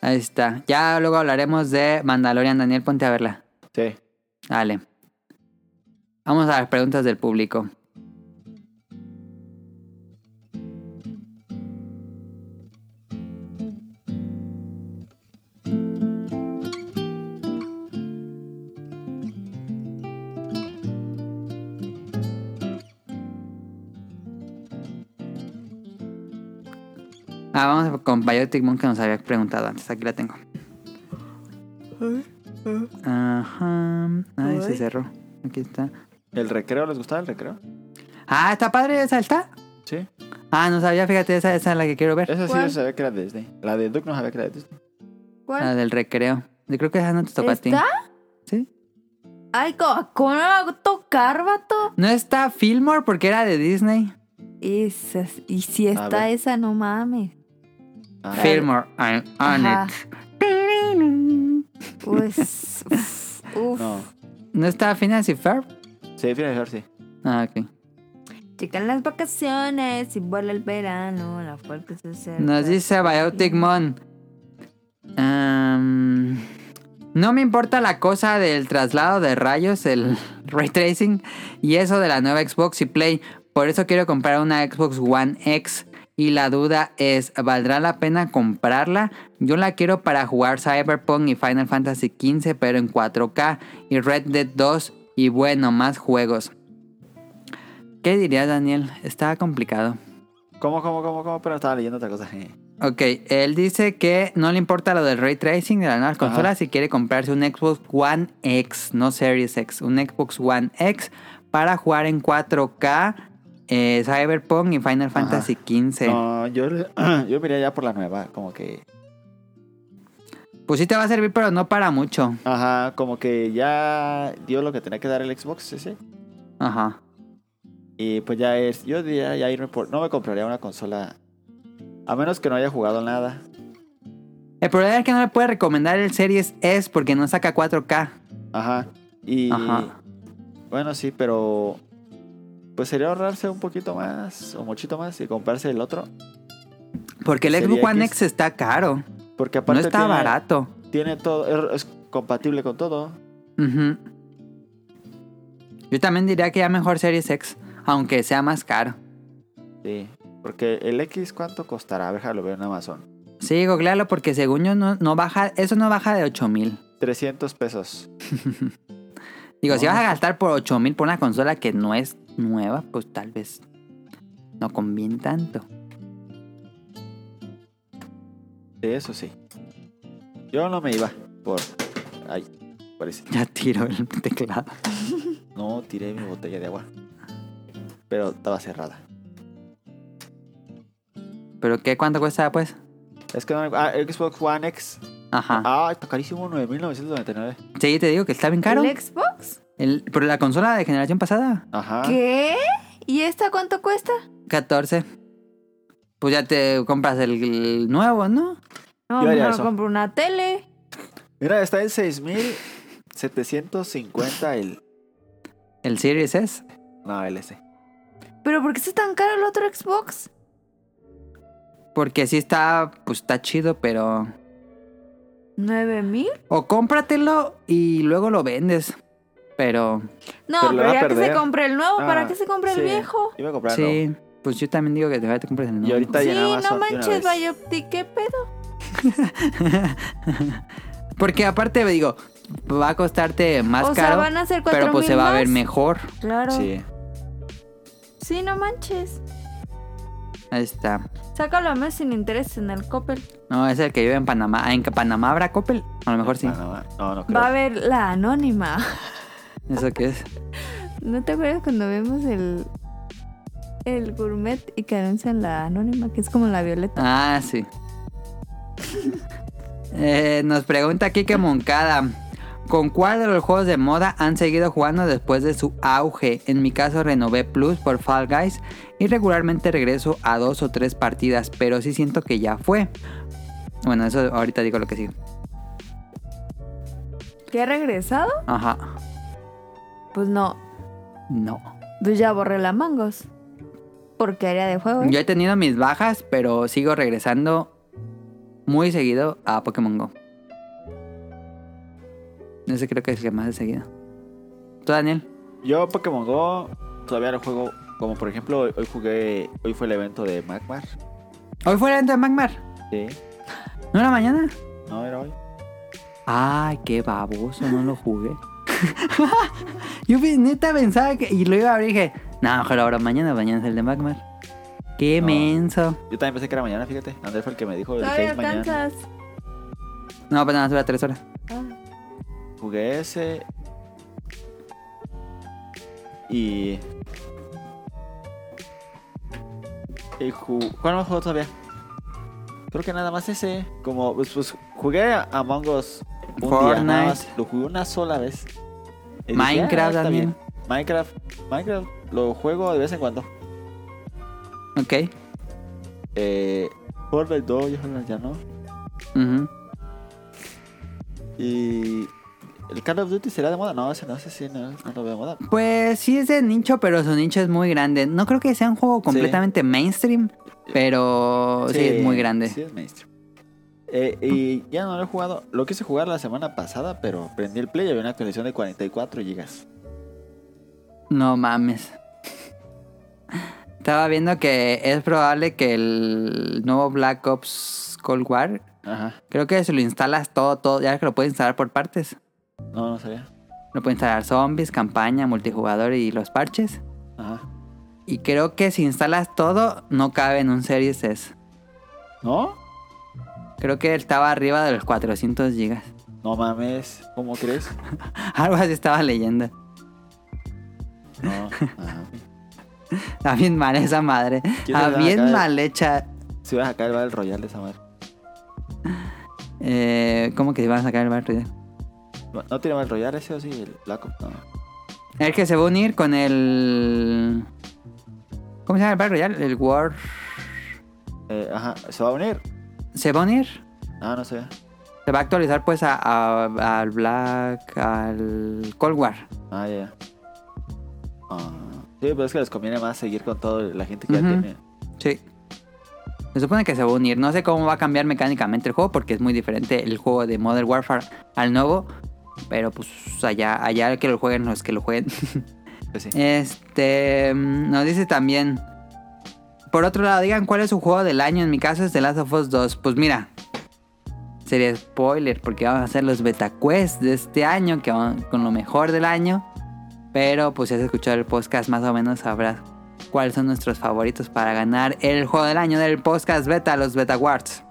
Ahí está. Ya luego hablaremos de Mandalorian. Daniel, ponte a verla.
Sí.
Dale. Vamos a las preguntas del público. Ah, vamos con Biotic Moon que nos había preguntado antes. Aquí la tengo. Ajá. Ay, se cerró. Aquí está.
¿El recreo les gustaba el recreo?
Ah, está padre esa, ¿está?
Sí.
Ah, no sabía, fíjate, esa, esa es la que quiero ver.
Esa sí
¿Cuál?
yo sabía que era de Disney. La de Duke no sabía que era de Disney.
La
¿Cuál?
del recreo. Yo creo que esa no Ah, te toca a ti.
¿Está?
Sí.
Ay, ¿cómo, cómo me va a tocar, vato?
No está Fillmore porque era de Disney.
Esa es- y si está
ver.
esa, no mames.
Ah,
Fillmore, I'm on
Ajá.
it. [LAUGHS]
Pues, uf, uf.
No.
¿No está Finance y Ferb?
Sí, Finalizar sí.
Ah, ok.
Checan las vacaciones y vuela el verano, la fuerte se acerca.
Nos dice Biotic Mon. Am, no me importa la cosa del traslado de rayos, el [LAUGHS] ray tracing y eso de la nueva Xbox y Play. Por eso quiero comprar una Xbox One X. Y la duda es, ¿valdrá la pena comprarla? Yo la quiero para jugar Cyberpunk y Final Fantasy XV, pero en 4K y Red Dead 2 y bueno, más juegos. ¿Qué dirías, Daniel? Está complicado.
¿Cómo, cómo, cómo, cómo? Pero estaba leyendo otra cosa. je.
Ok, él dice que no le importa lo del ray tracing de las nuevas
Ajá.
consolas y quiere comprarse un Xbox One X, no Series X, un Xbox One X para jugar en 4K eh, Cyberpunk y Final Fantasy XV.
No, yo, [CLEARS THROAT] yo miré ya por la nueva. Como que.
Pues sí te va a servir, pero no para mucho.
Ajá, como que ya dio lo que tenía que dar el Xbox ese.
Ajá.
Y pues ya es. Yo diría ya irme por. No me compraría una consola. A menos que no haya jugado nada.
El problema es que no le puede recomendar el Series S porque no saca 4K.
Ajá. Y.
Ajá.
Bueno, sí, pero. Pues sería ahorrarse un poquito más. O muchito más. Y comprarse el otro.
Porque el
Serie
Xbox One
X.
X está caro.
Porque aparte.
No está
tiene-
barato.
Tiene todo. Es, es compatible con todo.
Ujú. Yo también diría que ya mejor Series X, aunque sea más caro.
Sí. Porque el X, ¿cuánto costará? A ver, déjalo ver en Amazon.
Sí, googlealo porque según yo no, no baja, eso no baja de 8000.
300 pesos.
Digo, si
No.
vas a gastar por 8000 por una consola que no es nueva, pues tal vez no conviene tanto. [LAUGHS]
Sí, eso sí. Yo no me iba por. Ay, parece.
Ya tiro el teclado.
No tiré mi botella de agua. Pero estaba cerrada.
¿Pero qué? ¿Cuánto cuesta pues?
Es que no, ah, Xbox One X.
Ajá.
Ah, está carísimo, 9.999.
Sí, te digo que está bien caro.
¿El Xbox?
El- pero la consola de generación pasada,
Ajá.
¿Qué? ¿Y esta cuánto cuesta?
14. Pues ya te compras el, el nuevo, ¿no?
No,
Yo haría
mejor
eso.
compro una tele.
Mira, está en 6.750 el...
El Series S.
No, el S.
¿Pero por qué está tan caro el otro Xbox?
Porque sí está, pues está chido, pero...
¿Nueve mil?
O cómpratelo y luego lo vendes. Pero...
No,
Pero
pero,
lo va a
ya que se
perder.
compre el nuevo, ¿para
Ah,
qué se compra
sí.
el viejo?
Iba a comprar
sí, pues yo también digo que te, te compres el nuevo.
Y ahorita
Sí,
ya nada
no
más son de una
manches,
vez.
Bayopti, ¿qué pedo?
Porque aparte, digo, va a costarte más
o sea,
caro,
van a ser cuatro
pero pues
mil
se va a ver
más.
mejor.
Claro. Sí.
Sí.
no manches.
Ahí está.
Sácalo a mes sin interés en el Coppel.
No, es el que vive en Panamá. Ah, ¿En Panamá habrá Coppel? A lo mejor sí.
Ah, No, no, no creo.
Va a haber la anónima.
¿Eso qué es?
¿No te acuerdas cuando vemos el, el gourmet y que anuncian la anónima, que es como la violeta?
Ah, sí. Eh, nos pregunta Kike Moncada. ¿Con cuál de los juegos de moda han seguido jugando después de su auge? En mi caso renové Plus por Fall Guys y regularmente regreso a dos o tres partidas, pero sí siento que ya fue. Bueno, eso ahorita digo lo que sigue.
¿Que ha regresado?
Ajá.
Pues no,
No.
pues ya borré la mangos. Porquería de juego. ¿eh?
Yo he tenido mis bajas, pero sigo regresando muy seguido a Pokémon Go. No sé, creo que es el que más he seguido. ¿Tú, Daniel?
Yo Pokémon Go todavía lo juego. Como por ejemplo, hoy jugué... Hoy fue el evento de Magmar.
¿Hoy fue el evento de Magmar?
Sí.
¿No era mañana?
No, era hoy.
Ay, qué baboso, no lo jugué. [LAUGHS] Yo pe- neta pensaba que... Y lo iba a abrir y dije... No, mejor ahora mañana, mañana es el de Magmar. Qué
No.
menso.
Yo también pensé que era mañana, fíjate. Andrés fue el que me dijo el
Todavía
6 mañana.
alcanzas.
No, pues nada, más dura tres horas.
Ah,
Jugué ese. Y. y ju- ¿Cuál más juego todavía? Creo que nada más ese. Como, pues, pues, jugué a Among Us. Un Día, nada
Fortnite.
más. Lo jugué una sola vez. Y dije, "Ah,
Minecraft
está
también.
bien. Minecraft. Minecraft lo juego de vez en cuando.
Ok.
Eh, Fortnite 2, ya no- ya no.
ujú.
Y. ¿El Call of Duty será de moda? No, ese no, ese sí, no, no lo veo de moda.
Pues sí es de nicho, pero su nicho es muy grande. No creo que sea un juego completamente mainstream, pero Oh, sí, es muy grande.
Sí, es mainstream. Eh, y ya no lo he jugado. Lo quise jugar la semana pasada, pero prendí el play y había una actualización de 44 gigas.
No mames. Estaba viendo que es probable que el nuevo Black Ops Cold War,
Ajá.
creo que si lo instalas todo, todo, ya que lo puedes instalar por partes.
No, no sabía.
Lo puedes instalar zombies, campaña, multijugador y los parches.
Ajá.
Y creo que si instalas todo, no cabe en un Series S.
¿No?
Creo que estaba arriba de los 400 gigas. [LAUGHS]
No mames. ¿Cómo crees?
Algo así estaba leyendo. [LAUGHS]
No. Ajá.
Está bien mal esa madre.
¿Quién
Está
le da
bien
acá?
mal hecha.
Si vas a sacar el Battle Royale de esa madre.
Eh, ¿Cómo que se van a sacar el barrio?
No, ¿No tiene Battle Royale ese o sí? El Black Ops. No.
El que se va a unir con el. ¿Cómo se llama el barrio? El War.
Eh, ajá. ¿Se va a unir?
¿Se va a unir?
Ah, no sabía.
Se va a actualizar pues a- a- al Black. al Cold War.
Ah, ya. Ah. Sí, pero es que les conviene más seguir con todo la gente que
Ujú.
ya tiene.
Sí. Se supone que se va a unir. No sé cómo va a cambiar mecánicamente el juego porque es muy diferente el juego de Modern Warfare al nuevo. Pero pues allá, allá que lo jueguen los que lo jueguen.
Pues sí.
Este. mm, Nos dice también. Por otro lado, digan cuál es su juego del año. En mi caso es The Last of Us 2. Pues mira. Sería spoiler porque vamos a hacer los beta quests de este año. Que van con lo mejor del año. Pero pues si has escuchado el podcast más o menos sabrás cuáles son nuestros favoritos para ganar el juego del año del podcast beta, los beta awards.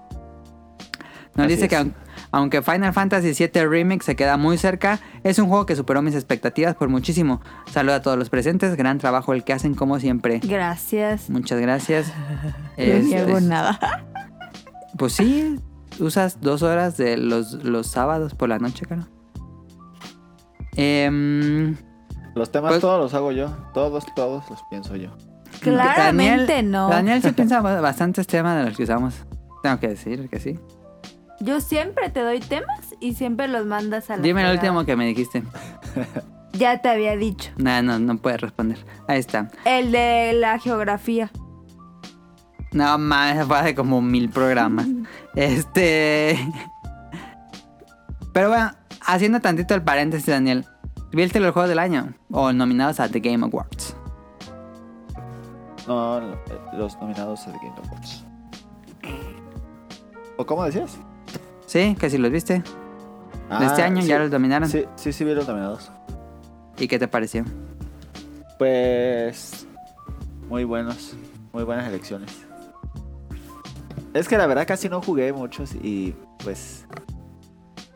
Nos
Así
dice que
es.
aun- aunque Final Fantasy VII Remix se queda muy cerca, es un juego que superó mis expectativas por muchísimo. Saludo a todos los presentes, gran trabajo el que hacen como siempre.
Gracias.
Muchas gracias.
[LAUGHS] Yo ni
Este,
hago nada.
Pues sí, usas dos horas de los, los sábados por la noche, cara. Em,
Los temas
Pues-
todos los hago yo. Todos, todos los pienso yo.
Claramente
Daniel-
no. [LAUGHS]
Daniel sí piensa ba- bastantes temas de los que usamos. Tengo que decir que sí.
Yo siempre te doy temas y siempre los mandas a la
Dime el
fregada.
último que me dijiste.
Ya te había dicho.
No, no, no puedes responder. Ahí está.
El de la geografía.
No mames, fue hace como mil programas. Este. Pero bueno, haciendo tantito el paréntesis, Daniel. ¿Viste los juegos del año? O nominados a The Game Awards.
No, eh, los nominados a The Game Awards. ¿O cómo decías?
Sí, que si los viste.
Ah,
de este año ya
sí.
los dominaron.
Sí, sí, sí vi los nominados.
¿Y qué te pareció?
Pues muy buenos, muy buenas elecciones. Es que la verdad casi no jugué muchos y pues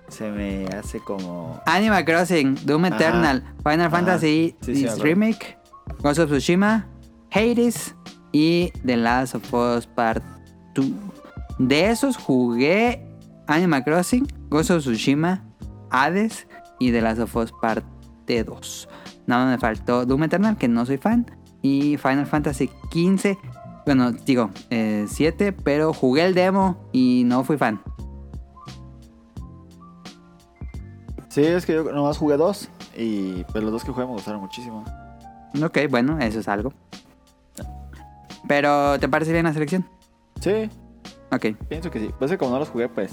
se me hace como
Animal Crossing, Doom
Ajá.
Eternal, Final Fantasy
Sí, sí, me acuerdo.
Remake, Ghost of Tsushima, Hades y The Last of Us Part 2. De esos jugué Animal Crossing, Ghost of Tsushima, Hades y The Last of Us Parte 2. Nada más me faltó Doom Eternal, que no soy fan, y Final Fantasy XV. Bueno, digo, 7, pero jugué el demo y no fui fan.
Sí, es que yo nomás jugué dos y pues los dos que jugué me gustaron muchísimo.
Ok, bueno, eso es algo. Pero, ¿te parece bien la selección?
Sí,
Ok.
pienso que sí. Pues que como no los jugué, pues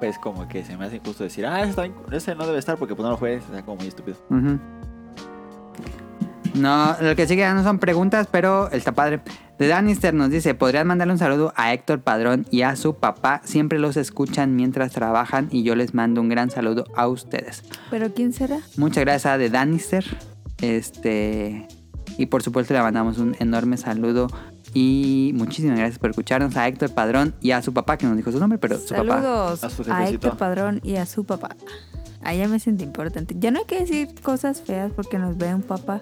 pues como que se me hace injusto decir, ah, ese, está bien- ese no debe estar porque pues no lo jugué, o sea, como muy estúpido.
ujú. No, lo que sigue ya no son preguntas, pero está padre. De Danister nos dice, ¿podrían mandarle un saludo a Héctor Padrón y a su papá? Siempre los escuchan mientras trabajan y yo les mando un gran saludo a ustedes.
¿Pero quién será?
Muchas gracias a The Danister. Este. Y por supuesto le mandamos un enorme saludo. Y muchísimas gracias por escucharnos a Héctor Padrón y a su papá, que nos dijo su nombre, pero su papá.
Saludos
A su
a,
jefecito.
Héctor Padrón y a su papá. Allá me sentí importante. Ya no hay que decir cosas feas porque nos ve un papá.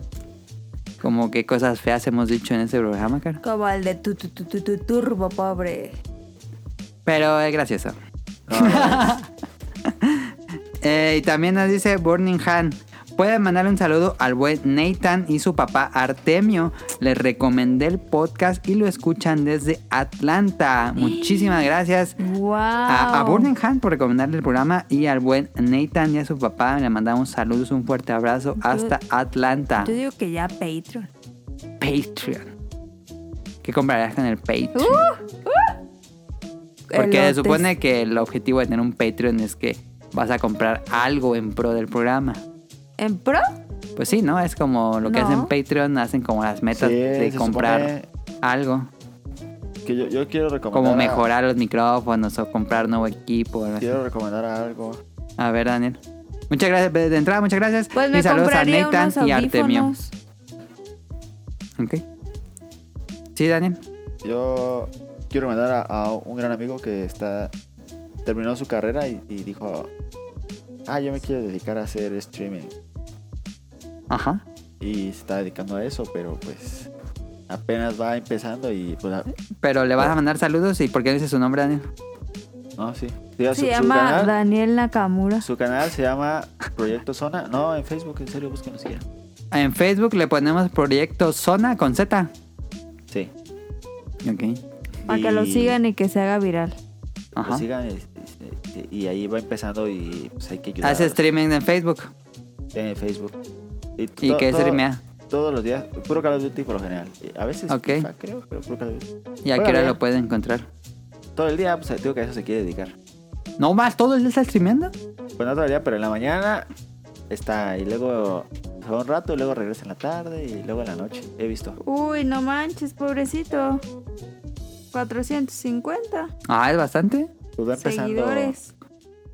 Como que cosas feas hemos dicho en este programa, cara.
Como el de tu, tu, tu, tu, tu, turbo pobre.
Pero
[LAUGHS]
es gracioso.
No, no, no.
Eh, y también nos dice Burning Han. Pueden mandarle un saludo al buen Nathan y su papá Artemio. Les recomendé el podcast y lo escuchan desde Atlanta. Muchísimas gracias.
¡Wow!
a, a Burning Hand por recomendarle el programa y al buen Nathan y a su papá le mandamos saludos, un fuerte abrazo hasta Atlanta.
Yo digo que ya Patreon.
Patreon. ¿Qué comprarás con el Patreon? Porque se
Uh, Elotes.
supone que el objetivo de tener un Patreon es que vas a comprar algo en pro del programa.
¿En pro?
Pues sí, ¿no? Es como lo que
No.
hacen Patreon, hacen como las metas
Sí,
de
se
comprar
supone
algo.
que yo, yo quiero recomendar
Como
a-
mejorar pues. los micrófonos o comprar nuevo equipo. algo así.
quiero recomendar algo.
A ver, Daniel. Muchas gracias, de entrada, muchas gracias.
Pues
y
me
saludos a
compraría
Nathan
unos
y Artemio.
audífonos.
Ok. Sí, Daniel.
Yo quiero mandar a, a un gran amigo que está terminó su carrera y, y dijo, ah, yo me quiero dedicar a hacer streaming.
Ajá.
Y se está dedicando a eso, pero pues apenas va empezando y pues, a-
Pero le vas a mandar saludos y ¿por qué no dice su nombre, Daniel?
no, sí. Sí, a su,
Se
su
llama
canal,
Daniel Nakamura.
su canal se llama Proyecto Zona. No, en Facebook, en serio, búsquenlo si quieren.
En Facebook le ponemos Proyecto Zona con Z.
Sí.
Ok.
Para que lo
Y-
sigan y que se haga viral.
Lo
Ajá.
sigan y, y- y ahí va empezando y pues hay que ayudar
Hace streaming en Facebook.
en Facebook.
¿Y
to-
qué
todo-
streamea?
Todos los días, puro Call of Duty por lo general. A veces
Ok.
FIFA, creo, pero puro Call of Duty.
¿Y a
Bueno,
qué hora
ya.
lo puede encontrar?
Todo el día, pues digo que a eso se quiere dedicar.
¿No más? ¿Todo el día está streameando?
Pues no todo el día, pero en la mañana está y luego se va un rato y luego regresa en la tarde y luego en la noche. He visto.
Uy, no manches, pobrecito. 450
Ah, ¿es bastante?
Pues va empezando.
seguidores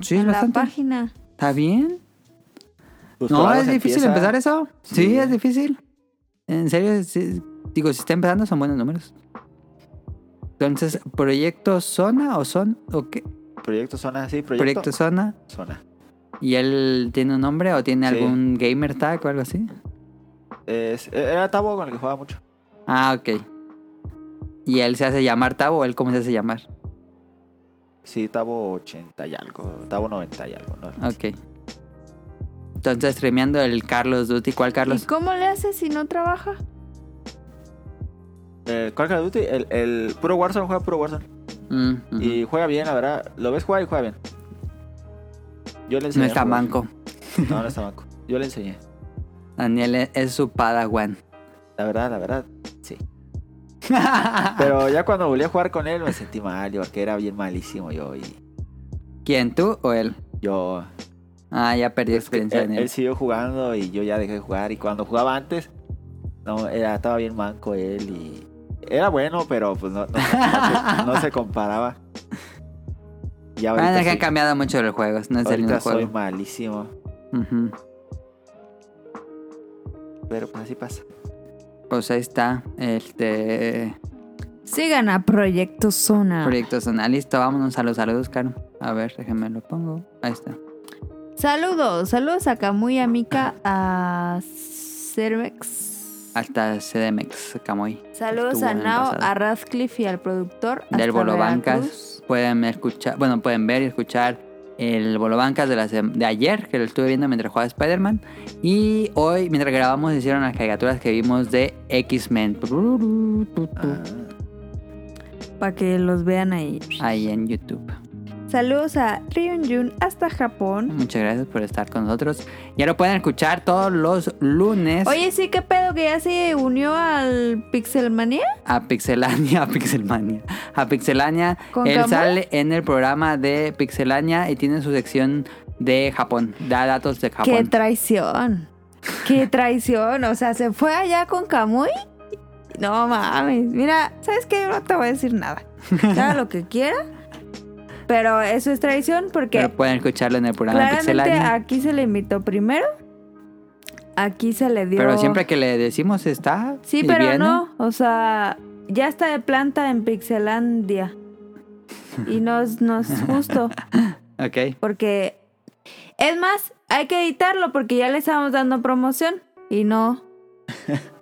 Sí, es
en la
bastante.
página.
¿Está bien?
pues, por
No,
algo
es
se
difícil
empieza.
empezar eso. Sí,
Sí.
es difícil. En serio, sí, digo, si está empezando son buenos números. Entonces, proyecto zona o son o qué?
Proyecto Zona, sí, proyecto,
Proyecto zona.
Zona.
¿Y él tiene un nombre o tiene
Sí.
algún gamer tag o algo así?
eh, Es- era Tabo con el que jugaba mucho.
Ah, ok. Y él se hace llamar Tavo, él cómo se hace llamar.
Sí, Tavo 80 y algo. Tavo 90 y algo, ¿no?
Ah, Ok. Entonces, streameando el Carlos Duty. ¿Cuál
¿Y
Carlos?
cómo le hace si no trabaja?
Eh, Call of Duty, el, el puro Warzone juega puro Warzone.
Mm, ujú.
Y juega bien, la verdad. Lo ves jugar y juega bien. Yo le
no
enseñé. a
está
jugar.
manco.
[LAUGHS] No, no está manco. Yo le enseñé.
Daniel es, es su padawan. [LAUGHS]
La verdad, la verdad, sí.
Ah,
Pero ya cuando volví a jugar con él me sentí mal, yo, porque era bien malísimo yo. Y
¿Quién, tú o él?
yo.
Ah, ya perdí experiencia,
Él, él
Daniel.
siguió jugando y yo ya dejé de jugar. Y cuando jugaba antes, no, era, estaba bien manco él y. Era bueno, pero pues no, no- no se, no se comparaba. Ya
Ah,
ahorita,
es que han
sí,
cambiado mucho los juegos. No es el mismo
ahorita soy
juego.
malísimo.
Ujú.
Pero pues así pasa.
Pues ahí está. Este.
Sigan a Proyecto Zona.
Proyecto Zona. Listo, vámonos a los saludos, Caro. A ver, déjenme lo pongo. Ahí está.
saludos, saludos a Camuy, a Mika, a Cermex.
Hasta CDMX, Camoy.
Saludos
Ah, Estuvo
a
en el
Nao,
pasado.
a Radcliffe y al productor.
del
hasta
Bolobancas.
Veracruz.
Pueden escuchar, bueno, pueden ver y escuchar el Bolobancas de, la sem- de ayer, que lo estuve viendo mientras jugaba Spider-Man. Y hoy, mientras grabamos, hicieron las caricaturas que vimos de X-Men.
Ah,
Para que los vean ahí.
Ahí en YouTube.
Saludos a Ryunjun hasta Japón.
Muchas gracias por estar con nosotros. Ya lo pueden escuchar todos los lunes
Oye, sí, qué pedo que ya se unió al Pixelmania.
a Pixelania, [LAUGHS] a Pixelmania, a Pixelania.
¿Con
Él
Gamboa?
sale en el programa de Pixelania y tiene su sección de Japón. Da datos de Japón.
Qué traición.
[LAUGHS]
Qué traición. O sea, se fue allá con Kamui. No mames. Mira, ¿sabes qué? Yo no te voy a decir nada. Haga lo que quiera. Pero eso es traición porque
Pero pueden escucharlo en el programa de
claramente
Pixelania.
aquí se le invitó primero. Aquí se le dio.
Pero siempre que le decimos está.
Sí,
y
pero
viene.
no. O sea, ya está de planta en Pixelandia. Y no es, no es justo.
Ok.
Porque. Es más, hay que editarlo porque ya le estamos dando promoción. Y no.
[LAUGHS]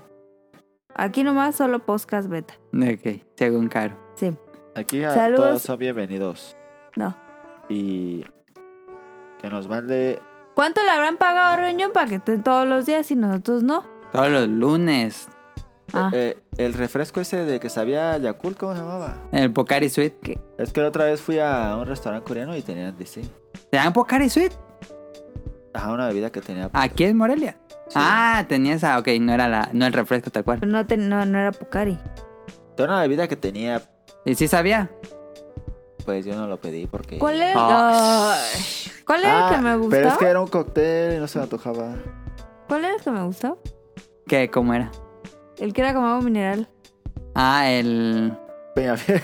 Aquí nomás solo podcast beta.
Ok. Según Caro.
Sí.
aquí a
Saludos.
todos son bienvenidos.
No.
Y que nos mande
¿Cuánto le habrán pagado a Reunión para que estén todos los días y nosotros no?
Todos los lunes.
Ah,
eh, el refresco ese de que sabía Yakult, ¿cómo se llamaba?
El Pocari Suite. ¿Te
Es que la otra vez fui a un restaurante coreano y tenían DC.
dan Pocari Suite?
Ajá, una bebida que tenía. pues,
Aquí en Morelia. Ah, tenía esa. Ok, no era la, no el refresco tal cual.
pero no, te- no, no era Pucari.
Era una bebida que tenía,
¿Y sí sabía?
pues yo no lo pedí porque.
¿Cuál era?
Ah.
Ay, ¿Cuál era el que me gustaba?
Ah, Pero es que era un cóctel y no se me antojaba.
¿Cuál era el que me gustaba?
¿Qué? ¿Cómo era?
El que era como agua mineral.
Ah, el.
[LAUGHS] Peñafiel.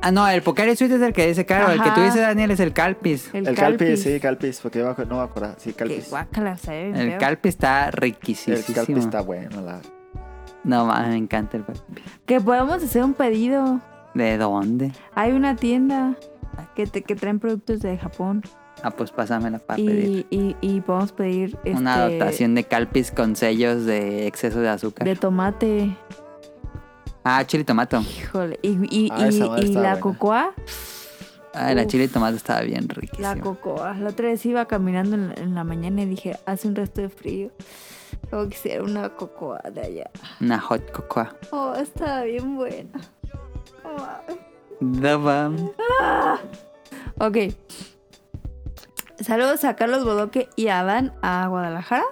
Ah, no, el Pocari Suite es el que dice Caro. El que tú
Ajá.
dices, Daniel, es el Calpis.
El,
El, calpis. sí, calpis, porque yo me acu- no me acordaba. Sí,
Que
calpis.
guácala, sabe bien
El
feo.
Calpis está
El calpis
riquísimo.
está bueno, la.
No mames, me encanta el Calpis.
Que podemos hacer un pedido.
¿De dónde?
Hay una tienda que, te, que traen productos de Japón.
Ah, pues pásamela para pedir.
Y, y, y podemos pedir
Una
este,
adaptación de Calpis con sellos de exceso de azúcar.
de tomate.
Ah, chile y tomato.
Híjole. Y, y,
Ah,
y,
esa madre
y
está
la
buena.
cocoa.
Ah, la
Uf.
chile y tomate estaba bien
La
riquísima.
cocoa. La otra vez iba caminando en la, en la mañana y dije, hace un resto de frío. Como quisiera una cocoa de allá.
Una hot cocoa.
Oh, estaba bien buena. Oh.
No mames.
Ok. Saludos a Carlos Bodoque y a Dan a Guadalajara.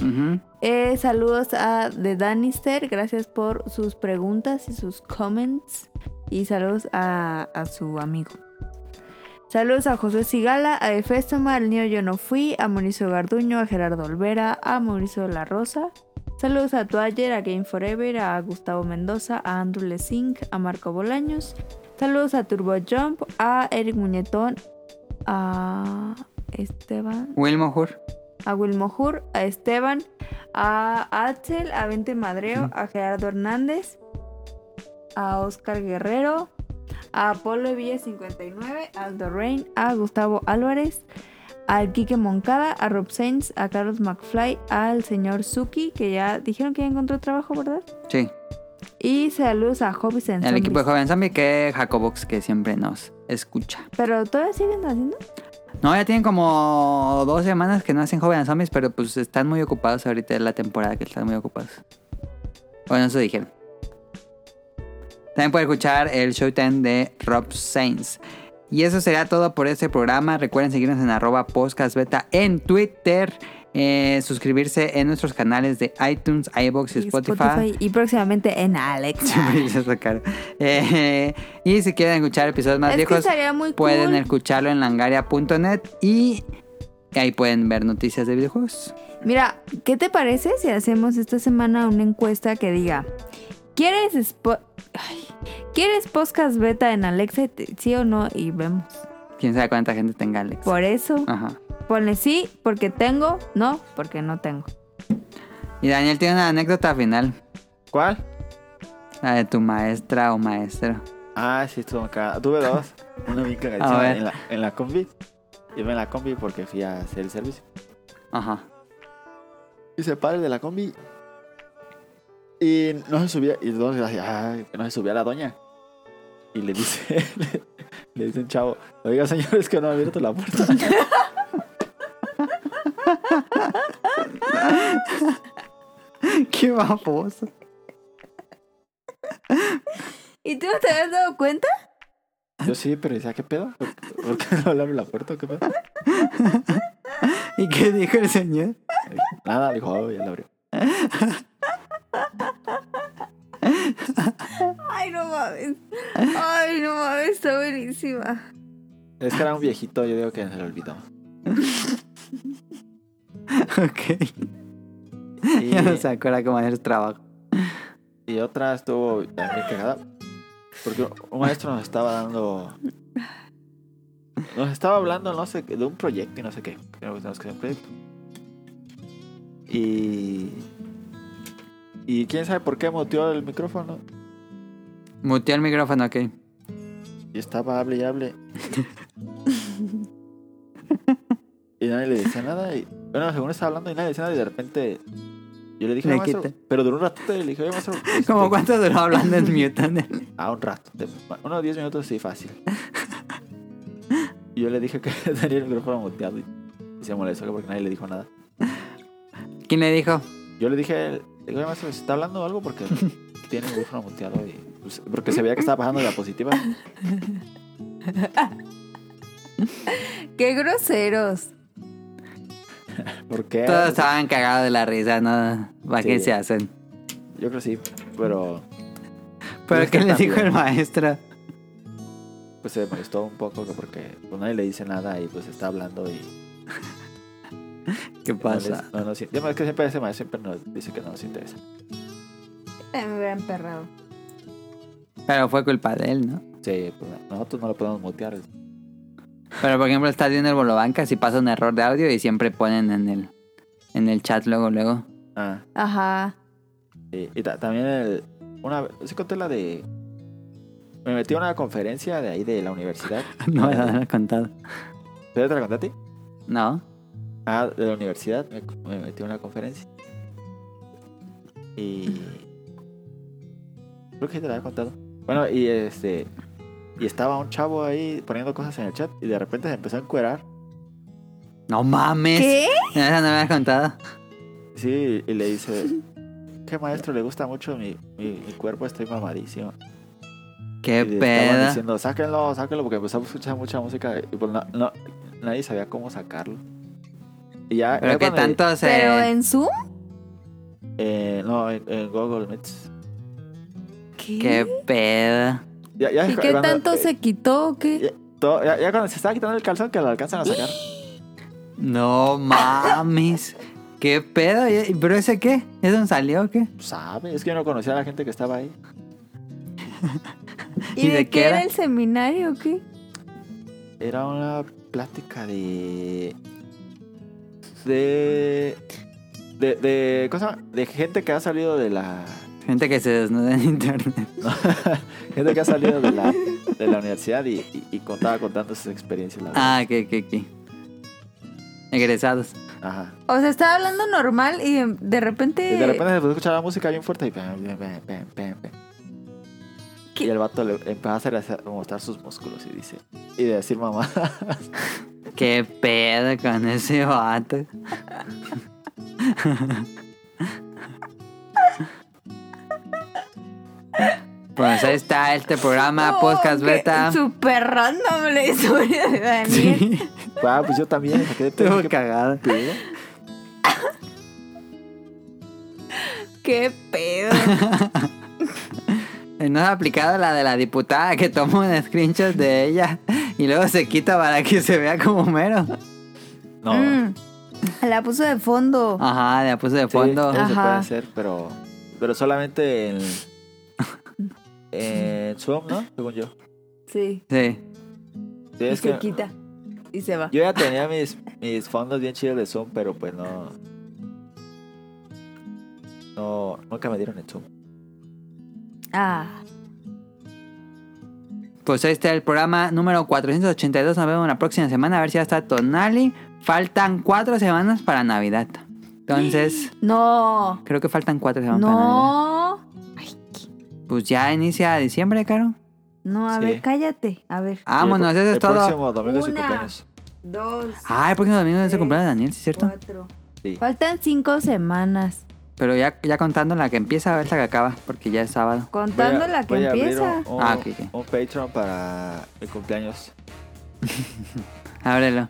Ujú.
Eh, saludos a The Danister. Gracias por sus preguntas y sus comments. Y saludos a, a su amigo. Saludos a José Sigala, a Efestoma, al niño Yo No Fui, a Mauricio Garduño, a Gerardo Olvera, a Mauricio La Rosa. Saludos a Toayer, a Game Forever, a Gustavo Mendoza, a Andrew Lezink, a Marco Bolaños. Saludos a Turbo Jump, a Eric Muñetón, a Esteban
Wilmo Hur.
a Wilmohur, a Esteban, a Axel, a Vente Madreo, a Gerardo Hernández, a Oscar Guerrero, a Apolo Villa 59, a Aldo Rain, a Gustavo Álvarez, al Quique Moncada, a Rob Sainz, a Carlos McFly, al señor Suki, que ya dijeron que ya encontró trabajo, ¿verdad?
Sí.
Y saludos a Hobbies en
El equipo de Joven Zombie que Jacobox que siempre nos escucha.
Pero todavía siguen haciendo.
No, ya tienen como dos semanas que no hacen Joven Zombies, pero pues están muy ocupados ahorita es la temporada que están muy ocupados. Bueno, eso dijeron. También pueden escuchar el Showtime de Rob Sainz. Y eso será todo por este programa. Recuerden seguirnos en arroba podcastbeta en Twitter. eh, suscribirse en nuestros canales de iTunes, iBox y Spotify.
Y próximamente en Alex.
[LAUGHS] Siempre hice esa cara. Eh, y si quieren escuchar episodios más
Es que
viejos,
estaría muy
pueden
cool.
escucharlo en langaria.net y ahí pueden ver noticias de videojuegos.
Mira, ¿qué te parece si hacemos esta semana una encuesta que diga, ¿quieres, spo- Ay, ¿quieres podcast beta en Alexa? Y te- Sí o no, y vemos.
Quién sabe cuánta gente tenga Alex.
Por eso,
Ajá.
ponle sí porque tengo, no porque no tengo.
Y Daniel tiene una anécdota final.
¿Cuál?
La de tu maestra o maestro.
Ah, sí, estuvo acá. Tuve dos. Una bien
A
cagadísima
ver.
en la, en la combi. Iba en la combi porque fui a hacer el servicio.
Ajá.
Y se para el de la combi. Y no se subía. Y entonces decía, ay, que no se subía la doña. Y le dice, [LAUGHS] le, le dice un chavo, oiga señor, es que no ha abierto la puerta.
[LAUGHS] Qué baboso.
¿Y tú no te habías dado cuenta?
Yo sí, pero decía, ¿qué pedo? ¿Por, por qué no le abre la puerta? ¿Qué pedo?
¿Y qué dijo el señor? [LAUGHS]
Nada, dijo, oh, ya la abrió.
Ay, no mames. Ay, no mames, está buenísima.
Es que era un viejito, yo digo que se le olvidó.
ok.
Y,
Ya no se acuerda cómo hacer su trabajo.
y otra estuvo también cagada. Porque un maestro nos estaba dando. Nos estaba hablando, no sé, de un proyecto y no sé qué. Creo que tenemos que hacer un proyecto. Y. Y quién sabe por qué muteó el micrófono.
Muteó el micrófono, ok.
Y estaba, hable y hable. y nadie le decía nada. Y, bueno, según estaba hablando y nadie le decía nada. Y de repente yo le dije,
Le
"Oye, maestro,
quita.
pero duró un ratito y le dije,
[LAUGHS]
oye, maestro. este,
Como cuánto duró hablando [LAUGHS] en mute.
Ah, un rato. de- Unos 10 minutos sí, fácil. y yo le dije que [LAUGHS] tenía el micrófono muteado y, y se molestó porque nadie le dijo nada.
¿Quién le dijo?
Yo le dije, le dije, "Oye, maestro, ¿se está hablando
[LAUGHS]
algo? Porque tiene el micrófono muteado y... pues, porque se veía que estaba
[LAUGHS]
bajando diapositivas.
Qué groseros.
¿Por qué?
Todos estaban cagados de la risa, ¿no? ¿Para qué
Sí.
se hacen?
Yo creo que sí, pero
¿Pero
Es
qué
que
les dijo
también.
el maestro?
pues se molestó un poco porque pues, nadie le dice nada y pues está hablando y...
¿Qué pasa?
No, les- no, no, sí. Además es que siempre ese maestro siempre nos dice que no nos interesa.
Me hubiera emperrado.
Pero fue culpa de él, ¿no?
Sí, pues, nosotros no lo podemos mutear.
Pero por ejemplo, estás viendo el Bolobanca si pasa un error de audio y siempre ponen en el, en el chat luego, luego.
Ah.
Ajá.
Sí, y ta- también el, una vez, sí conté la de... Me metí a una conferencia de ahí de la universidad.
[LAUGHS] [LAUGHS] No, no lo he contado.
¿Pero te la conté a ti?
No.
Ah, de la universidad. Me, me metí a una conferencia. Y... Creo que sí te la había contado. Bueno, y este... Y estaba un chavo ahí poniendo cosas en el chat y de repente se empezó a encuerar.
No mames.
¿Qué?
No, [LAUGHS] Esa no me has contado.
Sí, y
[LAUGHS]
le dice... ¿Qué maestro? Le gusta mucho mi, mi, mi cuerpo, estoy mamadísimo.
Qué
Y le estaban
pedo.
diciendo, sáquenlo, sáquenlo, porque empezamos a escuchar mucha música y pues no- no- nadie sabía cómo sacarlo. Y ya, ya
Pero qué
cuando-
tanto se.
¿Pero en Zoom?
eh, no, en, en Google Meets.
¿Qué?
Qué pedo.
Ya, ya,
¿Y qué
cuando-
tanto
eh,
se quitó o qué?
ya, todo- ya- ya cuando se estaba quitando el calzón que lo alcanzan a sacar.
No mames. Qué pedo. ¿Y- ¿Pero ese qué? ¿Es donde salió o qué?
¿Sabe? Es que yo no conocía a la gente que estaba ahí.
¿Y,
¿Y
de,
de
qué
qué
era
era?
el seminario o qué?
Era una plática de. De. De. de ¿Cómo se llama? De gente que ha salido de la. [LAUGHS]
Gente que se desnuda en internet.
Gente que ha salido de la, de la universidad y, y- y contaba contando sus experiencias. la verdad.
Ah, qué, qué, qué. Egresados.
Ajá.
O sea, estaba hablando normal y de repente...
Y de repente se puede escuchar la música bien fuerte y pam, pam, pam, pam, pam, pam.
¿Qué?
Y el vato le empieza a hacer hacer- mostrar sus músculos y dice, y de decir mamá. [LAUGHS]
Qué pedo con ese vato. Pues ahí está este
"Ah,
programa,
pues,
Podcast
Oh, qué
Beta.
Super random la historia de Daniel.
Sí,
ah, pues yo también, saqué de pedo,
estuvo
¿qué
cagado.
pedo?
Qué pedo.
No ha aplicado la de la diputada que tomó un screenshot de ella y luego se quita para que se vea como mero.
[LAUGHS] No, Ah.
Mm. La puso de fondo.
Ajá, la puse de
sí,
fondo.
eso se puede
Ajá.
hacer, pero, pero solamente
[LAUGHS]
en, en Zoom, ¿no? Según yo.
Sí.
Sí.
Y
Sí, es
se
que
quita. Y se va.
yo ya tenía mis, mis fondos bien chidos de Zoom, pero pues no... No, nunca me dieron en Zoom.
Ah.
Pues ahí está el programa número 482. Nos vemos la próxima semana a ver si ya está Tonali. Faltan cuatro semanas para Navidad. Entonces,
No.
creo que faltan cuatro semanas para Navidad.
No.
Pues ya inicia diciembre, Caro.
No, a
Sí. Ah.
ver, cállate. A ver.
Vámonos,
Y el-
eso es
el
todo.
próximo domingo es su
Una.
cumpleaños.
Dos.
Ah, el próximo domingo es el
Tres,
cumpleaños de Daniel, ¿sí es cierto?
Cuatro.
Sí.
Faltan cinco semanas.
Pero ya, ya contando la que empieza a ver la que acaba, porque ya es sábado.
Voy a-
Contando la que
voy a abrir
empieza.
Un, un-
Ah, ok, ok.
un Patreon para mi cumpleaños.
Ábrelo.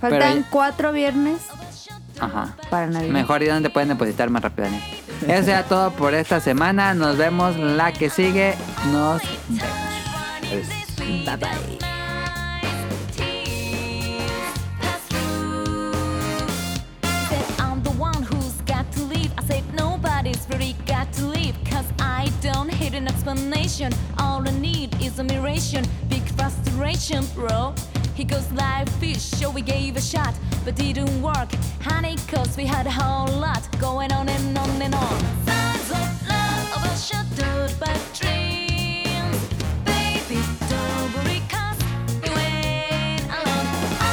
Faltan
ya-
cuatro viernes
Ajá.
para Navidad.
Mejor y donde pueden depositar más rápido, Daniel. Eso será todo por esta semana. Nos vemos la que sigue. Nos
Es-
Bye bye.
Said I'm the one who's got to leave. I said nobody's really got to leave. Cause I don't need an explanation. All I need is a miration. Big frustration, bro. He goes live fish, so we gave a shot, but didn't work. Honey, cause we had a whole lot going on and on and on. Signs of love overshadowed by dreams. Baby, don't worry, 'cause you ain't alone.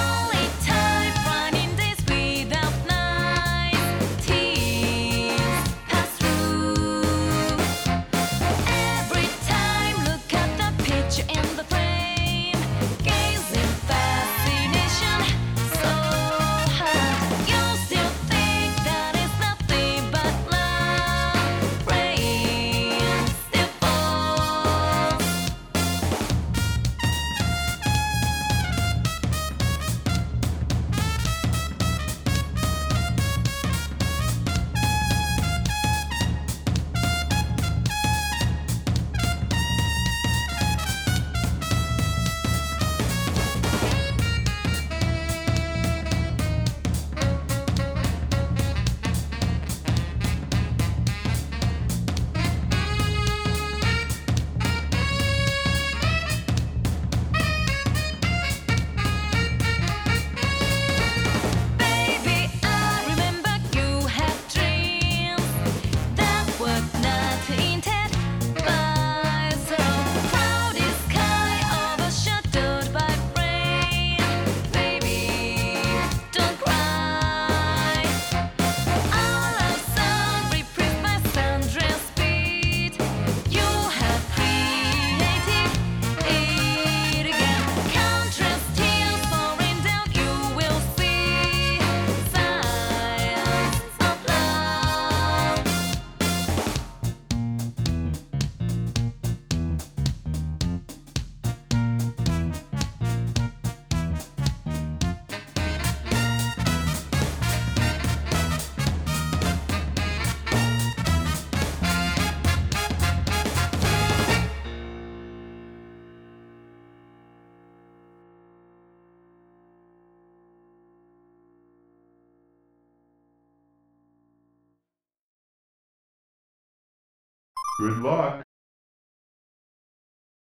Only time running days without night. Tears pass through. Every time look at the picture in the frame. Gazing fascination so high. You still think that it's nothing but love. Rain still falls. Baby, I remember you had dreams that were not intended by so proud sky overshadowed by rain. Baby, don't cry. All our sun reprieve my sundress beat. You have created it again. Countless tears pouring down, you will see signs of love.
Good luck.